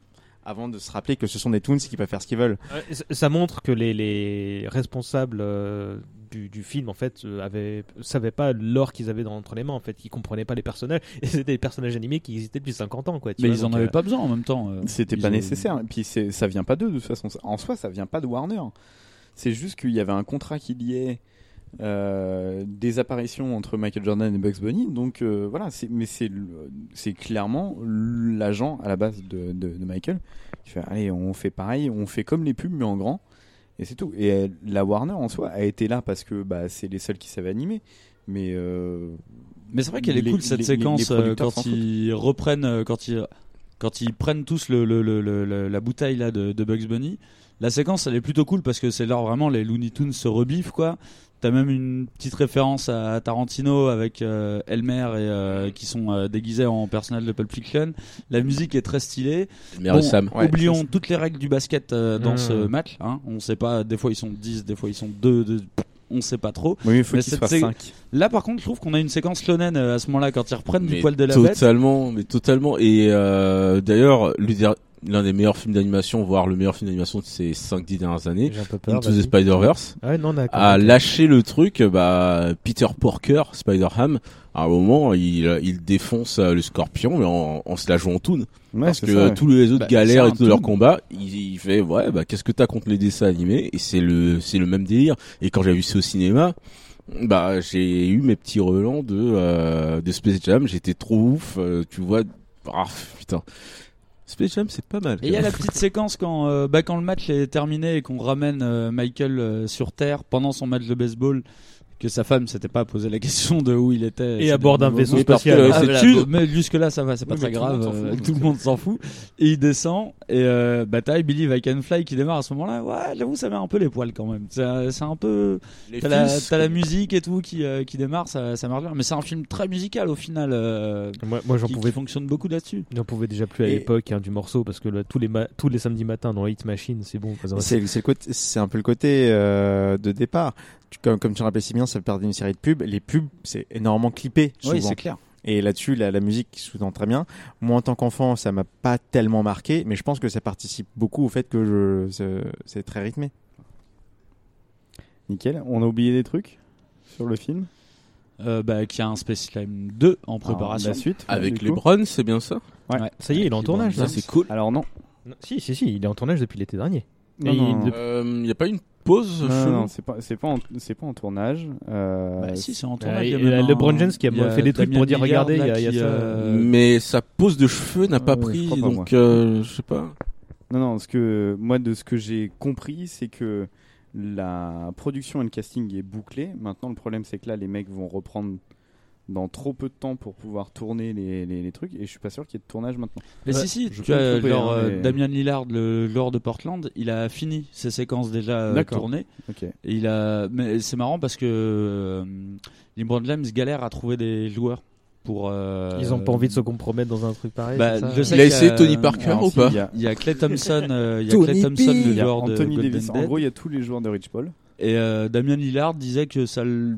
[SPEAKER 10] avant de se rappeler que ce sont des Toons et qu'ils peuvent faire ce qu'ils veulent.
[SPEAKER 11] Ouais, c- Ça montre que les, les responsables euh, du, du film, en fait, euh, avaient, savaient pas l'or qu'ils avaient dans, entre les mains, en fait. Ils comprenaient pas les personnages. Et c'était des personnages animés qui existaient depuis 50 ans, quoi. tu
[SPEAKER 1] Mais
[SPEAKER 11] vois,
[SPEAKER 1] ils en
[SPEAKER 11] donc,
[SPEAKER 1] avaient
[SPEAKER 11] euh,
[SPEAKER 1] pas besoin en même temps. euh.
[SPEAKER 3] C'était
[SPEAKER 1] Ils
[SPEAKER 3] pas
[SPEAKER 1] ont-
[SPEAKER 3] nécessaire. Et puis c'est- ça vient pas d'eux de toute façon. En soi, ça vient pas de Warner. C'est juste qu'il y avait un contrat qui liait euh, des apparitions entre Michael Jordan et Bugs Bunny. Donc euh, voilà. c'est- Mais c'est le- c'est clairement l'agent à la base de, Euh, de- de Michael qui fait allez, on fait pareil, on fait comme les pubs mais en grand. Et c'est tout. Et elle- la Warner en soi a été là parce que bah, c'est les seuls qui savaient animer. Mais euh,
[SPEAKER 1] Mais c'est vrai qu'elle est
[SPEAKER 3] les-
[SPEAKER 1] cool cette
[SPEAKER 3] les- les- les
[SPEAKER 1] séquence euh,
[SPEAKER 3] producteurs s'en
[SPEAKER 1] quand ils reprennent, euh, quand ils, quand ils prennent tous le, le- le- le- le- la bouteille là de, de Bugs Bunny. La séquence elle est plutôt cool parce que c'est là où vraiment les Looney Tunes se rebiffent quoi. T'as même une petite référence à Tarantino avec euh, Elmer et euh, qui sont euh, déguisés en personnage de Pulp Fiction. La musique est très stylée.
[SPEAKER 6] Elmer et Sam. Ouais,
[SPEAKER 1] oublions
[SPEAKER 6] c'est ça.
[SPEAKER 1] toutes les règles du basket euh, dans
[SPEAKER 6] Mm.
[SPEAKER 1] ce match. Hein. On sait pas. Des fois ils sont 10, des fois ils sont 2, deux, on sait pas trop.
[SPEAKER 3] Oui, il faut
[SPEAKER 1] Mais
[SPEAKER 3] qu'ils
[SPEAKER 1] cette
[SPEAKER 3] soient
[SPEAKER 1] sé-
[SPEAKER 3] cinq.
[SPEAKER 1] Là, par contre, je trouve qu'on a une séquence shonen euh, à ce moment-là quand ils reprennent du
[SPEAKER 6] Mais
[SPEAKER 1] poil de la bête.
[SPEAKER 6] totalement, mais totalement. Et euh, d'ailleurs, le der- l'un des meilleurs films d'animation, voire le meilleur film d'animation de ces 5-10 dernières années,
[SPEAKER 11] J'ai un peu peur,
[SPEAKER 6] Into
[SPEAKER 11] vas-y.
[SPEAKER 6] the Spider-Verse,
[SPEAKER 11] Ah ouais, non, d'accord,
[SPEAKER 6] a
[SPEAKER 11] ok.
[SPEAKER 6] lâché le truc. Bah, Peter Porker, Spider-Ham, à un moment, il, il défonce euh, le scorpion, mais en, en se la jouant en toon.
[SPEAKER 3] Ouais,
[SPEAKER 6] Parce
[SPEAKER 3] c'est
[SPEAKER 6] que
[SPEAKER 3] ça, ouais.
[SPEAKER 6] tous les autres
[SPEAKER 3] Bah,
[SPEAKER 6] galères
[SPEAKER 3] c'est
[SPEAKER 6] et
[SPEAKER 3] un
[SPEAKER 6] tous leurs
[SPEAKER 3] toon.
[SPEAKER 6] combats, il, il fait, ouais, bah, qu'est-ce que t'as contre les dessins animés? Et c'est le, c'est le même délire. Et quand j'ai vu ça au cinéma, bah j'ai eu mes petits relents de euh, de Space Jam, j'étais trop ouf, euh, tu vois. Ah putain. Space Jam c'est pas mal.
[SPEAKER 1] Et il y a
[SPEAKER 6] quand
[SPEAKER 1] la
[SPEAKER 6] même.
[SPEAKER 1] petite séquence quand, euh, bah, quand le match est terminé et qu'on ramène euh, Michael euh, sur Terre pendant son match de baseball, que sa femme s'était pas posé la question de où il était.
[SPEAKER 9] Et à bord d'un vaisseau
[SPEAKER 1] Oui, parce que,
[SPEAKER 9] spatial.
[SPEAKER 1] ah,
[SPEAKER 9] C'est
[SPEAKER 1] voilà, bon,
[SPEAKER 9] sûr.
[SPEAKER 1] Mais jusque là, ça va, c'est pas
[SPEAKER 9] Oui,
[SPEAKER 1] très
[SPEAKER 9] mais tout le
[SPEAKER 1] grave.
[SPEAKER 9] monde s'en fout,
[SPEAKER 1] euh,
[SPEAKER 9] donc
[SPEAKER 1] Tout le monde s'en fout. Et il descend et euh, bataille Billy Vacanfly qui démarre à ce moment-là. Ouais, j'avoue, ça met un peu les poils quand même. C'est un c'est un peu.
[SPEAKER 6] Les
[SPEAKER 1] T'as la,
[SPEAKER 6] fils.
[SPEAKER 1] t'as la musique et tout qui euh, qui démarre, ça ça marche bien. Mais c'est un film très musical au final. euh,
[SPEAKER 9] Moi, j'en
[SPEAKER 1] qui-
[SPEAKER 9] pouvais.
[SPEAKER 1] fonctionne beaucoup là-dessus.
[SPEAKER 9] J'en pouvais déjà plus à
[SPEAKER 1] Et-
[SPEAKER 9] l'époque hein, du morceau parce que là, tous les ma- tous les samedis matins dans Hit Machine, c'est bon. quoi, ça va.
[SPEAKER 10] C'est c'est le côté- c'est un peu le côté euh, de départ. Tu- comme, comme tu le rappelais si bien, ça perdait une série de pubs. Les pubs, c'est énormément clippé.
[SPEAKER 1] Oui,
[SPEAKER 10] souvent.
[SPEAKER 1] c'est clair.
[SPEAKER 10] Et là-dessus, la, la musique sous-tend très bien. Moi, en tant qu'enfant, ça m'a pas tellement marqué, mais je pense que ça participe beaucoup au fait que je- c'est- c'est très rythmé.
[SPEAKER 3] Nickel. On a oublié des trucs sur le film
[SPEAKER 1] euh, bah, qui a un Space Time 2 en préparation.
[SPEAKER 3] la suite, ouais,
[SPEAKER 6] Avec
[SPEAKER 3] du
[SPEAKER 6] les
[SPEAKER 3] coup.
[SPEAKER 6] Browns, c'est bien ça
[SPEAKER 3] Ouais.
[SPEAKER 9] Ça y est, il est en tournage.
[SPEAKER 6] Ça,
[SPEAKER 9] là.
[SPEAKER 6] c'est cool.
[SPEAKER 3] Alors non.
[SPEAKER 9] Non, Si, si, si, il est en tournage depuis l'été dernier.
[SPEAKER 3] Non,
[SPEAKER 9] Et il-
[SPEAKER 3] non, non.
[SPEAKER 9] de-
[SPEAKER 6] Il n'y Euh, a pas une pause
[SPEAKER 3] Non,
[SPEAKER 6] chelou
[SPEAKER 3] non, c'est pas, c'est pas, en- c'est pas en tournage. euh,
[SPEAKER 1] Bah, si, c'est en
[SPEAKER 9] tournage, il y a
[SPEAKER 3] et-
[SPEAKER 9] même
[SPEAKER 3] et
[SPEAKER 9] un-
[SPEAKER 3] LeBron James qui a
[SPEAKER 9] hein. il y a
[SPEAKER 3] fait des trucs
[SPEAKER 9] Damien
[SPEAKER 3] pour dire
[SPEAKER 9] Lillard,
[SPEAKER 3] regardez, il y a,
[SPEAKER 9] là,
[SPEAKER 3] il y a
[SPEAKER 9] qui,
[SPEAKER 3] ça.
[SPEAKER 9] euh,
[SPEAKER 6] Mais sa pose de cheveux n'a pas
[SPEAKER 3] Euh, je
[SPEAKER 6] pris,
[SPEAKER 3] crois pas, moi.
[SPEAKER 6] donc euh, je sais pas.
[SPEAKER 3] Non, non, ce que moi, de ce que j'ai compris, c'est que la production et le casting est bouclé. Maintenant, le problème, c'est que là, les mecs vont reprendre dans trop peu de temps pour pouvoir tourner les, les, les trucs. Et je suis pas sûr qu'il y ait de tournage maintenant.
[SPEAKER 1] Mais si, si, tu vois,
[SPEAKER 9] hein,
[SPEAKER 1] genre, euh, Damien Lillard, le joueur de Portland, il a fini ses séquences déjà euh,
[SPEAKER 3] D'accord.
[SPEAKER 1] tournées.
[SPEAKER 3] Ok.
[SPEAKER 1] Et il a... Mais c'est marrant parce que euh, LeBron James galère à trouver des joueurs pour. euh,
[SPEAKER 9] Ils ont pas envie de se compromettre dans un truc pareil.
[SPEAKER 1] Bah,
[SPEAKER 9] c'est ça
[SPEAKER 1] je sais euh,
[SPEAKER 6] Il a
[SPEAKER 1] qu'il y
[SPEAKER 6] essayé Tony Parker
[SPEAKER 3] Ah,
[SPEAKER 1] Alors,
[SPEAKER 6] ou
[SPEAKER 1] si,
[SPEAKER 6] pas
[SPEAKER 1] Il y a- il y a Clay Thompson, euh, il y a Clay Thompson, le
[SPEAKER 3] Il y a
[SPEAKER 1] joueur de
[SPEAKER 3] Anthony
[SPEAKER 1] Golden
[SPEAKER 3] Davis. En
[SPEAKER 1] Dead.
[SPEAKER 3] gros, il y a tous les joueurs de Rich Paul.
[SPEAKER 1] Et euh, Damien Lillard disait que ça le.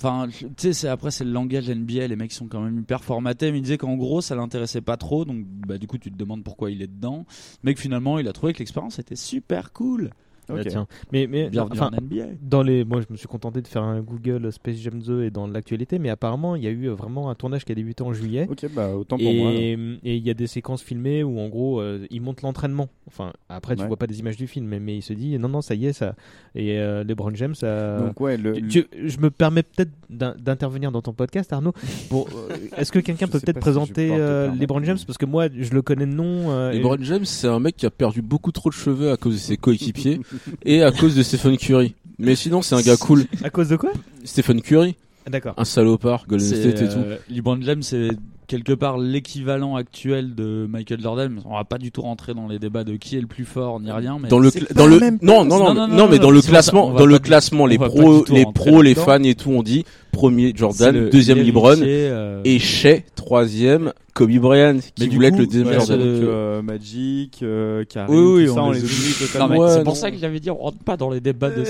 [SPEAKER 1] Enfin, tu sais, c'est- après, c'est le langage NBA, les mecs sont quand même hyper formatés, mais il disait qu'en gros, ça l'intéressait pas trop, donc bah, du coup, tu te demandes pourquoi il est dedans. Mais que finalement, il a trouvé que l'expérience était super cool.
[SPEAKER 9] Bah, tiens. Mais, mais
[SPEAKER 1] Bienvenue
[SPEAKER 9] enfin,
[SPEAKER 1] en NBA.
[SPEAKER 9] Dans les, moi, je me suis contenté de faire un Google Space Jam 2 et dans l'actualité, mais apparemment, il y a eu euh, vraiment un tournage qui a débuté en juillet.
[SPEAKER 3] Ok, bah, autant pour
[SPEAKER 9] et,
[SPEAKER 3] moi, alors.
[SPEAKER 1] euh,
[SPEAKER 9] Et il y a des séquences filmées où, en gros, euh, ils montent l'entraînement. Enfin, après, tu
[SPEAKER 3] Ouais.
[SPEAKER 9] vois pas des images du film, mais, mais il se dit, non, non, ça y est, ça. Et euh, LeBron James, ça.
[SPEAKER 3] Donc, euh, ouais, le-
[SPEAKER 9] Tu- tu- je me permets peut-être d'in- d'intervenir dans ton podcast, Arnaud. Bon, euh, est-ce que quelqu'un
[SPEAKER 3] Je
[SPEAKER 9] peut
[SPEAKER 3] sais
[SPEAKER 9] peut-être
[SPEAKER 3] pas si je vais
[SPEAKER 9] présenter
[SPEAKER 3] pouvoir te
[SPEAKER 9] euh,
[SPEAKER 3] permettre,
[SPEAKER 9] LeBron James Parce que moi, je le connais de nom. euh, et-
[SPEAKER 6] LeBron James, c'est un mec qui a perdu beaucoup trop de cheveux à cause de ses coéquipiers et à cause de Stephen Curry. Mais sinon, c'est un gars cool.
[SPEAKER 9] À cause de quoi
[SPEAKER 6] Stephen Curry.
[SPEAKER 9] Ah, d'accord.
[SPEAKER 6] Un salopard, Golden
[SPEAKER 1] C'est,
[SPEAKER 6] State et tout.
[SPEAKER 1] euh, LeBron James, c'est quelque part l'équivalent actuel de Michael Jordan. On va pas du tout rentrer dans les débats de qui est le plus fort ni rien, mais
[SPEAKER 6] dans le cla- dans le non non non, mais- non, mais dans le
[SPEAKER 1] c'est pour ça,
[SPEAKER 6] classement
[SPEAKER 1] on va
[SPEAKER 6] dans le
[SPEAKER 1] pas-
[SPEAKER 6] classement
[SPEAKER 1] on
[SPEAKER 6] les
[SPEAKER 1] va pas
[SPEAKER 6] pros
[SPEAKER 1] du tout
[SPEAKER 6] les
[SPEAKER 1] rentrer
[SPEAKER 6] pros les
[SPEAKER 1] là-dedans.
[SPEAKER 6] fans et tout on dit premier
[SPEAKER 1] C'est
[SPEAKER 6] Jordan
[SPEAKER 1] le-
[SPEAKER 6] deuxième
[SPEAKER 1] l'héritier,
[SPEAKER 6] LeBron
[SPEAKER 1] euh,
[SPEAKER 6] et Shea troisième Kobe Bryant qui
[SPEAKER 3] du
[SPEAKER 6] voulait être
[SPEAKER 3] coup,
[SPEAKER 6] le deuxième
[SPEAKER 3] ouais,
[SPEAKER 6] Jordan
[SPEAKER 3] donc, euh, Magic, euh, Karim,
[SPEAKER 1] Oui, oui,
[SPEAKER 3] tout ça,
[SPEAKER 1] on, les oublie totalement.
[SPEAKER 3] Ouais,
[SPEAKER 1] c'est
[SPEAKER 3] non.
[SPEAKER 1] pour ça que j'avais dit on rentre pas dans les débats de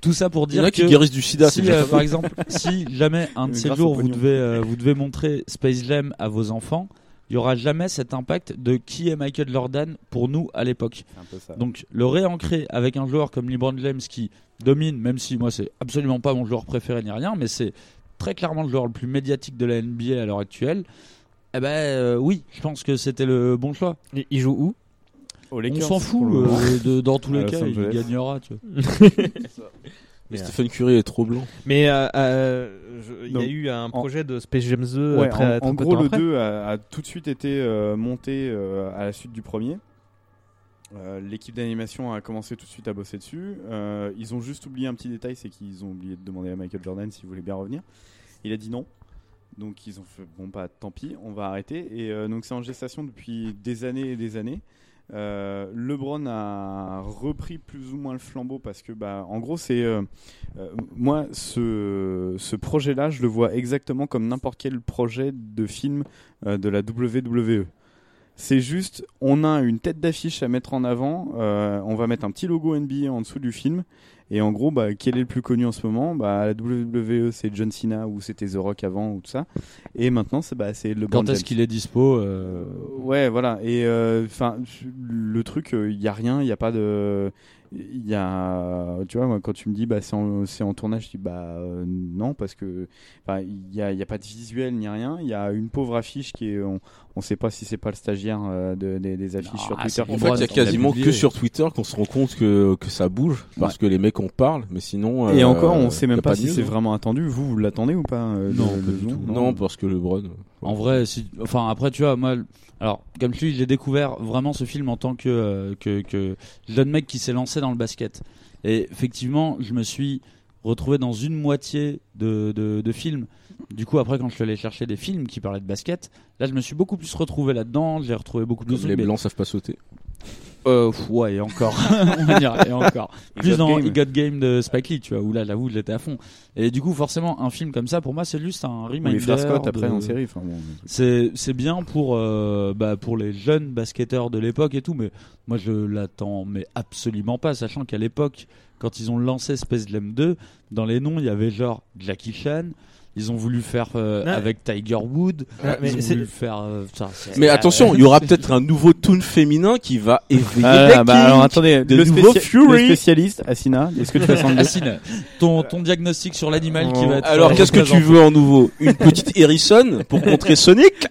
[SPEAKER 1] tout ça pour
[SPEAKER 6] Il y
[SPEAKER 1] dire
[SPEAKER 6] en a qui
[SPEAKER 1] que
[SPEAKER 6] guérissent du sida, c'est
[SPEAKER 1] Si,
[SPEAKER 6] déjà
[SPEAKER 1] euh,
[SPEAKER 6] pas
[SPEAKER 1] par
[SPEAKER 6] mal.
[SPEAKER 1] exemple, si jamais un de
[SPEAKER 6] Mais
[SPEAKER 1] ces
[SPEAKER 6] grâce
[SPEAKER 1] jours
[SPEAKER 6] au
[SPEAKER 1] vous
[SPEAKER 6] pognon.
[SPEAKER 1] devez euh, vous devez montrer Space Jam à vos enfants, il y aura jamais cet impact de qui est Michael Jordan pour nous à l'époque.
[SPEAKER 3] un peu ça.
[SPEAKER 1] Donc le réancrer avec un joueur comme LeBron James qui domine, même si moi c'est absolument pas mon joueur préféré ni rien, mais c'est très clairement le joueur le plus médiatique de la NBA à l'heure actuelle. Eh ben euh, oui, je pense que c'était le bon choix.
[SPEAKER 9] Il joue où
[SPEAKER 3] Aux
[SPEAKER 1] On
[SPEAKER 3] Lakers,
[SPEAKER 1] s'en fout.
[SPEAKER 3] pour le moment.
[SPEAKER 1] euh, de- dans tous les
[SPEAKER 3] À
[SPEAKER 1] cas,
[SPEAKER 3] Los
[SPEAKER 1] il
[SPEAKER 3] Angeles.
[SPEAKER 1] gagnera. Tu vois.
[SPEAKER 6] Mais Stephen Curry est trop blanc
[SPEAKER 9] Mais euh, euh, je- il y a
[SPEAKER 3] Donc,
[SPEAKER 9] eu un
[SPEAKER 3] en-
[SPEAKER 9] projet de Space Jam 2
[SPEAKER 3] Ouais,
[SPEAKER 9] très,
[SPEAKER 3] en,
[SPEAKER 9] très
[SPEAKER 3] en
[SPEAKER 9] peu de
[SPEAKER 3] gros,
[SPEAKER 9] temps
[SPEAKER 3] le
[SPEAKER 9] après.
[SPEAKER 3] 2 a, a tout de suite été euh, monté euh, à la suite du premier. Euh, L'équipe d'animation a commencé tout de suite à bosser dessus. Euh, ils ont juste oublié un petit détail, c'est qu'ils ont oublié de demander à Michael Jordan s'il voulait bien revenir. Il a dit non. Donc ils ont fait bon bah tant pis, on va arrêter. Et euh, donc c'est en gestation depuis des années et des années. Euh, LeBron a repris plus ou moins le flambeau parce que bah en gros c'est euh, euh, moi ce ce projet là je le vois exactement comme n'importe quel projet de film euh, de la WWE. C'est juste, on a une tête d'affiche à mettre en avant. euh, on va mettre un petit logo NBA en dessous du film. Et en gros, bah, quel est le plus connu en ce moment bah, La WWE, c'est John Cena ou c'était The Rock avant ou tout ça. Et maintenant, c'est bah, c'est LeBron
[SPEAKER 1] Quand est-ce
[SPEAKER 3] James.
[SPEAKER 1] qu'il est dispo euh,
[SPEAKER 3] Ouais, voilà. Et euh, enfin, le truc, il y a rien, il y a pas de, il y a, tu vois, moi, quand tu me dis, bah, c'est en, c'est en tournage, je dis, bah, euh, non, parce que, enfin, il y a, il y a pas de visuel ni rien. Il y a une pauvre affiche qui est, on, on sait pas si c'est pas le stagiaire euh, de- des, des affiches sur Twitter.
[SPEAKER 6] ah, en fait il y a quasiment que sur Twitter qu'on se rend compte que que ça bouge parce
[SPEAKER 3] Ouais.
[SPEAKER 6] que les mecs en parlent mais sinon
[SPEAKER 3] Et
[SPEAKER 6] euh,
[SPEAKER 3] encore, on sait
[SPEAKER 6] y
[SPEAKER 3] même
[SPEAKER 6] a
[SPEAKER 3] pas,
[SPEAKER 6] de
[SPEAKER 3] si
[SPEAKER 6] news,
[SPEAKER 3] c'est
[SPEAKER 6] hein.
[SPEAKER 3] vraiment attendu. Vous, vous l'attendez ou pas euh,
[SPEAKER 6] non
[SPEAKER 3] le-
[SPEAKER 6] pas
[SPEAKER 3] le
[SPEAKER 6] du
[SPEAKER 3] nom,
[SPEAKER 6] tout non parce que LeBron
[SPEAKER 1] En vrai, si- enfin après tu vois, moi, alors comme tu dis, j'ai découvert vraiment ce film en tant que euh, que, que jeune mec qui s'est lancé dans le basket. Et effectivement, je me suis retrouvé dans une moitié de, de, de film. Du coup, après, quand je suis allé chercher des films qui parlaient de basket, là, je me suis beaucoup plus retrouvé là-dedans. J'ai retrouvé beaucoup plus.
[SPEAKER 6] les
[SPEAKER 1] mais-
[SPEAKER 6] blancs savent pas sauter.
[SPEAKER 1] euh, pff, ouais, et encore. On va dire, et encore.
[SPEAKER 6] He
[SPEAKER 1] Plus
[SPEAKER 6] Got
[SPEAKER 1] dans
[SPEAKER 6] Game.
[SPEAKER 1] He Got Game de Spike Lee, tu vois, où là, j'avoue, je l'étais à fond. Et du coup, forcément, un film comme ça, pour moi, c'est juste un
[SPEAKER 3] les
[SPEAKER 1] reminder.
[SPEAKER 3] frères Scott,
[SPEAKER 6] ah,
[SPEAKER 1] de-
[SPEAKER 3] après, en série, enfin, bon.
[SPEAKER 1] C'est c'est bien pour, euh, bah, pour les jeunes basketteurs de l'époque et tout, mais moi, je l'attends, mais absolument pas, sachant qu'à l'époque, quand ils ont lancé Space Jam 2, dans les noms, il y avait genre Jackie Chan. Ils ont voulu faire euh,
[SPEAKER 9] Ouais.
[SPEAKER 1] avec Tiger Wood.
[SPEAKER 9] Ouais, mais
[SPEAKER 1] ils ont
[SPEAKER 9] c'est-
[SPEAKER 1] voulu faire. euh, ça, c'est-
[SPEAKER 6] Mais attention, il y aura peut-être un nouveau Toon féminin qui va éveiller
[SPEAKER 3] Ah,
[SPEAKER 6] les
[SPEAKER 3] bah, alors,
[SPEAKER 6] geeks,
[SPEAKER 3] attendez,
[SPEAKER 6] des
[SPEAKER 3] le
[SPEAKER 6] nouveaux
[SPEAKER 3] spécia-
[SPEAKER 6] Fury.
[SPEAKER 3] le spécialiste, Assina, est-ce que tu vas s'en
[SPEAKER 1] Assine,
[SPEAKER 9] Euh,
[SPEAKER 1] ton, ton diagnostic sur l'animal qui va être.
[SPEAKER 6] Alors, qu'est-ce que tu veux en nouveau Une petite Harrison pour contrer Sonic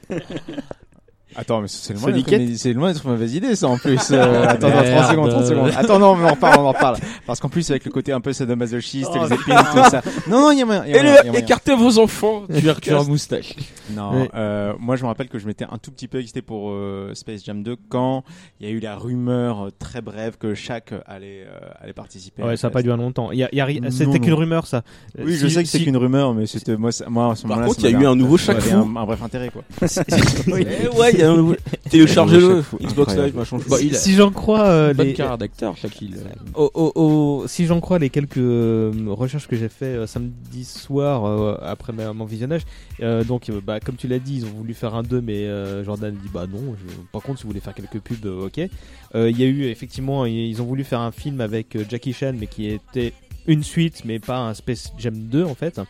[SPEAKER 10] Attends, mais c'est
[SPEAKER 6] le
[SPEAKER 10] loin d'être une- c'est loin d'être une mauvaise idée, ça en plus. Euh, attends, attends, 30
[SPEAKER 6] Merde.
[SPEAKER 10] secondes, 30 secondes. Attends, non, mais on en parle, on en parle. Parce qu'en plus, avec le côté un peu sadomasochiste,
[SPEAKER 6] Oh,
[SPEAKER 10] les épines,
[SPEAKER 6] putain.
[SPEAKER 10] tout ça. Non, non, il y a moyen. il y a
[SPEAKER 6] Et
[SPEAKER 10] moyen,
[SPEAKER 6] le-
[SPEAKER 10] il y a moyen.
[SPEAKER 6] écartez vos enfants, tueur, tueur moustache.
[SPEAKER 10] Non,
[SPEAKER 6] Oui.
[SPEAKER 10] euh, moi je me rappelle que je m'étais un tout petit peu excité pour euh, Space Jam 2 quand il y a eu la rumeur euh, très brève que chaque allait, euh, allait participer. à
[SPEAKER 9] Ouais,
[SPEAKER 10] la
[SPEAKER 9] ça a
[SPEAKER 10] fête.
[SPEAKER 9] pas duré longtemps. Il y a- il y a ri-
[SPEAKER 10] Non,
[SPEAKER 9] c'était qu'une
[SPEAKER 10] non.
[SPEAKER 9] rumeur, ça. Euh,
[SPEAKER 10] Oui, je
[SPEAKER 9] si-
[SPEAKER 10] sais que c'est
[SPEAKER 9] si-
[SPEAKER 10] qu'une rumeur, mais c'était moi, ça- moi à ce
[SPEAKER 6] Par
[SPEAKER 10] moment-là.
[SPEAKER 6] contre,
[SPEAKER 10] ça
[SPEAKER 6] il y a
[SPEAKER 10] m'a
[SPEAKER 6] eu un nouveau
[SPEAKER 10] ça
[SPEAKER 6] Shaq
[SPEAKER 10] avait
[SPEAKER 6] fou.
[SPEAKER 10] un, un bref intérêt quoi.
[SPEAKER 6] Oui. Eh ouais, il y a un nouveau- Téléchargez-le, Xbox Live, machin.
[SPEAKER 1] Bah,
[SPEAKER 6] Bah,
[SPEAKER 9] Si- si j'en crois euh, les
[SPEAKER 1] d'acteur, Shaquille.
[SPEAKER 9] Au- au- au- si j'en crois les quelques euh, recherches que j'ai fait euh, samedi soir euh, après ma- mon visionnage, euh, donc euh, bah, comme tu l'as dit, ils ont voulu faire un 2, mais euh, Jordan dit bah non. je- par contre, si vous voulez faire quelques pubs, euh, ok. Euh, Il y a eu effectivement, ils- ils ont voulu faire un film avec euh, Jackie Chan, mais qui était une suite, mais pas un Space Jam 2 en fait.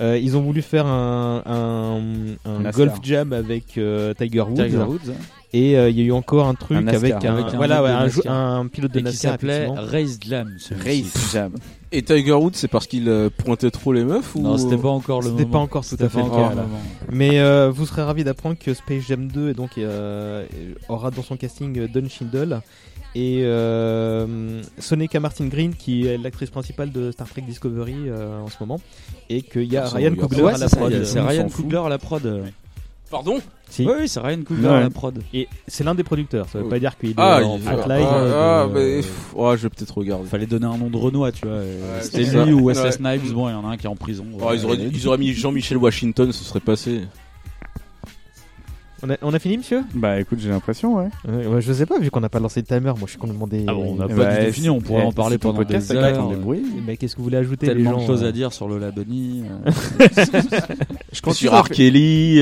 [SPEAKER 9] Euh, ils ont voulu faire un, un- un
[SPEAKER 1] NASCAR.
[SPEAKER 9] Golf Jam avec euh, Tiger Woods.
[SPEAKER 1] Tiger Woods. hein.
[SPEAKER 9] Et euh, il y a eu encore un truc
[SPEAKER 1] Un NASCAR.
[SPEAKER 9] avec un,
[SPEAKER 1] Avec un
[SPEAKER 9] voilà
[SPEAKER 1] mec
[SPEAKER 9] ouais,
[SPEAKER 1] de
[SPEAKER 9] un, jou-
[SPEAKER 1] NASCAR.
[SPEAKER 9] un pilote de
[SPEAKER 1] Et qui
[SPEAKER 9] euh, NASCAR
[SPEAKER 1] s'appelait
[SPEAKER 9] effectivement.
[SPEAKER 1] Race Jam, celui-ci. Race
[SPEAKER 3] Jam.
[SPEAKER 6] Et Tiger Woods, c'est parce qu'il euh, pointait trop les meufs ou
[SPEAKER 1] Non, c'était pas encore le
[SPEAKER 9] C'était
[SPEAKER 1] moment.
[SPEAKER 9] pas encore tout
[SPEAKER 1] C'était
[SPEAKER 9] à fait
[SPEAKER 1] pas
[SPEAKER 9] le
[SPEAKER 1] encore
[SPEAKER 9] cas.
[SPEAKER 1] le moment.
[SPEAKER 9] Mais euh, vous serez ravi d'apprendre que Space Jam 2 et donc euh, aura dans son casting euh, Don Schindel et euh, Sonika Martin Green qui est l'actrice principale de Star Trek Discovery euh, en ce moment et qu'il y a
[SPEAKER 1] Ça, on
[SPEAKER 9] Ryan
[SPEAKER 1] regarde
[SPEAKER 9] Coogler
[SPEAKER 1] pas.
[SPEAKER 6] Ah,
[SPEAKER 9] à la
[SPEAKER 1] Ouais, c'est ça,
[SPEAKER 9] prod.
[SPEAKER 1] il y a- c'est
[SPEAKER 9] On
[SPEAKER 1] Ryan
[SPEAKER 9] s'en fout.
[SPEAKER 1] Coogler à la prod.
[SPEAKER 6] Pardon
[SPEAKER 9] Si.
[SPEAKER 1] Oui, oui, c'est Ryan Coogler
[SPEAKER 9] Ouais.
[SPEAKER 1] à la prod.
[SPEAKER 9] Et c'est l'un des producteurs, ça veut pas dire qu'il est
[SPEAKER 6] Ah,
[SPEAKER 9] en
[SPEAKER 6] il-
[SPEAKER 9] frontline.
[SPEAKER 6] ah,
[SPEAKER 9] euh,
[SPEAKER 6] ah,
[SPEAKER 9] de-
[SPEAKER 6] mais pff, ouais, je vais peut-être regarder.
[SPEAKER 1] Fallait donner un nom de Renoir, tu vois. euh,
[SPEAKER 6] Ouais,
[SPEAKER 1] C'était
[SPEAKER 6] c'est ça.
[SPEAKER 1] lui ou Wesley
[SPEAKER 6] Ouais.
[SPEAKER 1] Snipes. Bon, il y en a un qui est en prison.
[SPEAKER 6] Oh, ils, auraient, ils auraient mis Jean-Michel Washington, ce serait passé.
[SPEAKER 9] On a, on a fini, monsieur
[SPEAKER 3] Bah écoute, j'ai l'impression, ouais.
[SPEAKER 9] Euh, Ouais, ouais, je sais pas, vu qu'on n'a pas lancé le timer, moi je suis complètement des.
[SPEAKER 1] Ah bon, on n'a pas
[SPEAKER 3] Bah,
[SPEAKER 1] du tout fini, on
[SPEAKER 3] c'est-
[SPEAKER 1] pourrait en
[SPEAKER 3] eh,
[SPEAKER 1] parler
[SPEAKER 3] c'est ton
[SPEAKER 1] pendant
[SPEAKER 3] podcast,
[SPEAKER 1] des
[SPEAKER 3] t'as qu'à être
[SPEAKER 1] heures.
[SPEAKER 3] en débrouille.
[SPEAKER 9] Mais Eh ben, qu'est-ce que vous voulez ajouter les
[SPEAKER 1] Tellement de
[SPEAKER 9] gens,
[SPEAKER 1] choses
[SPEAKER 9] euh,
[SPEAKER 1] à dire sur Lola Bunny. euh,
[SPEAKER 10] Je continue
[SPEAKER 6] Sur
[SPEAKER 10] de-
[SPEAKER 6] R. Kelly.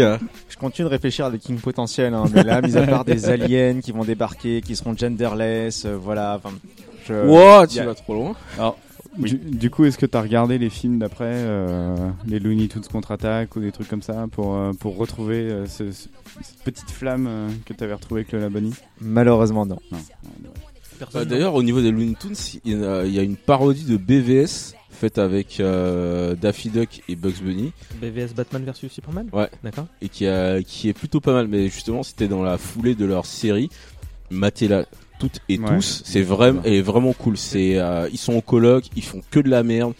[SPEAKER 10] Je continue de réfléchir à des kings potentiels, hein, mais là, mis à part des aliens qui vont débarquer, qui seront genderless, euh, voilà. enfin, Je...
[SPEAKER 6] Wow, tu
[SPEAKER 10] y a-
[SPEAKER 6] vas trop loin.
[SPEAKER 3] Alors, du, du coup, est-ce que t'as regardé les films d'après, euh, les Looney Tunes contre-attaque ou des trucs comme ça, pour, euh, pour retrouver euh, ce- ce- cette petite flamme euh, que t'avais retrouvée avec Lola Bunny
[SPEAKER 10] Malheureusement, non.
[SPEAKER 6] Euh, D'ailleurs, au niveau des Looney Tunes, il y, en a- il y a une parodie de BVS faite avec euh, Daffy Duck et Bugs Bunny.
[SPEAKER 9] BVS Batman versus Superman
[SPEAKER 6] Ouais.
[SPEAKER 9] D'accord.
[SPEAKER 6] Et qui, a- qui est plutôt pas mal. Mais justement, c'était dans la foulée de leur série. Matez-la toutes et
[SPEAKER 3] Ouais.
[SPEAKER 6] tous. C'est vraiment, est vraiment cool. C'est, euh, ils sont en coloc, ils font que de la merde.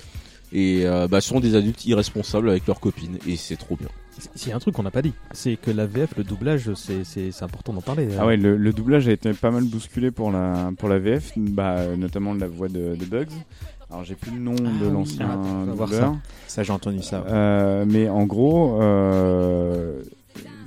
[SPEAKER 6] Et euh, bah, ce sont des adultes irresponsables avec leurs copines. Et c'est trop bien.
[SPEAKER 9] S'il y a un truc qu'on n'a pas dit, c'est que la VF, le doublage, c'est- c'est c'est important d'en parler. euh.
[SPEAKER 3] Ah ouais, le, le doublage a été pas mal bousculé pour la, pour la VF, bah, euh, notamment de la voix de, de Bugs. Alors j'ai plus le nom de l'ancien
[SPEAKER 10] Ah, on va voir
[SPEAKER 3] doubleur.
[SPEAKER 10] ça. Ça, j'ai entendu ça.
[SPEAKER 3] Euh, mais en gros, euh,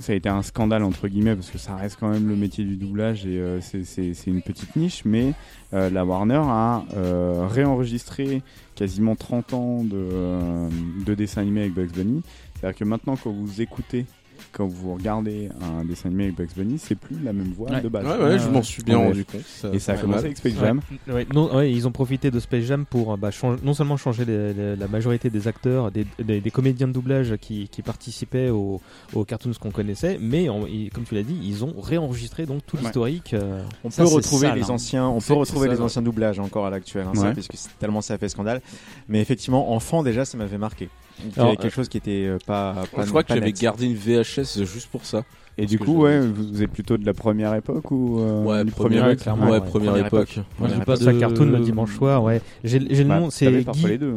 [SPEAKER 3] ça a été un scandale entre guillemets parce que ça reste quand même le métier du doublage et euh, c'est- c'est c'est une petite niche. Mais euh, la Warner a euh, réenregistré quasiment 30 ans de, euh, de dessins animés avec Bugs Bunny. C'est-à-dire que maintenant, quand vous écoutez, quand vous regardez un dessin animé avec Bugs Bunny, c'est plus la même voix
[SPEAKER 6] Ouais.
[SPEAKER 3] de base.
[SPEAKER 6] Ouais, ouais, je m'en suis bien rendu compte. Ça-
[SPEAKER 3] Et ça a
[SPEAKER 6] Ouais.
[SPEAKER 3] commencé avec Space Jam.
[SPEAKER 9] Ouais, ouais, non, ouais, ils ont profité de Space Jam pour euh, bah, change- non seulement changer les- les- la majorité des acteurs, des, des- des comédiens de doublage qui, qui participaient aux, aux cartoons qu'on connaissait, mais en- ils- comme tu l'as dit, ils ont réenregistré donc tout
[SPEAKER 10] Ouais.
[SPEAKER 9] l'historique. euh,
[SPEAKER 10] On
[SPEAKER 9] ça,
[SPEAKER 10] peut
[SPEAKER 9] c'est
[SPEAKER 10] retrouver
[SPEAKER 9] sale,
[SPEAKER 10] les
[SPEAKER 9] hein.
[SPEAKER 10] anciens, on
[SPEAKER 9] C'est-
[SPEAKER 10] peut retrouver
[SPEAKER 9] c'est
[SPEAKER 10] les
[SPEAKER 9] sale.
[SPEAKER 10] anciens doublages encore à l'actuel, hein, ça,
[SPEAKER 9] Ouais.
[SPEAKER 10] parce que c'est- tellement ça a fait scandale. Mais effectivement, enfant déjà, ça m'avait marqué. Il y
[SPEAKER 6] Alors,
[SPEAKER 10] avait quelque chose qui était euh, pas. pas
[SPEAKER 6] je crois que
[SPEAKER 10] pas
[SPEAKER 6] j'avais
[SPEAKER 10] net.
[SPEAKER 6] gardé une VHS juste pour ça.
[SPEAKER 3] Et du coup, ouais, vous êtes plutôt de la première époque ou euh,
[SPEAKER 6] Ouais,
[SPEAKER 3] du
[SPEAKER 6] première-
[SPEAKER 3] premier-
[SPEAKER 6] clairement, ouais, première époque.
[SPEAKER 9] Moi,
[SPEAKER 6] Première
[SPEAKER 9] j'ai pas
[SPEAKER 6] époque.
[SPEAKER 9] de cartoon le dimanche soir, ouais. J'ai j'ai le
[SPEAKER 3] Bah,
[SPEAKER 9] nom,
[SPEAKER 3] t'avais
[SPEAKER 9] c'est
[SPEAKER 3] parfois
[SPEAKER 9] Guy.
[SPEAKER 3] les deux.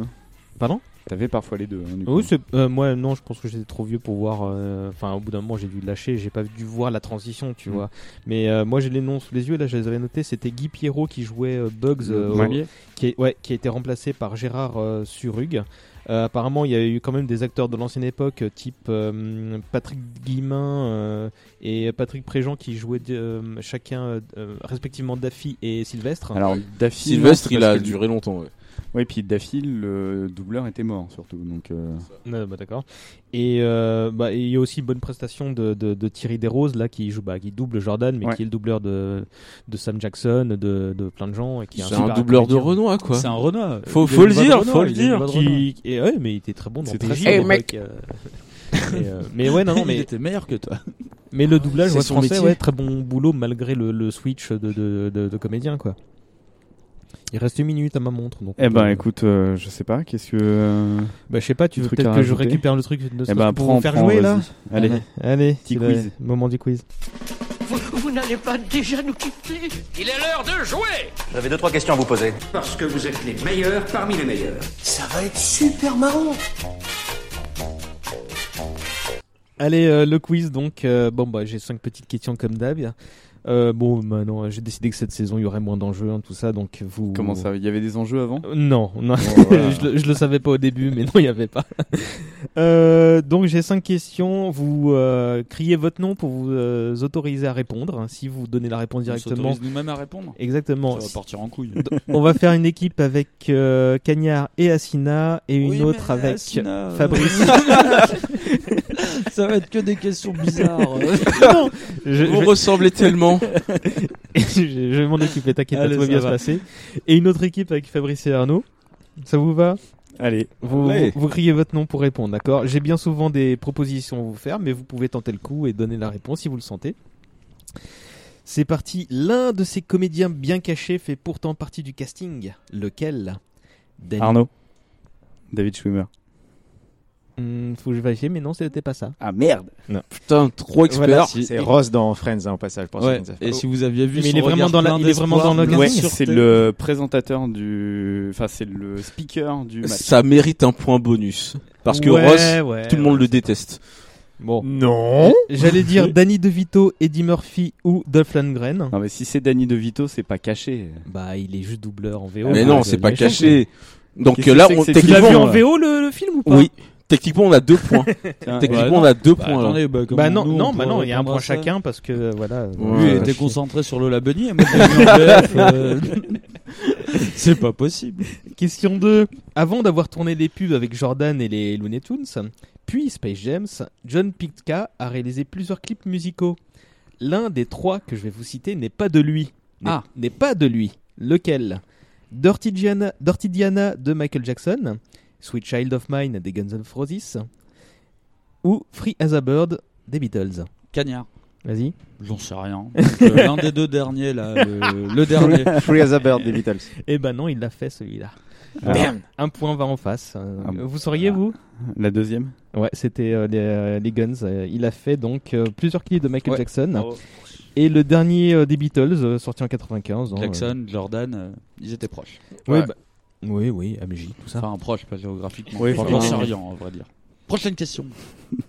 [SPEAKER 9] Pardon
[SPEAKER 3] T'avais parfois les deux. hein, du
[SPEAKER 9] Oui,
[SPEAKER 3] coup.
[SPEAKER 9] c'est- euh, moi non, je pense que j'étais trop vieux pour voir. euh, Enfin, au bout d'un moment, j'ai dû lâcher. J'ai pas dû voir la transition, tu
[SPEAKER 3] Mm.
[SPEAKER 9] vois. Mais euh, moi, j'ai les noms sous les yeux. Là, je les avais notés. C'était Guy Pierrot qui jouait euh, Bugs,
[SPEAKER 3] Le
[SPEAKER 9] euh, au-
[SPEAKER 3] premier.
[SPEAKER 9] qui, est- ouais, qui a été remplacé par Gérard euh, Surug. Euh, apparemment, il y a eu quand même des acteurs de l'ancienne époque, euh, type euh, Patrick Guillemin euh, et Patrick Préjean, qui jouaient euh, chacun euh, euh, respectivement Daffy et Sylvestre.
[SPEAKER 3] Alors, Daffy.
[SPEAKER 6] Sylvestre,
[SPEAKER 3] non,
[SPEAKER 6] il a
[SPEAKER 3] parce que-
[SPEAKER 6] duré longtemps, ouais.
[SPEAKER 3] Ouais, puis Daffy, le doubleur était mort surtout. Donc, euh,
[SPEAKER 9] Ouais, bah, d'accord. Et euh, bah, et il y a aussi une bonne prestation de, de, de Thierry Desroses là qui joue, bah, qui double Jordan, mais
[SPEAKER 3] Ouais.
[SPEAKER 9] qui est le doubleur de, de Sam Jackson, de, de plein de gens et qui est
[SPEAKER 6] C'est
[SPEAKER 9] super
[SPEAKER 6] un doubleur de
[SPEAKER 9] comédien.
[SPEAKER 6] Renoir, quoi.
[SPEAKER 9] C'est un Renoir.
[SPEAKER 6] Faut-
[SPEAKER 9] Il
[SPEAKER 6] faut
[SPEAKER 9] a une
[SPEAKER 6] le
[SPEAKER 9] voix de
[SPEAKER 6] dire,
[SPEAKER 9] Renoir,
[SPEAKER 6] faut le
[SPEAKER 9] hein, il a une
[SPEAKER 6] dire.
[SPEAKER 9] voix de
[SPEAKER 6] Qui-
[SPEAKER 9] Renoir. Et ouais, mais il était très bon dans
[SPEAKER 6] C'est
[SPEAKER 9] PJ.
[SPEAKER 6] très
[SPEAKER 9] à
[SPEAKER 3] Eh,
[SPEAKER 6] fort. Hey, mec.
[SPEAKER 9] l'époque, euh, et, euh, mais ouais, non, non, mais
[SPEAKER 1] Il était meilleur que toi.
[SPEAKER 9] Mais le doublage
[SPEAKER 1] C'est
[SPEAKER 9] ouais,
[SPEAKER 1] son
[SPEAKER 9] français,
[SPEAKER 1] métier.
[SPEAKER 9] ouais, très bon boulot malgré le, le switch de, de, de, de comédien quoi. Il reste une minute à ma montre donc.
[SPEAKER 3] Eh
[SPEAKER 9] on
[SPEAKER 3] ben,
[SPEAKER 9] peut-
[SPEAKER 3] écoute, euh, je sais pas, qu'est-ce que. euh,
[SPEAKER 9] Bah, je sais pas, tu veux
[SPEAKER 3] truc
[SPEAKER 9] peut-être
[SPEAKER 3] à
[SPEAKER 9] que je
[SPEAKER 3] rajouter
[SPEAKER 9] récupère le truc de
[SPEAKER 3] Eh ben,
[SPEAKER 9] pour
[SPEAKER 3] prends,
[SPEAKER 9] vous faire
[SPEAKER 3] prends,
[SPEAKER 9] jouer
[SPEAKER 3] vas-y.
[SPEAKER 9] là
[SPEAKER 3] Allez,
[SPEAKER 9] allez,
[SPEAKER 3] petit
[SPEAKER 9] c'est le
[SPEAKER 3] quiz.
[SPEAKER 9] moment du quiz.
[SPEAKER 2] Vous, vous n'allez pas déjà nous quitter Il est l'heure de jouer
[SPEAKER 7] J'avais deux, trois questions à vous poser.
[SPEAKER 2] Parce que vous êtes les meilleurs parmi les meilleurs.
[SPEAKER 7] Ça va être super marrant.
[SPEAKER 9] Allez, euh, le quiz donc. euh, bon, bah, j'ai cinq petites questions comme d'hab. Euh, bon, maintenant, j'ai décidé que cette saison, il y aurait moins d'enjeux, hein, tout ça, donc vous.
[SPEAKER 3] Comment ça Il y avait des enjeux avant
[SPEAKER 9] Euh, Non, non.
[SPEAKER 3] Bon, voilà.
[SPEAKER 9] je, le- je le savais pas au début, mais non, il n'y avait pas. Euh, donc, j'ai cinq questions. Vous euh, criez votre nom pour vous euh, autoriser à répondre. hein, Si vous donnez la réponse directement.
[SPEAKER 1] s'autorise nous-mêmes à répondre
[SPEAKER 9] Exactement.
[SPEAKER 1] Ça va partir en couille.
[SPEAKER 9] On va faire une équipe avec euh, Cagnard et Assina et une
[SPEAKER 1] Oui,
[SPEAKER 9] autre
[SPEAKER 1] mais
[SPEAKER 9] avec
[SPEAKER 1] Assina, euh,
[SPEAKER 9] Fabrice.
[SPEAKER 1] Ça va être que des questions bizarres.
[SPEAKER 9] non,
[SPEAKER 6] Vous ressemblez tellement.
[SPEAKER 9] je, je vais m'en occuper, t'inquiète pas,
[SPEAKER 1] Allez,
[SPEAKER 9] tout va
[SPEAKER 1] ça
[SPEAKER 9] bien se
[SPEAKER 1] va.
[SPEAKER 9] passer. Et une autre équipe avec Fabrice et Arnaud. Ça vous va
[SPEAKER 3] Allez.
[SPEAKER 9] Vous,
[SPEAKER 3] Allez.
[SPEAKER 9] vous, vous criez votre nom pour répondre, d'accord J'ai bien souvent des propositions à vous faire, mais vous pouvez tenter le coup et donner la réponse si vous le sentez. C'est parti. L'un de ces comédiens bien cachés fait pourtant partie du casting. Lequel Danny.
[SPEAKER 3] Arnaud. David Schwimmer.
[SPEAKER 9] Hmm, faut que je vérifie, mais non, c'était pas ça.
[SPEAKER 3] Ah merde
[SPEAKER 6] Putain, trop expert.
[SPEAKER 9] Voilà,
[SPEAKER 6] Si-
[SPEAKER 10] C'est Ross dans Friends, hein, au passage. Pour ceux
[SPEAKER 6] Ouais,
[SPEAKER 10] qui ne savent
[SPEAKER 6] et
[SPEAKER 10] pas.
[SPEAKER 6] si vous aviez vu
[SPEAKER 9] Mais
[SPEAKER 6] son
[SPEAKER 9] il est vraiment
[SPEAKER 6] regard
[SPEAKER 9] dans la-
[SPEAKER 6] plein
[SPEAKER 9] il est vraiment dans
[SPEAKER 6] d'espoir,
[SPEAKER 9] le-
[SPEAKER 3] Ouais,
[SPEAKER 9] Sur
[SPEAKER 3] c'est
[SPEAKER 9] tel-
[SPEAKER 3] le présentateur du. Enfin, c'est le speaker
[SPEAKER 1] Euh,
[SPEAKER 3] du match.
[SPEAKER 6] Ça mérite un point bonus. Parce que
[SPEAKER 9] Ouais,
[SPEAKER 6] Ross,
[SPEAKER 9] ouais,
[SPEAKER 6] tout le monde le déteste.
[SPEAKER 9] Bon.
[SPEAKER 10] Non
[SPEAKER 9] J'allais dire Danny DeVito, Eddie Murphy ou Dolph Lundgren.
[SPEAKER 3] Non, mais si c'est Danny DeVito, c'est pas caché.
[SPEAKER 9] Bah, il est juste doubleur en VO.
[SPEAKER 6] Mais
[SPEAKER 9] Ah,
[SPEAKER 6] non,
[SPEAKER 9] bah,
[SPEAKER 6] c'est pas
[SPEAKER 9] méchant,
[SPEAKER 6] caché. Donc
[SPEAKER 3] Qu'est-ce
[SPEAKER 6] euh, là,
[SPEAKER 3] que c'est
[SPEAKER 6] on,
[SPEAKER 3] que ces
[SPEAKER 9] Tu l'as vu en
[SPEAKER 6] techniquement,
[SPEAKER 9] VO le, le film ou pas
[SPEAKER 6] oui. Techniquement, on a deux points. Techniquement, on a deux points. là.
[SPEAKER 9] Bah non, non, bah non, il y a un point chacun parce que euh, voilà.
[SPEAKER 6] Ouais.
[SPEAKER 1] Lui, il était concentré sur le Labeni et moi, j'ai vu en VF, euh, C'est pas possible.
[SPEAKER 9] Question 2. Avant d'avoir tourné les pubs avec Jordan et les Looney Tunes, puis Space James, John Pitka a réalisé plusieurs clips musicaux. L'un des trois que je vais vous citer n'est pas de lui. N'est-
[SPEAKER 1] Ah.
[SPEAKER 9] N'est pas de lui. Lequel Dirty Diana, Dirty Diana de Michael Jackson, Sweet Child of Mine des Guns N' Roses, ou Free as a Bird des Beatles.
[SPEAKER 1] Cagnard.
[SPEAKER 9] Vas-y.
[SPEAKER 1] J'en sais rien. Donc, euh, L'un des deux derniers, là. Le, le dernier.
[SPEAKER 10] Free as a Bird des Beatles.
[SPEAKER 9] Eh ben non, il l'a fait celui-là.
[SPEAKER 3] Ah.
[SPEAKER 10] Merde.
[SPEAKER 9] Un point va en face. Euh,
[SPEAKER 3] Ah bon.
[SPEAKER 9] vous sauriez, vous
[SPEAKER 3] La deuxième
[SPEAKER 9] Ouais, c'était euh, les, euh, les Guns. Euh, Il a fait donc euh, plusieurs clips de Michael
[SPEAKER 1] Ouais.
[SPEAKER 9] Jackson. Et le dernier euh, des Beatles, euh, sorti en 95. hein, euh.
[SPEAKER 1] Jackson, Jordan, euh, ils étaient proches.
[SPEAKER 9] Oui, bah- oui, oui, AMJ, tout ça.
[SPEAKER 1] Enfin, proches, pas géographiquement.
[SPEAKER 3] Oui,
[SPEAKER 1] Enfin,
[SPEAKER 3] enfin,
[SPEAKER 1] J'en sais
[SPEAKER 3] oui.
[SPEAKER 1] rien, on va dire. Prochaine question.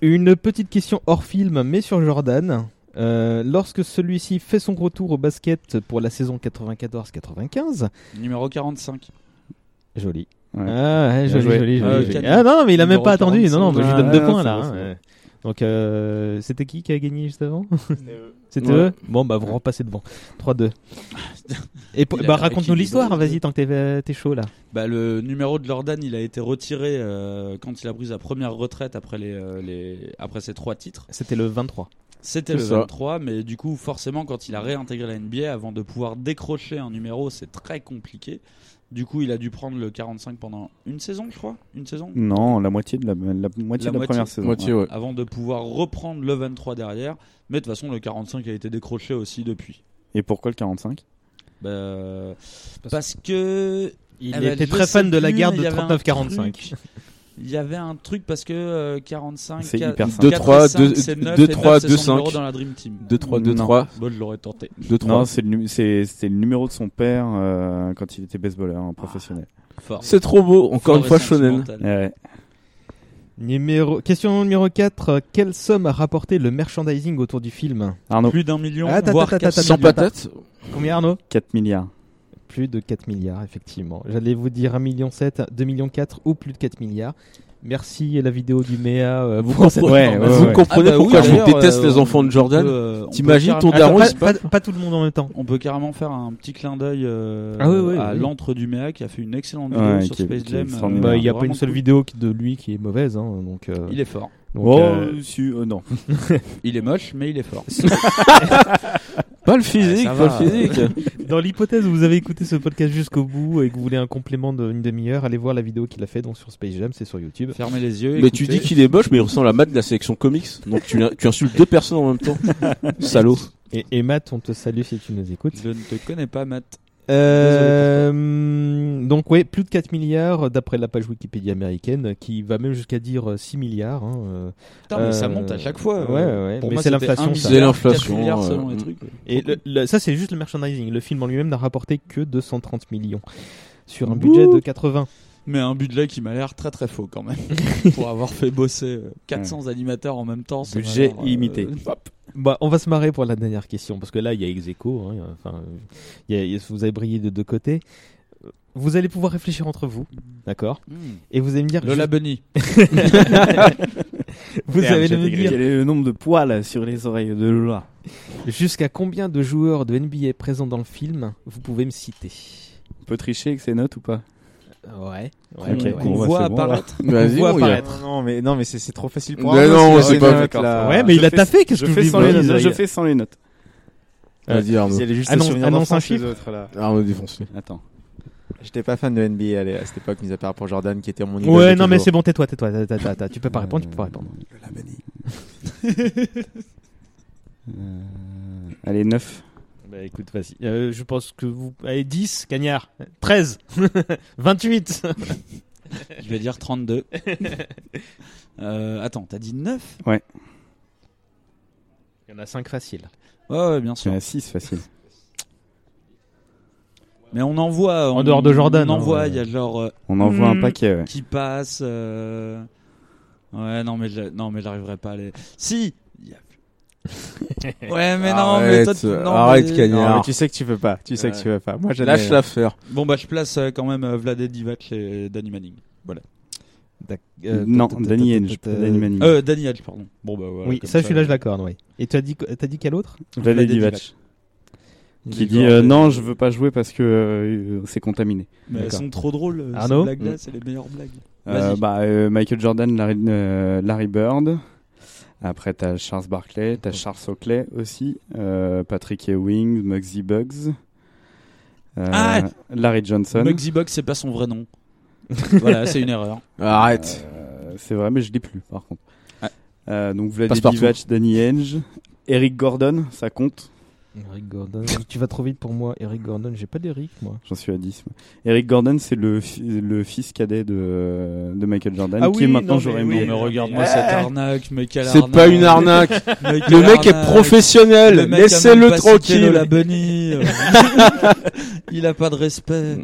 [SPEAKER 9] Une petite question hors film, mais sur Jordan. Euh, lorsque celui-ci fait son retour au basket pour la saison 94-95,
[SPEAKER 1] Numéro 45.
[SPEAKER 9] joli.
[SPEAKER 3] Ouais.
[SPEAKER 9] Ah,
[SPEAKER 3] Bien
[SPEAKER 9] ouais, joli,
[SPEAKER 3] joué.
[SPEAKER 9] joli, joli,
[SPEAKER 1] Euh,
[SPEAKER 9] joli.
[SPEAKER 1] Kanye.
[SPEAKER 9] Ah non, non, mais il a même
[SPEAKER 1] Numéro
[SPEAKER 9] pas attendu. Non,
[SPEAKER 1] 45.
[SPEAKER 9] non, mais je lui donne deux
[SPEAKER 3] Ah,
[SPEAKER 9] points
[SPEAKER 3] c'est
[SPEAKER 9] là.
[SPEAKER 3] bon,
[SPEAKER 9] hein.
[SPEAKER 3] c'est bon.
[SPEAKER 9] Donc, euh, c'était qui qui a gagné juste avant C'était
[SPEAKER 6] Ouais.
[SPEAKER 9] eux Bon, bah, vous repassez devant. 3-2. Et pour-
[SPEAKER 1] Il a
[SPEAKER 9] bah,
[SPEAKER 1] l'air
[SPEAKER 9] raconte-nous l'histoire,
[SPEAKER 1] équilibré.
[SPEAKER 9] vas-y, tant que t'es- t'es chaud là.
[SPEAKER 1] Bah, le numéro de Jordan, il a été retiré euh, quand il a pris sa première retraite après, les, euh, les, après ses trois titres.
[SPEAKER 9] C'était le 23.
[SPEAKER 1] C'était
[SPEAKER 6] C'est
[SPEAKER 1] le
[SPEAKER 6] ça.
[SPEAKER 1] 23, mais du coup, forcément, quand il a réintégré la NBA, avant de pouvoir décrocher un numéro, c'est très compliqué. Du coup, il a dû prendre le 45 pendant une saison, je crois. Une saison
[SPEAKER 3] Non, la moitié de la, la moitié
[SPEAKER 1] La
[SPEAKER 3] de la
[SPEAKER 1] moitié.
[SPEAKER 3] première saison.
[SPEAKER 6] Moitié,
[SPEAKER 3] ouais.
[SPEAKER 6] ouais.
[SPEAKER 1] Avant de pouvoir reprendre le 23 derrière. Mais de toute façon, le 45 a été décroché aussi depuis.
[SPEAKER 3] Et pourquoi le 45
[SPEAKER 1] Bah, parce que.
[SPEAKER 9] Il
[SPEAKER 1] Ah bah,
[SPEAKER 9] était
[SPEAKER 1] je
[SPEAKER 9] très
[SPEAKER 1] sais
[SPEAKER 9] fan de la
[SPEAKER 1] plus,
[SPEAKER 9] guerre
[SPEAKER 1] mais
[SPEAKER 9] de
[SPEAKER 1] il y avait un
[SPEAKER 9] 39-45.
[SPEAKER 1] truc. Il y avait un truc parce que euh, 45,
[SPEAKER 3] C'est
[SPEAKER 1] qua-
[SPEAKER 3] hyper simple.
[SPEAKER 1] 4 et 5, c'est 9, et 9, c'est 100 euros
[SPEAKER 6] 2-3-2-5.
[SPEAKER 1] dans la Dream Team.
[SPEAKER 6] 2-3-2-3.
[SPEAKER 1] Bon, je l'aurais tenté.
[SPEAKER 6] 2-3.
[SPEAKER 3] Non, c'est le, nu- c'est- c'est le numéro de son père euh, quand il était baseballeur hein, professionnel.
[SPEAKER 6] Fort. C'est trop beau, encore une fois,
[SPEAKER 3] Shonen.
[SPEAKER 1] Ah,
[SPEAKER 3] Ouais.
[SPEAKER 9] Numéro... Question numéro 4. Quelle somme a rapporté le merchandising autour du film
[SPEAKER 3] Arnaud.
[SPEAKER 1] Plus d'un million,
[SPEAKER 9] Ah, attends,
[SPEAKER 1] voire
[SPEAKER 9] attends,
[SPEAKER 1] quatre-
[SPEAKER 9] attends,
[SPEAKER 1] Sans
[SPEAKER 9] attends, attends.
[SPEAKER 1] patates
[SPEAKER 9] Combien Arnaud
[SPEAKER 3] 4 milliards.
[SPEAKER 9] Plus de 4 milliards, effectivement. J'allais vous dire 1,7 million, 2,4 millions ou plus de 4 milliards. Merci la vidéo du MEA euh,
[SPEAKER 6] Vous
[SPEAKER 9] pour cette
[SPEAKER 6] comprenez- ouais,
[SPEAKER 9] information.
[SPEAKER 6] ouais, ouais. Vous comprenez Ah bah oui, pourquoi je d'ailleurs, déteste euh, les on enfants de peut, Jordan euh, on peut T'imagines faire- ton daron,
[SPEAKER 9] Attends,
[SPEAKER 6] il se
[SPEAKER 9] pas,
[SPEAKER 6] passe-
[SPEAKER 9] pas- pas tout le monde en même temps.
[SPEAKER 1] On peut carrément faire un petit clin d'œil euh,
[SPEAKER 9] Ah oui, oui,
[SPEAKER 1] à
[SPEAKER 9] oui.
[SPEAKER 1] l'antre du Méa qui a fait une excellente vidéo
[SPEAKER 9] Ouais,
[SPEAKER 1] sur
[SPEAKER 9] qui est-
[SPEAKER 1] Space
[SPEAKER 9] qui est
[SPEAKER 1] Jam. euh,
[SPEAKER 9] formidable. Bah, il n'y a pas une seule vidéo qui- de lui qui est mauvaise. hein, donc, euh,
[SPEAKER 1] Il est fort.
[SPEAKER 9] donc,
[SPEAKER 3] oh,
[SPEAKER 9] euh,
[SPEAKER 3] si, euh, non.
[SPEAKER 1] Il est moche, mais il est fort.
[SPEAKER 6] Pas le physique,
[SPEAKER 9] Ah,
[SPEAKER 6] pas
[SPEAKER 9] ça va.
[SPEAKER 6] le physique.
[SPEAKER 9] Dans l'hypothèse où vous avez écouté ce podcast jusqu'au bout et que vous voulez un complément d'une demi-heure, allez voir la vidéo qu'il a fait donc sur Space Jam, c'est sur YouTube.
[SPEAKER 1] Fermez les yeux.
[SPEAKER 6] Mais tu dis qu'il est moche, mais il ressemble à Matt de la sélection comics. Donc tu, l'in- tu insultes deux personnes en même temps. Salaud.
[SPEAKER 9] Et, et Matt, on te salue si tu nous écoutes.
[SPEAKER 1] Je ne te connais pas, Matt.
[SPEAKER 9] Euh, donc oui, plus de 4 milliards d'après la page Wikipédia américaine qui va même jusqu'à dire euh, 6 milliards. hein, euh.
[SPEAKER 1] Putain, mais ça monte à chaque fois,
[SPEAKER 9] Ouais,
[SPEAKER 1] euh.
[SPEAKER 9] ouais,
[SPEAKER 1] Pour
[SPEAKER 9] mais
[SPEAKER 1] moi,
[SPEAKER 9] c'est
[SPEAKER 1] c'était
[SPEAKER 9] l'inflation.
[SPEAKER 1] 1 milliard,
[SPEAKER 9] ça.
[SPEAKER 1] C'est l'inflation, 4 milliards selon les euh, trucs.
[SPEAKER 9] Et le- le- ça, c'est juste le merchandising. Le film en lui-même n'a rapporté que 230 millions sur un budget de 80.
[SPEAKER 1] Mais un budget qui m'a l'air très très faux quand même. Pour avoir fait bosser euh, 400 animateurs en même temps. ça m'a
[SPEAKER 9] Budget
[SPEAKER 1] l'air, euh,
[SPEAKER 9] illimité.
[SPEAKER 3] Ah,
[SPEAKER 1] hop.
[SPEAKER 9] Bah, on va se marrer pour la dernière question, parce que là, il y a ex aequo, hein, il y a- enfin, il y a- il y a- vous avez brillé de deux côtés. Vous allez pouvoir réfléchir entre vous, d'accord Et vous allez me dire...
[SPEAKER 1] Lola
[SPEAKER 9] juste-
[SPEAKER 1] Bunny.
[SPEAKER 9] vous
[SPEAKER 3] Merde,
[SPEAKER 9] allez
[SPEAKER 3] j'ai
[SPEAKER 9] me
[SPEAKER 3] intégré.
[SPEAKER 9] dire...
[SPEAKER 3] Quel est le nombre de poils sur les oreilles de Lola
[SPEAKER 9] Jusqu'à combien de joueurs de NBA présents dans le film vous pouvez me citer
[SPEAKER 3] On peut tricher avec ses notes ou pas
[SPEAKER 9] Ouais.
[SPEAKER 3] Ok, bon, bah, c'est bon,
[SPEAKER 9] ouais, ouais.
[SPEAKER 3] là.
[SPEAKER 9] Qu'on voit apparaître.
[SPEAKER 10] Ah, Non, non, mais, non, mais c'est c'est trop facile pour
[SPEAKER 3] Mais
[SPEAKER 10] un
[SPEAKER 3] non,
[SPEAKER 10] parce que
[SPEAKER 3] c'est
[SPEAKER 10] les
[SPEAKER 3] pas-
[SPEAKER 10] notes,
[SPEAKER 3] d'accord.
[SPEAKER 10] là-
[SPEAKER 3] Ouais, mais il a Je taffé, fais- qu'est-ce que je vous fais dites, sans les notes, je fais sans les notes.
[SPEAKER 6] Vas-y, Arnaud.
[SPEAKER 10] Vous allez juste
[SPEAKER 6] Annonce-
[SPEAKER 10] se souvenir
[SPEAKER 6] annonce un
[SPEAKER 10] d'enfance, les
[SPEAKER 6] chiffre.
[SPEAKER 10] autres, là.
[SPEAKER 6] Arnaud, défonce-le.
[SPEAKER 3] Attends.
[SPEAKER 10] J'étais pas fan de NBA à, à cette époque, mis à part pour Jordan qui était mon idole.
[SPEAKER 9] Ouais,
[SPEAKER 10] de
[SPEAKER 9] non, mais
[SPEAKER 10] toujours.
[SPEAKER 9] c'est bon, tais-toi, tais-toi, tais-toi, tais-toi, tais-toi, tu peux pas répondre, tu peux pas répondre.
[SPEAKER 3] Allez, 9.
[SPEAKER 9] Bah écoute, vas-y. Euh, je pense que vous. Allez, 10, cagnard. 13. 28.
[SPEAKER 1] Je vais dire 32. Euh, attends, t'as dit 9
[SPEAKER 3] Ouais.
[SPEAKER 9] Il y en a 5 faciles.
[SPEAKER 1] Ouais, ouais, bien sûr.
[SPEAKER 3] Ah, 6, facile.
[SPEAKER 1] Mais on en voit.
[SPEAKER 9] En
[SPEAKER 1] on-
[SPEAKER 9] dehors de Jordan,
[SPEAKER 1] On en
[SPEAKER 9] hein,
[SPEAKER 1] voit,
[SPEAKER 9] ouais.
[SPEAKER 1] il y a genre. euh,
[SPEAKER 3] On en voit un
[SPEAKER 1] hmm,
[SPEAKER 3] paquet, ouais.
[SPEAKER 1] Qui passe. euh, Ouais, non, mais je- non, mais j'arriverai pas à les. Si Il y a- Ouais, mais non, mais toi, tu- non, mais-
[SPEAKER 10] Non, mais tu sais que tu peux pas. Tu sais que tu peux pas. Moi,
[SPEAKER 1] euh.
[SPEAKER 10] j'avais-
[SPEAKER 1] Bon, bah, je place euh, quand même euh, Vlad Divac et euh, Danny Manning. Voilà.
[SPEAKER 9] Euh,
[SPEAKER 3] non,
[SPEAKER 9] ta- ta- ta-
[SPEAKER 3] Danny
[SPEAKER 9] ta-
[SPEAKER 3] Henge,
[SPEAKER 9] ta-
[SPEAKER 3] pas
[SPEAKER 9] ta-
[SPEAKER 3] Danny Manning.
[SPEAKER 1] Euh, Danny Hatch, pardon. Bon, bah, voilà,
[SPEAKER 9] oui,
[SPEAKER 1] comme
[SPEAKER 9] ça, celui-là,
[SPEAKER 1] euh,
[SPEAKER 9] je l'accorde, oui. Et tu as dit, t'as dit quel autre
[SPEAKER 3] Valet Divac. Qui dit euh, non, je veux pas jouer parce que euh, c'est contaminé.
[SPEAKER 1] Mais elles
[SPEAKER 3] D'accord.
[SPEAKER 1] sont trop drôles, euh,
[SPEAKER 9] Arnaud
[SPEAKER 1] ces blagues-là, c'est les meilleures blagues.
[SPEAKER 3] Euh,
[SPEAKER 1] Vas-y.
[SPEAKER 3] bah, euh, Michael Jordan, Larry, euh, Larry Bird. Après, t'as Charles Barkley, t'as Charles Oakley aussi, euh, Patrick Ewing, Muggsy Bugs, euh,
[SPEAKER 1] Ah
[SPEAKER 3] Larry Johnson.
[SPEAKER 1] Muggsy Box, c'est pas son vrai nom. voilà, c'est une erreur.
[SPEAKER 3] Arrête. Euh, c'est vrai, mais je l'ai plus, par contre. Euh, donc, Vladimir
[SPEAKER 1] Passe-partout.
[SPEAKER 3] Divac, Danny Henge, Eric Gordon, ça compte.
[SPEAKER 9] Eric Gordon. tu vas trop vite pour moi, Eric Gordon. J'ai pas d'Eric, moi.
[SPEAKER 3] J'en suis à 10. moi. Eric Gordon, c'est le, fi- le fils cadet de, de Michael Jordan,
[SPEAKER 9] Ah
[SPEAKER 3] qui
[SPEAKER 9] oui,
[SPEAKER 3] est maintenant
[SPEAKER 9] non,
[SPEAKER 3] j'aurais
[SPEAKER 1] mais
[SPEAKER 3] aimé.
[SPEAKER 1] oui, Non, mais regarde-moi cette arnaque, mais quelle
[SPEAKER 6] C'est pas une arnaque.
[SPEAKER 1] Mais quelle
[SPEAKER 6] le mec est
[SPEAKER 1] arnaque. Le
[SPEAKER 6] professionnel.
[SPEAKER 1] mec a même
[SPEAKER 6] Laissez-le
[SPEAKER 1] pas cité
[SPEAKER 6] tranquille.
[SPEAKER 1] Lola Bunny. Il a pas de respect.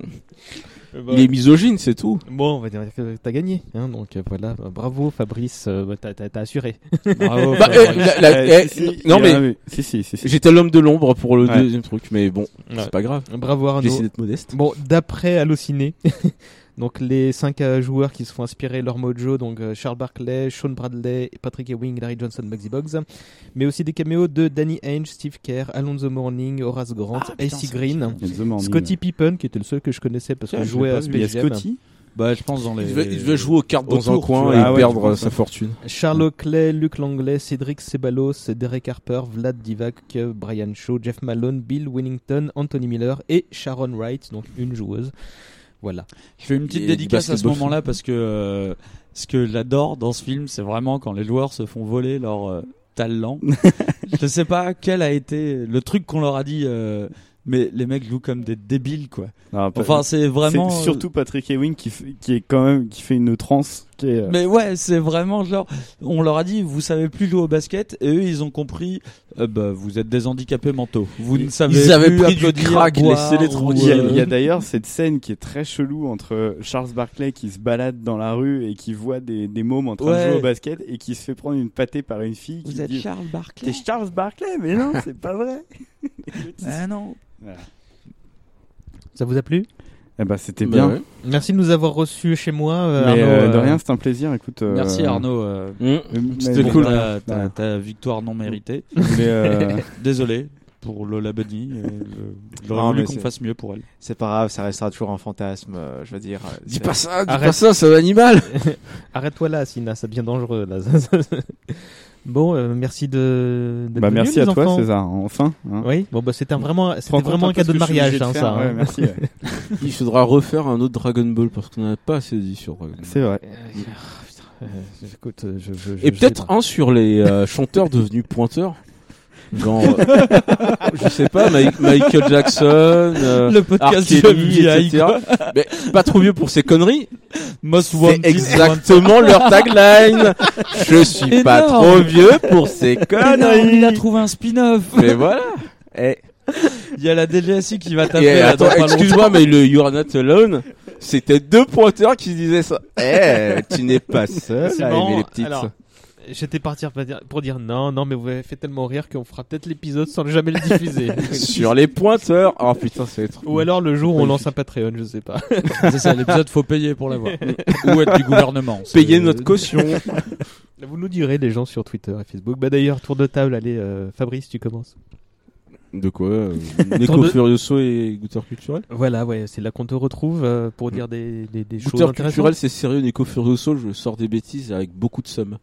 [SPEAKER 9] Euh, bah,
[SPEAKER 6] Il est misogyne, c'est tout.
[SPEAKER 9] Bon, on va dire que t'as gagné. Hein, donc euh, voilà, Euh, bravo Fabrice, euh, bah, t'as- t'as t'as assuré.
[SPEAKER 6] Bah, euh, la- la-
[SPEAKER 3] Euh,
[SPEAKER 6] eh,
[SPEAKER 3] si, si,
[SPEAKER 6] non
[SPEAKER 3] il y en a
[SPEAKER 6] mais
[SPEAKER 3] eu. Si, si, si, si.
[SPEAKER 6] j'étais l'homme de l'ombre pour le
[SPEAKER 3] Ouais.
[SPEAKER 6] deuxième truc, mais bon,
[SPEAKER 9] Ouais.
[SPEAKER 6] c'est pas grave.
[SPEAKER 9] euh, Bravo Arnaud.
[SPEAKER 6] J'ai essayé d'être modeste.
[SPEAKER 9] Bon, d'après Allociné, donc les 5 joueurs qui se font inspirer leur mojo, donc euh, Charles Barkley, Sean Bradley, Patrick Ewing, Larry Johnson, Muggsy Bogues, mais aussi des caméos de Danny Ainge, Steve Kerr, Alonzo Morning, Horace Grant,
[SPEAKER 6] Ah,
[SPEAKER 9] AC Green,
[SPEAKER 3] vrai. Alonzo Mourning,
[SPEAKER 9] Scotty Pippen, qui était le seul que je connaissais parce que
[SPEAKER 6] Tiens,
[SPEAKER 9] Ah, je
[SPEAKER 6] je
[SPEAKER 9] jouais
[SPEAKER 6] l'ai
[SPEAKER 9] à
[SPEAKER 6] pas vu. Il y a
[SPEAKER 9] Space Jam.
[SPEAKER 6] Scotty
[SPEAKER 1] Bah, je pense dans les.
[SPEAKER 6] Il veut- il veut jouer aux cartes dans un
[SPEAKER 1] autour,
[SPEAKER 6] coin
[SPEAKER 1] tu
[SPEAKER 6] et
[SPEAKER 1] vois.
[SPEAKER 6] perdre je pense. sa fortune.
[SPEAKER 9] Charles Oakley, Luc Langlais, Cédric Ceballos, Derek Harper, Vlad Divac, Brian Shaw, Jeff Malone, Bill Winnington, Anthony Miller et Sharon Wright, donc une joueuse. Voilà.
[SPEAKER 1] Je fais une petite
[SPEAKER 9] Et
[SPEAKER 1] dédicace
[SPEAKER 9] du
[SPEAKER 1] à ce
[SPEAKER 9] basketball.
[SPEAKER 1] moment-là parce que euh, ce que j'adore dans ce film, c'est vraiment quand les joueurs se font voler leur euh, talent. je sais pas quel a été le truc qu'on leur a dit. euh, mais les mecs jouent comme des débiles, quoi.
[SPEAKER 3] Non, Ah,
[SPEAKER 9] Bah,
[SPEAKER 3] pas-
[SPEAKER 1] enfin, c'est vraiment. euh,
[SPEAKER 3] surtout Patrick Ewing qui, f- qui est quand même qui fait une transe qui est, euh,
[SPEAKER 1] Mais ouais, c'est vraiment genre, on leur a dit, vous savez plus jouer au basket, et eux, ils ont compris, euh, bah, vous êtes des handicapés mentaux. Vous ne savez
[SPEAKER 3] Ils avaient
[SPEAKER 1] plus
[SPEAKER 3] pris du
[SPEAKER 1] applaudir,
[SPEAKER 3] crack,
[SPEAKER 1] boire,
[SPEAKER 3] laissez-les
[SPEAKER 1] ou,
[SPEAKER 3] tranquilles. Il y a-
[SPEAKER 1] euh,
[SPEAKER 3] Il y a d'ailleurs cette scène qui est très chelou entre Charles Barclay qui se balade dans la rue et qui voit des, des mômes en train
[SPEAKER 1] Ouais.
[SPEAKER 3] de jouer au basket et qui se fait prendre une pâtée par une fille. Vous
[SPEAKER 1] êtes Charles Barclay
[SPEAKER 3] T'es Charles Barclay, mais non, c'est pas vrai.
[SPEAKER 1] Ah non.
[SPEAKER 9] Ça vous a plu
[SPEAKER 3] Eh ben, c'était
[SPEAKER 6] Bah
[SPEAKER 1] Bah
[SPEAKER 3] bien.
[SPEAKER 9] Merci de nous avoir reçus chez moi. euh,
[SPEAKER 3] Mais,
[SPEAKER 9] Arnaud,
[SPEAKER 3] euh, de
[SPEAKER 9] euh,
[SPEAKER 3] rien, c'était un plaisir. Écoute, euh,
[SPEAKER 1] Merci Arnaud. euh,
[SPEAKER 6] Mmh.
[SPEAKER 3] Mm.
[SPEAKER 1] pour
[SPEAKER 3] C'était
[SPEAKER 1] ta-
[SPEAKER 3] cool.
[SPEAKER 1] ta- ta-
[SPEAKER 3] Ouais.
[SPEAKER 1] Ta victoire non méritée.
[SPEAKER 3] Je voulais, euh,
[SPEAKER 1] Désolé pour Lola Bunny. euh, je- J'aurais
[SPEAKER 10] Non,
[SPEAKER 1] voulu
[SPEAKER 10] mais
[SPEAKER 1] qu'on
[SPEAKER 10] c'est-
[SPEAKER 1] fasse mieux pour elle.
[SPEAKER 10] C'est pas grave, ça restera toujours un fantasme, euh, je veux dire. euh,
[SPEAKER 6] Dis
[SPEAKER 10] c'est-
[SPEAKER 6] pas ça, dis pas ça, c'est un animal
[SPEAKER 9] Arrête-toi là, Sina, ça devient dangereux. Là. bon, euh, merci de. d'être
[SPEAKER 3] Bah,
[SPEAKER 9] venus,
[SPEAKER 3] merci
[SPEAKER 9] les
[SPEAKER 3] à toi,
[SPEAKER 9] enfants.
[SPEAKER 3] César, enfin, hein.
[SPEAKER 9] Oui, bon, bah, c'était un vraiment,
[SPEAKER 3] Tu te
[SPEAKER 9] c'était
[SPEAKER 3] rends compte
[SPEAKER 9] vraiment
[SPEAKER 3] un
[SPEAKER 9] un
[SPEAKER 3] peu
[SPEAKER 9] cadeau de
[SPEAKER 3] ce que je suis
[SPEAKER 9] mariage,
[SPEAKER 3] obligé
[SPEAKER 9] hein,
[SPEAKER 3] de
[SPEAKER 9] ça.
[SPEAKER 3] faire, ouais,
[SPEAKER 9] hein.
[SPEAKER 3] merci,
[SPEAKER 6] Il faudra refaire un autre Dragon Ball parce qu'on n'a pas assez dit sur Dragon Ball.
[SPEAKER 3] C'est vrai.
[SPEAKER 9] Écoute, euh, je, je-
[SPEAKER 6] Et
[SPEAKER 9] je-
[SPEAKER 6] peut-être un sur les euh, chanteurs devenus pointeurs. Genre, euh, je sais pas, Ma- Michael Jackson, euh,
[SPEAKER 1] Le podcast
[SPEAKER 6] R. Kelly,
[SPEAKER 1] du FBI,
[SPEAKER 6] etc.
[SPEAKER 1] quoi.
[SPEAKER 6] Mais pas trop vieux pour ces conneries.
[SPEAKER 1] Most
[SPEAKER 6] C'est
[SPEAKER 1] wanted,
[SPEAKER 6] exactement
[SPEAKER 1] wanted.
[SPEAKER 6] leur tagline. Je suis pas
[SPEAKER 1] Énorme.
[SPEAKER 6] trop vieux pour ces
[SPEAKER 1] Énorme,
[SPEAKER 6] conneries.
[SPEAKER 1] Il a trouvé un spin-off.
[SPEAKER 6] Mais voilà. Eh.
[SPEAKER 1] Il y a la DGSI qui va
[SPEAKER 6] Et
[SPEAKER 1] taper. là, dans
[SPEAKER 6] attends,
[SPEAKER 1] pas
[SPEAKER 6] excuse-moi,
[SPEAKER 1] longtemps.
[SPEAKER 6] mais le You're Not Alone, c'était deux pointeurs qui se disaient ça. Eh, tu n'es pas seul
[SPEAKER 9] C'est
[SPEAKER 6] à
[SPEAKER 9] marrant.
[SPEAKER 6] aimer les petites.
[SPEAKER 9] Alors, J'étais parti pour dire, pour dire non, non, mais vous avez fait tellement rire qu'on fera peut-être l'épisode sans jamais le diffuser.
[SPEAKER 6] Sur les pointeurs. Oh putain, ça va être.
[SPEAKER 9] Ou alors le jour où on lance un Patreon, je sais pas.
[SPEAKER 1] C'est ça, l'épisode, faut payer pour l'avoir. Ou être du gouvernement. C'est-
[SPEAKER 9] euh,
[SPEAKER 6] Payer notre caution.
[SPEAKER 9] Vous nous direz, les gens sur Twitter et Facebook. Bah d'ailleurs, tour de table, allez, euh, Fabrice, tu commences.
[SPEAKER 6] De quoi euh,
[SPEAKER 9] Tour
[SPEAKER 6] Neko
[SPEAKER 9] de-
[SPEAKER 6] Furioso et Goûteur Culturel
[SPEAKER 9] Voilà, ouais, c'est là qu'on te retrouve euh, pour dire des, des, des choses
[SPEAKER 6] Goûteur Culturel,
[SPEAKER 9] intéressantes.
[SPEAKER 6] c'est sérieux. Neko Furioso, je sors des bêtises avec beaucoup de sommes.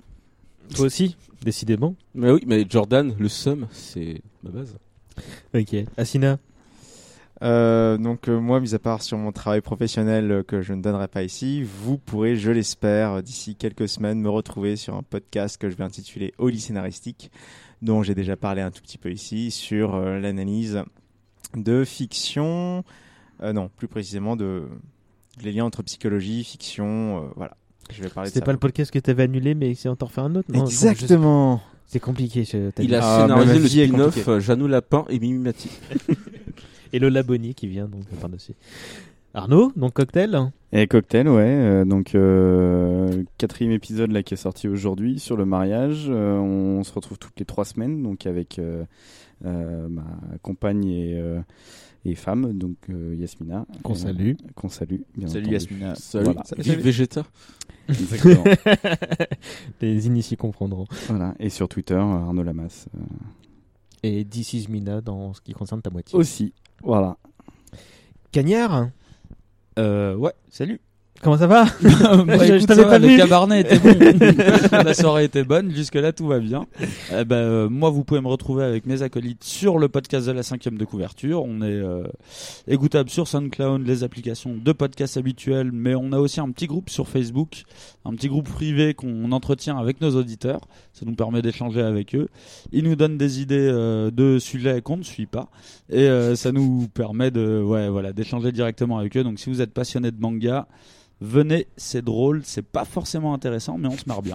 [SPEAKER 9] Toi aussi, décidément.
[SPEAKER 6] Mais oui, mais Jordan, le somme, c'est ma base.
[SPEAKER 9] Ok. Asina
[SPEAKER 10] Euh, donc euh, moi, mis à part sur mon travail professionnel euh, que je ne donnerai pas ici, vous pourrez, je l'espère, euh, d'ici quelques semaines, me retrouver sur un podcast que je vais intituler Holy Scénaristique, dont j'ai déjà parlé un tout petit peu ici, sur euh, l'analyse de fiction, euh, non, plus précisément de les liens entre psychologie, fiction, euh, voilà. Je vais parler de
[SPEAKER 9] C'était
[SPEAKER 10] ça.
[SPEAKER 9] pas le podcast que t'avais annulé, mais c'est encore fait un autre, non je- je-
[SPEAKER 10] Exactement.
[SPEAKER 9] C'est compliqué. je- t'as
[SPEAKER 6] Il
[SPEAKER 9] dit.
[SPEAKER 6] a
[SPEAKER 10] Ah,
[SPEAKER 6] scénarisé
[SPEAKER 10] mais ma
[SPEAKER 6] le
[SPEAKER 10] vie est
[SPEAKER 6] spin-off
[SPEAKER 10] compliquée.
[SPEAKER 6] euh, Jeannot Lapin et Mimi Mati.
[SPEAKER 9] Et le Laboni qui vient, donc par-dessus. Arnaud, donc cocktail
[SPEAKER 3] Et Cocktail, ouais. euh, donc, euh, quatrième épisode là qui est sorti aujourd'hui sur le mariage. Euh, on se retrouve toutes les trois semaines, donc avec euh, euh, ma compagne et, euh, et femme, donc euh, Yasmina.
[SPEAKER 9] Qu'on
[SPEAKER 3] Euh,
[SPEAKER 9] salue.
[SPEAKER 3] Qu'on salue, bien
[SPEAKER 1] Salut,
[SPEAKER 3] entendu.
[SPEAKER 1] Yasmina.
[SPEAKER 6] Salut.
[SPEAKER 3] Voilà.
[SPEAKER 6] Vive Vegeta.
[SPEAKER 3] Exactement.
[SPEAKER 9] Les initiés comprendront.
[SPEAKER 3] voilà. Et sur Twitter, euh, Arnaud Lamas. euh,
[SPEAKER 9] Et This is Mina dans ce qui concerne ta moitié.
[SPEAKER 3] aussi. Voilà.
[SPEAKER 9] Cagnard
[SPEAKER 1] Euh, ouais, salut.
[SPEAKER 9] Comment ça va
[SPEAKER 1] Bah,
[SPEAKER 9] Je-
[SPEAKER 1] écoute,
[SPEAKER 9] Je
[SPEAKER 1] ça
[SPEAKER 9] t'avais
[SPEAKER 1] va,
[SPEAKER 9] pas
[SPEAKER 1] le
[SPEAKER 9] vu.
[SPEAKER 1] cabernet était bon. La soirée était bonne. Jusque-là, tout va bien. Eh ben, euh, moi, vous pouvez me retrouver avec mes acolytes sur le podcast de la cinquième de couverture. On est euh, écoutable sur SoundCloud, les applications de podcasts habituelles, mais on a aussi un petit groupe sur Facebook, un petit groupe privé qu'on entretient avec nos auditeurs. Ça nous permet d'échanger avec eux. Ils nous donnent des idées euh, de sujets qu'on ne suit pas. Et euh, ça nous permet de, ouais, voilà, d'échanger directement avec eux. Donc, si vous êtes passionné de manga, Venez, c'est drôle, c'est pas forcément intéressant, mais on se marre bien.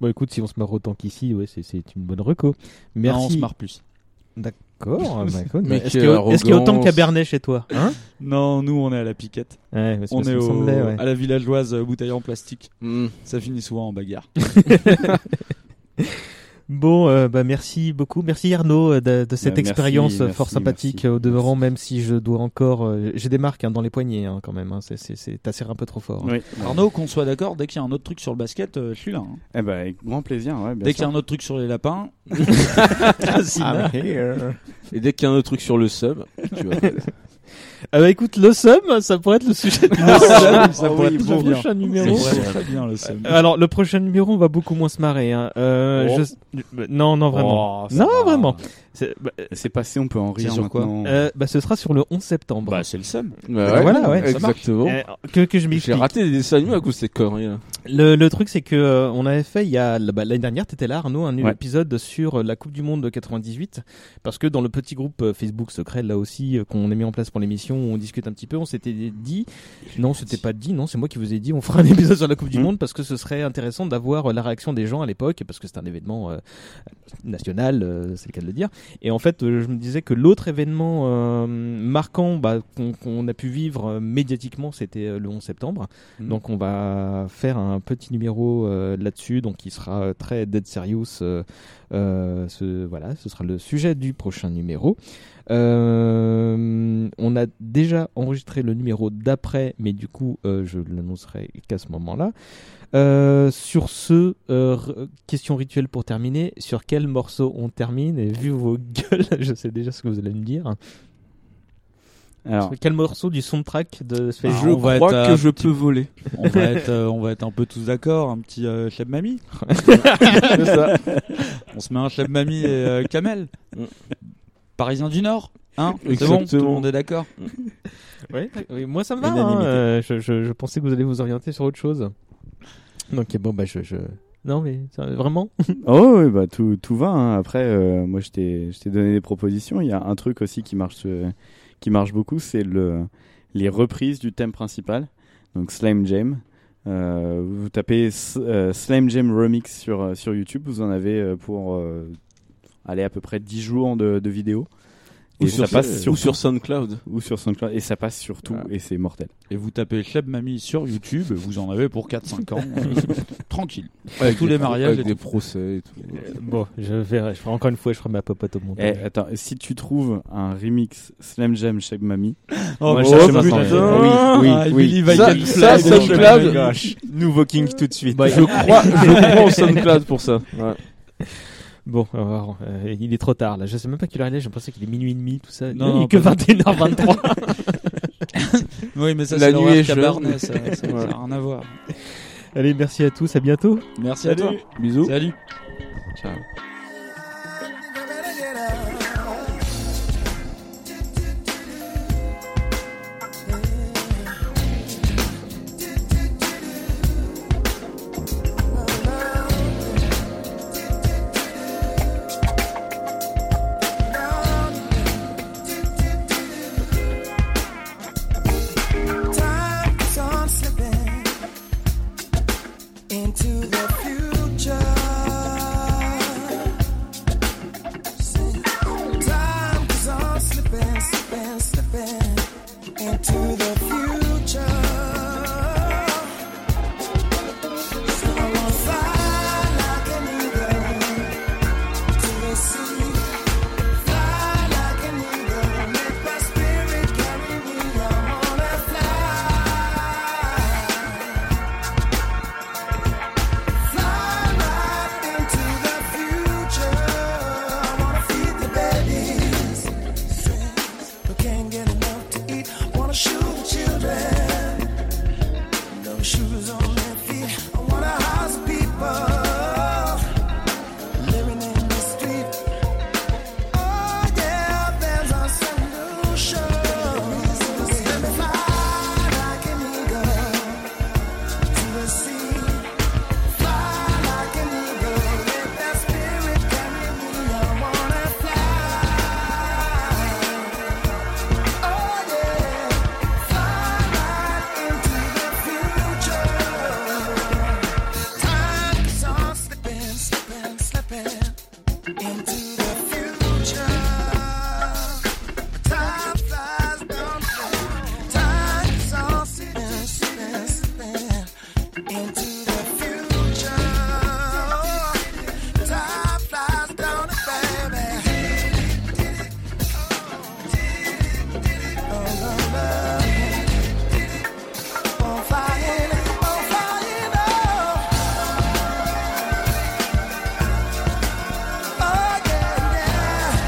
[SPEAKER 9] Bon, Bah, écoute, si on se marre autant qu'ici, ouais, c'est- c'est une bonne reco. Merci.
[SPEAKER 1] Non, on se marre plus.
[SPEAKER 9] D'accord, bah, écoute,
[SPEAKER 1] Mais
[SPEAKER 9] Est-ce
[SPEAKER 1] quelle
[SPEAKER 9] qu'il y a- est-ce qu'il y a autant de
[SPEAKER 1] arrogance.
[SPEAKER 9] cabernet chez toi hein
[SPEAKER 1] Non, nous on est à la piquette.
[SPEAKER 9] Ouais, parce que
[SPEAKER 1] on
[SPEAKER 9] ça
[SPEAKER 1] est
[SPEAKER 9] me
[SPEAKER 1] au-
[SPEAKER 9] semblait, ouais.
[SPEAKER 1] à la villageoise euh, bouteille en plastique.
[SPEAKER 6] Hmm.
[SPEAKER 1] Ça finit souvent en bagarre.
[SPEAKER 9] Bon, euh, bah merci beaucoup, merci Arnaud euh, de, de cette
[SPEAKER 3] Bah, merci,
[SPEAKER 9] expérience euh,
[SPEAKER 3] merci,
[SPEAKER 9] fort sympathique euh, au demeurant, même si je dois encore, euh, j'ai des marques hein, dans les poignets hein, quand même. Hein, c'est- c'est c'est- t'as serré un peu trop fort. hein.
[SPEAKER 1] Arnaud, qu'on soit d'accord, dès qu'il y a un autre truc sur le basket, euh, je suis là. hein.
[SPEAKER 3] Eh ben, avec grand plaisir. Ouais, bien
[SPEAKER 1] Dès
[SPEAKER 3] sûr.
[SPEAKER 1] qu'il y a un autre truc sur les lapins,
[SPEAKER 9] Sina.
[SPEAKER 3] Ah.
[SPEAKER 6] Et dès qu'il y a un autre truc sur le sub, tu vois.
[SPEAKER 9] Ah bah écoute, le Somme, ça pourrait être le sujet du
[SPEAKER 1] Ah,
[SPEAKER 9] prochain-
[SPEAKER 1] ça pourrait être très bien.
[SPEAKER 9] prochain numéro.
[SPEAKER 1] Ça pourrait être très bien, le Somme.
[SPEAKER 9] Euh, Alors, le prochain numéro, on va beaucoup moins se marrer. hein. Euh,
[SPEAKER 3] Oh.
[SPEAKER 9] je- Non, non, vraiment.
[SPEAKER 3] Oh, ça
[SPEAKER 9] non, vraiment. C'est bah,
[SPEAKER 3] C'est passé, on peut en rire.
[SPEAKER 9] sur quoi
[SPEAKER 3] maintenant.
[SPEAKER 9] Euh, bah, Ce sera sur le 11 septembre. Bah,
[SPEAKER 1] c'est le Somme.
[SPEAKER 6] Bah ouais,
[SPEAKER 9] voilà, ouais, ça marche.
[SPEAKER 6] exactement.
[SPEAKER 9] Euh, que, que je m'explique.
[SPEAKER 6] J'ai raté des dessins animés à cause de ces conneries hein. là.
[SPEAKER 9] Le, le truc, c'est que euh, on avait fait il y a bah, l'année dernière, t'étais là, Arnaud, un
[SPEAKER 6] Ouais.
[SPEAKER 9] épisode sur euh, la Coupe du Monde de 98, parce que dans le petit groupe euh, Facebook secret là aussi euh, qu'on a mis en place pour l'émission, où on discute un petit peu, on s'était dit, non, c'était pas dit, non, c'est moi qui vous ai dit, on fera un épisode sur la Coupe du
[SPEAKER 1] Mm.
[SPEAKER 9] Monde parce que ce serait intéressant d'avoir euh, la réaction des gens à l'époque, parce que c'est un événement euh, national, euh, c'est le cas de le dire. Et en fait, euh, je me disais que l'autre événement euh, marquant bah, qu'on qu'on a pu vivre euh, médiatiquement, c'était euh, le 11 septembre.
[SPEAKER 1] Mm.
[SPEAKER 9] Donc on va faire un petit numéro euh, là-dessus, donc il sera euh, très dead serious. euh, euh, ce, voilà, ce sera le sujet du prochain numéro. Euh, on a déjà enregistré le numéro d'après, mais du coup, euh, je l'annoncerai qu'à ce moment-là. Euh, sur ce, euh, r- question rituelle pour terminer. Sur quel morceau on termine Et vu vos gueules, je sais déjà ce que vous allez me dire.
[SPEAKER 3] Alors.
[SPEAKER 9] Sur quel morceau du soundtrack de ce
[SPEAKER 1] Ah,
[SPEAKER 9] film
[SPEAKER 1] on va être un petit- On va être,
[SPEAKER 9] euh,
[SPEAKER 1] euh, on va être un peu tous d'accord, un petit euh, Chleb Mamie.
[SPEAKER 9] C'est ça.
[SPEAKER 1] On se met un Chleb Mamie et euh, Kamel. Parisien du Nord, hein C'est bon,
[SPEAKER 9] Exactement.
[SPEAKER 1] tout le monde est d'accord.
[SPEAKER 9] Ouais, oui, moi ça me va. hein,
[SPEAKER 1] Unanimité.
[SPEAKER 9] euh, je, je- je pensais que vous allez vous orienter sur autre chose. Donc bon, bah je. je... Non mais ça- vraiment.
[SPEAKER 3] Oh oui, bah tout, tout va. hein. Après, euh, moi, je t'ai je t'ai donné des propositions. Il y a un truc aussi qui marche, euh, qui marche beaucoup, c'est le, les reprises du thème principal. Donc Slime Jam. Euh, vous tapez S- euh, Slime Jam Remix sur, euh, sur YouTube. Vous en avez euh, pour euh, aller à peu près 10 jours de, de vidéos.
[SPEAKER 6] Ou sur- ou sur SoundCloud.
[SPEAKER 3] Ou sur SoundCloud. Et ça passe sur tout. Et c'est mortel.
[SPEAKER 1] Et vous tapez Chleb Mamie sur YouTube, vous en avez pour 4-5 ans. euh, Tranquille.
[SPEAKER 6] Avec
[SPEAKER 1] tous
[SPEAKER 6] des
[SPEAKER 1] les
[SPEAKER 6] pro-
[SPEAKER 1] mariages.
[SPEAKER 6] avec
[SPEAKER 1] et
[SPEAKER 6] des
[SPEAKER 1] tout.
[SPEAKER 6] procès et tout.
[SPEAKER 9] Euh, Bon, je verrai. Je ferai encore une fois, je ferai ma popote au montage.
[SPEAKER 3] Eh, attends, si tu trouves un remix Slam Jam Shake Mami,
[SPEAKER 1] Oh,
[SPEAKER 3] moi,
[SPEAKER 1] oh,
[SPEAKER 3] je cherche
[SPEAKER 1] putain.
[SPEAKER 3] ma centaine.
[SPEAKER 1] Ah,
[SPEAKER 3] Oui,
[SPEAKER 1] I
[SPEAKER 3] oui, oui.
[SPEAKER 1] believe I can fly.
[SPEAKER 10] SoundCloud, nouveau King tout de suite.
[SPEAKER 9] Bah,
[SPEAKER 6] Je crois- je crois au SoundCloud pour ça. Ouais.
[SPEAKER 9] Eh, Bon, alors, euh, il est trop tard là. Je sais même pas quelle heure il est. Je pensais qu'il est minuit et demi, tout ça.
[SPEAKER 1] Non,
[SPEAKER 9] il
[SPEAKER 1] non,
[SPEAKER 9] est que
[SPEAKER 1] pas-
[SPEAKER 9] 21h23.
[SPEAKER 1] Oui, mais ça, La c'est nuit l'horaire est jeune. cabernet, ça- ça- ça a rien à voir.
[SPEAKER 9] Allez, merci à tous. À bientôt.
[SPEAKER 1] Merci à toi.
[SPEAKER 6] Bisous.
[SPEAKER 1] Salut.
[SPEAKER 6] Ciao.
[SPEAKER 8] Time is on slipping into the future. Time is on slipping, slipping, slipping into the future. So I won't fly like an eagle to the sea. Fly like an eagle, let my spirit carry me. I wanna Fly right into the future. I wanna feed the babies. Who can't get enough to eat? Wanna shoot the children. No shoes on their feet. I wanna house people living in the street. Oh yeah, there's a solution. Fly like an eagle to the sea. Fly like an eagle, let that spirit carry me. I wanna fly. Oh yeah, fly right into the future. Time is on slipping, slipping, slipping into the future. Time flies down. Time is all slipping, slipping, slipping into the future. Time flies down, baby. Oh, love, love. On fire, on fire, oh. Oh, yeah.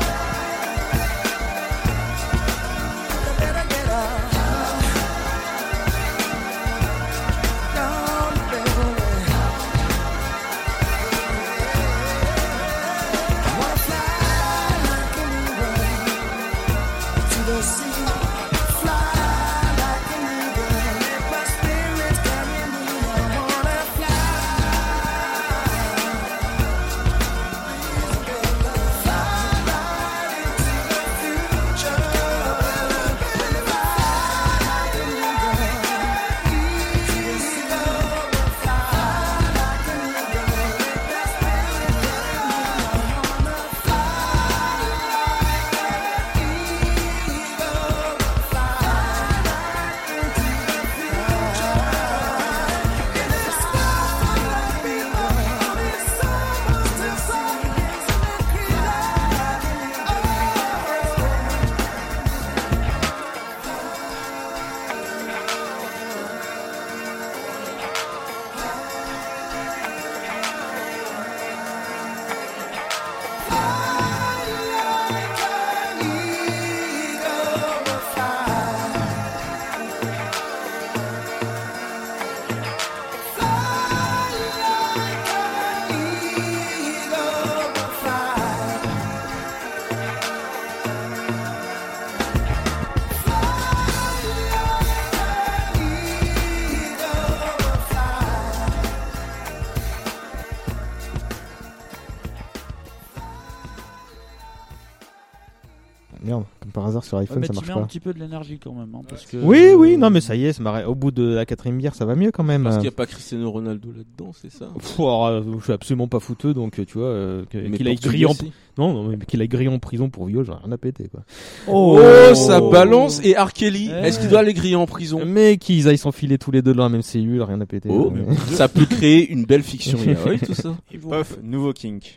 [SPEAKER 10] Merde, comme par hasard sur iPhone
[SPEAKER 1] mais
[SPEAKER 10] ça
[SPEAKER 1] Ah, bah, tu
[SPEAKER 10] marche
[SPEAKER 1] mets
[SPEAKER 10] pas.
[SPEAKER 1] un petit peu de l'énergie quand même. hein, parce que...
[SPEAKER 10] Oui, oui, non, mais ça y est, ça m'arrête. Au bout de la quatrième bière, ça va mieux quand même.
[SPEAKER 6] Parce
[SPEAKER 10] Euh,
[SPEAKER 6] qu'il n'y a pas Cristiano Ronaldo là-dedans, c'est ça
[SPEAKER 9] Pff, alors, euh, je suis absolument pas fouteux, donc euh, tu vois, euh, que-
[SPEAKER 6] Mais
[SPEAKER 9] qu'il aille
[SPEAKER 6] Portugais,
[SPEAKER 9] grillé en...
[SPEAKER 6] si.
[SPEAKER 9] Non, non, mais qu'il aille grillé en prison pour viol, j'en ai rien à péter, quoi.
[SPEAKER 6] Oh, ça balance et Arkeli, est-ce qu'il doit aller griller en
[SPEAKER 1] Euh,
[SPEAKER 6] prison
[SPEAKER 9] Mais qu'ils aillent s'enfiler tous les deux dans la même cellule, rien à péter.
[SPEAKER 6] Oh,
[SPEAKER 9] Ouais.
[SPEAKER 6] mais ça peut créer une belle fiction, il y a- Ah oui, tout ça.
[SPEAKER 10] Et pof, nouveau kink.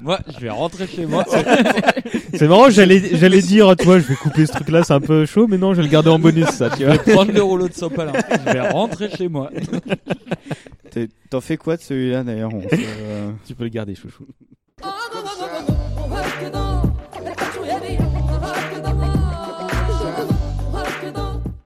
[SPEAKER 1] Moi, je vais rentrer chez moi.
[SPEAKER 9] C'est marrant, j'allais, j'allais dire, toi, je vais couper ce truc-là, c'est un peu chaud, mais non, je vais le garder en bonus, ça, tu vois.
[SPEAKER 1] Je vais prendre le rouleau de sopalin. Je vais rentrer chez moi.
[SPEAKER 3] T'es- T'en fais quoi de celui-là d'ailleurs On se, euh,
[SPEAKER 9] Tu peux le garder, chouchou.
[SPEAKER 8] Comme ça.